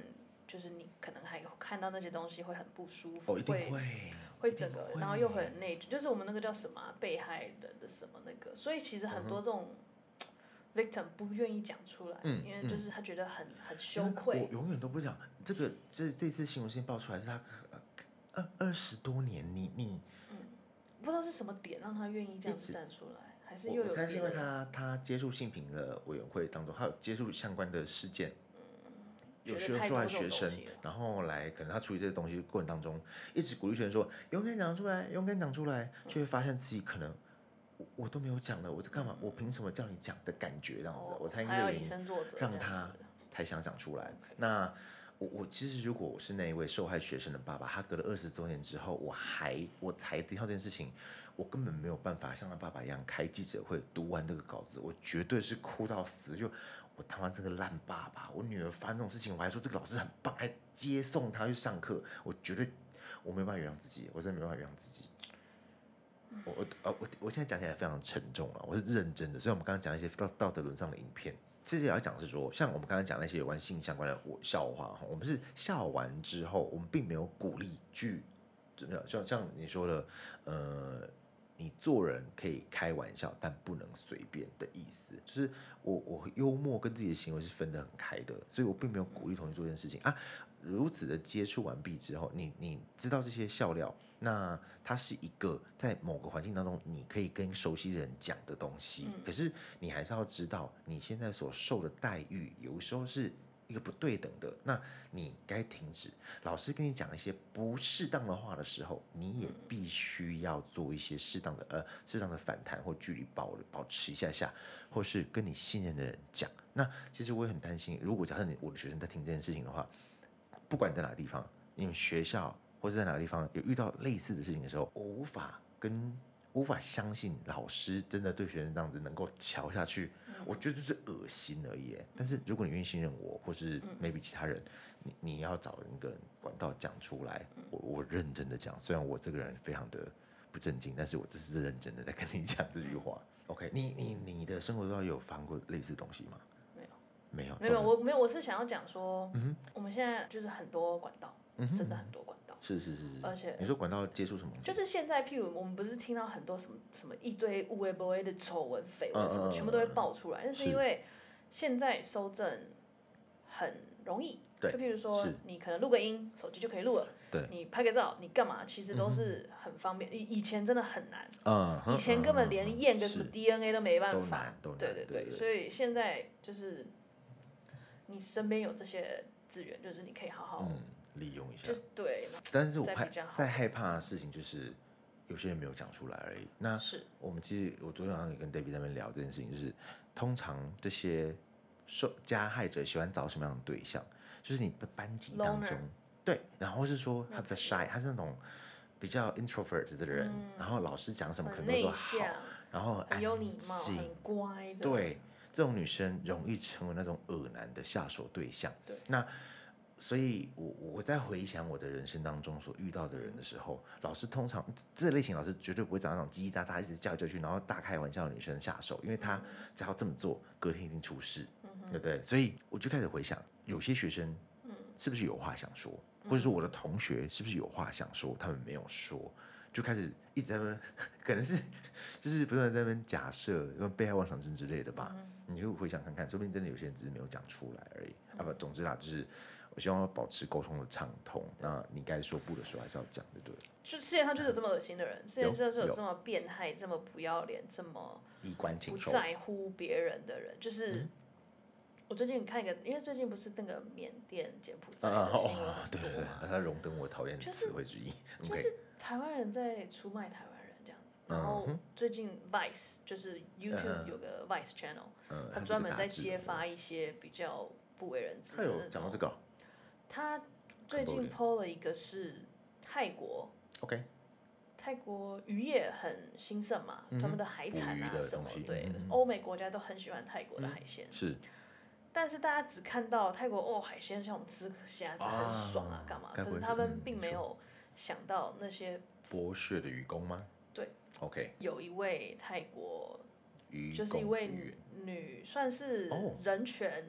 Speaker 2: 就是你可能还有看到那些东西会很不舒服，
Speaker 1: 哦，一定
Speaker 2: 会
Speaker 1: 会，
Speaker 2: 会整个，然后又
Speaker 1: 会
Speaker 2: 很内疚，就是我们那个叫什么啊、被害人的什么那个，所以其实
Speaker 1: 嗯
Speaker 2: 很多这种 victim 不愿意讲出来，
Speaker 1: 嗯
Speaker 2: 因为就是他觉得很很羞
Speaker 1: 嗯
Speaker 2: 愧
Speaker 1: 我，永远都不讲这个，这这次新闻先爆出来是他呃二二十多年，你你
Speaker 2: 不知道是什么点让他愿意这样
Speaker 1: 一
Speaker 2: 子
Speaker 1: 直
Speaker 2: 站出来，还是又
Speaker 1: 我我
Speaker 2: 有
Speaker 1: 猜是
Speaker 2: 别
Speaker 1: 因为
Speaker 2: 的
Speaker 1: 他他接触性平的委员会当中，还有接触相关的事件，有
Speaker 2: 觉
Speaker 1: 学
Speaker 2: 得太
Speaker 1: 出
Speaker 2: 多
Speaker 1: 来
Speaker 2: 这种
Speaker 1: 学
Speaker 2: 东
Speaker 1: 生
Speaker 2: 西了，
Speaker 1: 然后来可能他处理这些东西过程当中，一直鼓励学生说哎勇敢讲出来，勇敢讲出来，
Speaker 2: 嗯
Speaker 1: 就会发现自己可能我我都没有讲了，我在干嘛？我凭什么叫你讲的感觉这样子？
Speaker 2: 嗯哦
Speaker 1: 我猜应
Speaker 2: 还
Speaker 1: 该
Speaker 2: 要
Speaker 1: 有
Speaker 2: 以
Speaker 1: 原因
Speaker 2: 身作则这样
Speaker 1: 让
Speaker 2: 子，
Speaker 1: 他才想讲出来。那我我其实如果我是那一位受害学生的爸爸，他隔了二十多年之后，我还我才听到这件事情，我根本没有办法像他爸爸一样开记者会，读完这个稿子，我绝对是哭到死，就我他妈这个烂爸爸，我女儿发生这种事情，我还说这个老师很棒，还接送她去上课，我绝对我没有办法原谅自己，我真的没有办法原谅自己。我我呃我我现在讲起来非常沉重了，我是认真的。所以我们刚刚讲一些道道德沦丧的影片，其实也要讲是说，像我们刚刚讲那些有关性相关的我笑话哈，我们是笑完之后，我们并没有鼓励去真的像像你说的，呃，你做人可以开玩笑，但不能随便的意思，就是我我幽默跟自己的行为是分得很开的，所以我并没有鼓励同学做这件事情啊。如此的接触完毕之后，你你知道这些笑料，那它是一个在某个环境当中你可以跟熟悉的人讲的东西，可是你还是要知道你现在所受的待遇有时候是一个不对等的，那你该停止。老师跟你讲一些不适当的话的时候，你也必须要做一些适当的呃适当的反弹或距离保保持一下下，或是跟你信任的人讲。那其实我也很担心，如果假设你我的学生在听这件事情的话，不管你在哪个地方，你们学校或是在哪个地方有遇到类似的事情的时候，我无法跟无法相信老师真的对学生这样子能够瞧下去，我觉得这是恶心而已耶。但是如果你愿意信任我，或是
Speaker 2: 嗯
Speaker 1: maybe 其他人，你你要找一个管道讲出来，我我认真的讲，虽然我这个人非常的不正经，但是我这是认真的在跟你讲这句话。OK，你你你的生活中有发生过类似的东西吗？
Speaker 2: 没
Speaker 1: 没有，
Speaker 2: 没有，
Speaker 1: 懂了
Speaker 2: 我没有，我是想要讲说，
Speaker 1: 嗯
Speaker 2: 我们现在就是很多管道，
Speaker 1: 嗯哼
Speaker 2: 真的很多管道，
Speaker 1: 是是是是，
Speaker 2: 而且
Speaker 1: 你说管道接触什么东西？
Speaker 2: 就是现在，譬如我们不是听到很多什么什么一堆无微不微的丑闻、绯闻什
Speaker 1: 嗯嗯
Speaker 2: 么，
Speaker 1: 嗯
Speaker 2: 全部都会爆出来，但是
Speaker 1: 是
Speaker 2: 因为现在收证很容易，就
Speaker 1: 对
Speaker 2: 譬如说
Speaker 1: 是
Speaker 2: 你可能录个音，手机就可以录了，
Speaker 1: 对，
Speaker 2: 你拍个照，你干嘛，其实都是很方便，以以前真的很难。
Speaker 1: 嗯，哼
Speaker 2: 以前根本连验个什么
Speaker 1: 是
Speaker 2: DNA 都没办
Speaker 1: 都
Speaker 2: 法
Speaker 1: 难都，难
Speaker 2: 对
Speaker 1: 对
Speaker 2: 对，
Speaker 1: 对
Speaker 2: 所以现在就是你身边有这些资源，就是你可以好好，
Speaker 1: 嗯利用一下
Speaker 2: 哦就。是对，
Speaker 1: 但是我
Speaker 2: 再
Speaker 1: 害
Speaker 2: 比较好
Speaker 1: 在害怕的事情就是有些人没有讲出来而已。那
Speaker 2: 是
Speaker 1: 我们其实我昨天晚上也跟 David 在那边聊这件事情，就是通常这些受加害者喜欢找什么样的对象？就是你的班级当
Speaker 2: Loner
Speaker 1: 中，对，然后是说
Speaker 2: 那
Speaker 1: 他比较
Speaker 2: 朋
Speaker 1: shy，他是那种比较 introvert 的人，
Speaker 2: 嗯
Speaker 1: 然后老师讲什么可
Speaker 2: 很
Speaker 1: 能都
Speaker 2: 内
Speaker 1: 说好，
Speaker 2: 向，
Speaker 1: 然后
Speaker 2: 很
Speaker 1: 安
Speaker 2: 有礼貌，
Speaker 1: 静
Speaker 2: 很乖的，
Speaker 1: 对，这种女生容易成为那种恶男的下手对象。
Speaker 2: 对
Speaker 1: 那所以我，我在回想我的人生当中所遇到的人的时候，老师通常这类型老师绝对不会找那种叽叽喳喳、一直叫来叫去，然后大开玩笑的女生下手，因为她只要这么做，隔天一定出事，
Speaker 2: 嗯
Speaker 1: 对不
Speaker 2: 哼，
Speaker 1: 对？所以我就开始回想，有些学生
Speaker 2: 嗯
Speaker 1: 是不是有话想说，或者说我的同学是不是有话想说，他们没有说，就开始一直在那边，可能是就是不断地在那边假设，什么被害妄想症之类的吧。
Speaker 2: 嗯
Speaker 1: 你就回想看看，说不定真的有些人只是没有讲出来而已。啊不，总之啦，就是我希望要保持沟通的畅通。那你该说不的时候还是要讲，对不对了？
Speaker 2: 就世界上就是有这么恶心的人，世界上就是有
Speaker 1: 有
Speaker 2: 这么变态、这么不要脸、这么
Speaker 1: 衣冠
Speaker 2: 不
Speaker 1: 禽兽，啊
Speaker 2: 在乎别人的人，
Speaker 1: 嗯
Speaker 2: 就是。我最近看一个，因为最近不是那个缅甸、柬埔寨
Speaker 1: 啊
Speaker 2: 的新闻
Speaker 1: 哦，
Speaker 2: 很
Speaker 1: 对对
Speaker 2: 多
Speaker 1: 对
Speaker 2: 嘛，，
Speaker 1: 它荣登我讨厌的
Speaker 2: 就是
Speaker 1: 词汇之一。
Speaker 2: 就
Speaker 1: OK，
Speaker 2: 是台湾人在出卖台湾人这样子。然后
Speaker 1: 嗯哼
Speaker 2: 最近 Vice 就是
Speaker 1: 嗯
Speaker 2: YouTube
Speaker 1: 嗯
Speaker 2: 有个 Vice Channel，、
Speaker 1: 嗯，
Speaker 2: 他
Speaker 1: 它是
Speaker 2: 专
Speaker 1: 个
Speaker 2: 门
Speaker 1: 杂
Speaker 2: 在
Speaker 1: 志
Speaker 2: 揭
Speaker 1: 嘛。
Speaker 2: 发一些比较不为人知
Speaker 1: 他
Speaker 2: 的
Speaker 1: 有
Speaker 2: 那
Speaker 1: 讲
Speaker 2: 种。
Speaker 1: 到这个哦
Speaker 2: 他最近
Speaker 1: Cambodia
Speaker 2: PO 了一个是泰国，
Speaker 1: ，OK，
Speaker 2: 泰国渔业很兴盛嘛，
Speaker 1: 嗯哼
Speaker 2: 他们的海产
Speaker 1: 捕鱼
Speaker 2: 啊
Speaker 1: 的
Speaker 2: 什么
Speaker 1: 东西，
Speaker 2: 对
Speaker 1: 嗯嗯嗯，
Speaker 2: 欧美国家都很喜欢泰国的
Speaker 1: 嗯
Speaker 2: 海鲜。
Speaker 1: 是
Speaker 2: 但是大家只看到泰国哦海鲜，像我们吃虾子很爽啊
Speaker 1: 啊，
Speaker 2: 干嘛？
Speaker 1: 该
Speaker 2: 可
Speaker 1: 不
Speaker 2: 是
Speaker 1: 会
Speaker 2: 他
Speaker 1: 是
Speaker 2: 们
Speaker 1: 嗯
Speaker 2: 并
Speaker 1: 你
Speaker 2: 没
Speaker 1: 说
Speaker 2: 有想到那些
Speaker 1: 剥削的愚公吗？
Speaker 2: 对
Speaker 1: ，OK，
Speaker 2: 有一位泰国，
Speaker 1: 愚公
Speaker 2: 就是一位
Speaker 1: 愚
Speaker 2: 女女，算是
Speaker 1: 哦嗯
Speaker 2: 人权，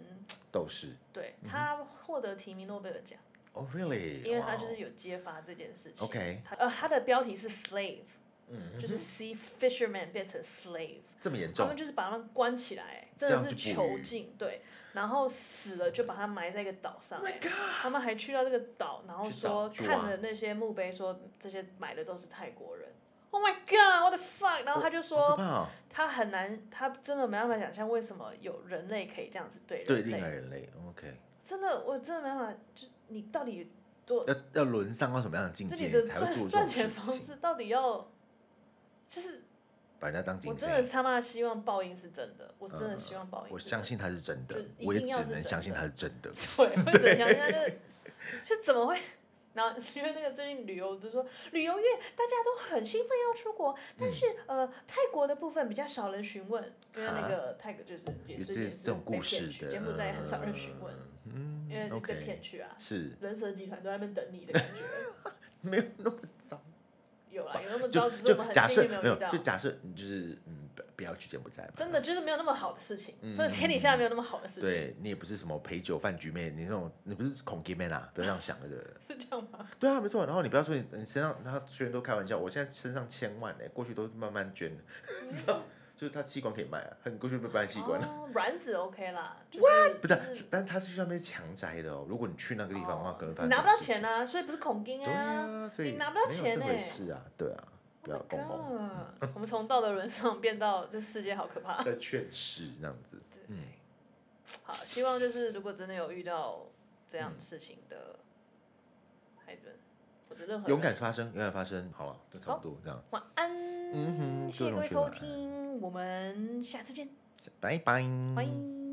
Speaker 1: 斗士。
Speaker 2: 对她获得提名诺贝尔奖，
Speaker 1: 哦，really？
Speaker 2: 因为
Speaker 1: 哇
Speaker 2: 她
Speaker 1: 哦
Speaker 2: 就是有揭发这件事情。
Speaker 1: OK
Speaker 2: 她呃，她的标题是 slave，
Speaker 1: 嗯，
Speaker 2: 就是 sea fisherman 变成 slave，
Speaker 1: 这么严
Speaker 2: 他
Speaker 1: 重
Speaker 2: 们，就是把他们关起来，真
Speaker 1: 这
Speaker 2: 的
Speaker 1: 样
Speaker 2: 是
Speaker 1: 去捕
Speaker 2: 囚
Speaker 1: 鱼
Speaker 2: 禁，对，然后死了就把他埋在一个岛上、哎他们还去到这个岛，然后
Speaker 1: 去找
Speaker 2: 说
Speaker 1: 去
Speaker 2: 看
Speaker 1: 挖
Speaker 2: 了那些墓碑说这些埋的都是泰国人。Oh my god! What the fuck! 然后他就
Speaker 1: 好可，
Speaker 2: 说
Speaker 1: 怕哦
Speaker 2: 他很难，他真的没办法想象为什么有人类可以这样子对
Speaker 1: 对
Speaker 2: 人
Speaker 1: 另外
Speaker 2: 类。
Speaker 1: 人类，OK，
Speaker 2: 真的，我真的没办法，就你到底多，
Speaker 1: 要要沦丧到什么样的境
Speaker 2: 就你
Speaker 1: 界
Speaker 2: 的
Speaker 1: 你才会做这
Speaker 2: 赚赚
Speaker 1: 种
Speaker 2: 钱
Speaker 1: 事
Speaker 2: 方
Speaker 1: 情？
Speaker 2: 式到底要，就是
Speaker 1: 把人家当
Speaker 2: 我
Speaker 1: 竞
Speaker 2: 真的
Speaker 1: 争，
Speaker 2: 是他妈希望报应是真的，我真的希望报应
Speaker 1: 我
Speaker 2: 是真
Speaker 1: 相
Speaker 2: 的。
Speaker 1: 信他是真
Speaker 2: 就
Speaker 1: 的
Speaker 2: 一，定
Speaker 1: 我也
Speaker 2: 要
Speaker 1: 只
Speaker 2: 是
Speaker 1: 能
Speaker 2: 真
Speaker 1: 相信
Speaker 2: 的
Speaker 1: 他是真 的。
Speaker 2: 对，我只能想象就是，就怎么会？然后因为那个最近旅游，就说旅游业大家都很兴奋要出国，
Speaker 1: 嗯
Speaker 2: 但是、呃，泰国的部分比较少人询问，因为那
Speaker 1: 哈
Speaker 2: 个泰国就是也
Speaker 1: 有这
Speaker 2: 最近也
Speaker 1: 这
Speaker 2: 是
Speaker 1: 种
Speaker 2: 被
Speaker 1: 故事
Speaker 2: 骗去，
Speaker 1: 的，
Speaker 2: 柬埔寨也很少人询问，
Speaker 1: 嗯，
Speaker 2: 因为你被
Speaker 1: OK，
Speaker 2: 骗去啊，
Speaker 1: 是
Speaker 2: 人蛇集团都在那边等你的感觉。
Speaker 1: 没有那么糟。
Speaker 2: 有 啦，有那么
Speaker 1: 就
Speaker 2: 糟，只是我们
Speaker 1: 就假
Speaker 2: 很幸
Speaker 1: 设
Speaker 2: 运没
Speaker 1: 没
Speaker 2: 有
Speaker 1: 有
Speaker 2: 遇到
Speaker 1: 就。假设你就是嗯，不不要去柬埔寨吧。
Speaker 2: 真的就是没有那么好的事情，
Speaker 1: 嗯
Speaker 2: 所以天底下没有那么好的事情，
Speaker 1: 对你也不是什么陪酒饭局妹，你那种你不是恐 gay 妹啦，不要这样想的。对不对
Speaker 2: 是这样 吗？
Speaker 1: 对啊，没错。然后你不要说你你身上，他虽然都开玩笑，我现在身上千万呢，过去都是慢慢捐的，你知道，就是他器官可以卖啊，你过去被卖器官了。
Speaker 2: 哦，卵子 OK 啦，就是
Speaker 1: 不，
Speaker 2: 就是
Speaker 1: 啊但他去那边强摘的哦。如果你去那个地方的话，
Speaker 2: 哦
Speaker 1: 可能
Speaker 2: 你
Speaker 1: 反
Speaker 2: 拿不到钱啊，所以不是恐惊
Speaker 1: 对
Speaker 2: 啊。
Speaker 1: 啊，所以
Speaker 2: 你拿不到
Speaker 1: 没有
Speaker 2: 钱
Speaker 1: 这回
Speaker 2: 欸
Speaker 1: 事啊，对啊，不
Speaker 2: Oh
Speaker 1: 要
Speaker 2: my
Speaker 1: 公公
Speaker 2: god！我们从道德沦丧变到这世界好可怕。
Speaker 1: 在劝世那样子。
Speaker 2: 对
Speaker 1: 嗯，
Speaker 2: 好，希望就是如果真的有遇到这样事情的孩子们，或者任何人
Speaker 1: 勇，敢发声，勇敢发声，好了，就差不多这样，
Speaker 2: 晚安。
Speaker 1: 嗯哼
Speaker 2: 谢谢各位
Speaker 1: 各
Speaker 2: 收
Speaker 1: 种去
Speaker 2: 听，我们下次见，
Speaker 1: 拜拜，
Speaker 2: 拜。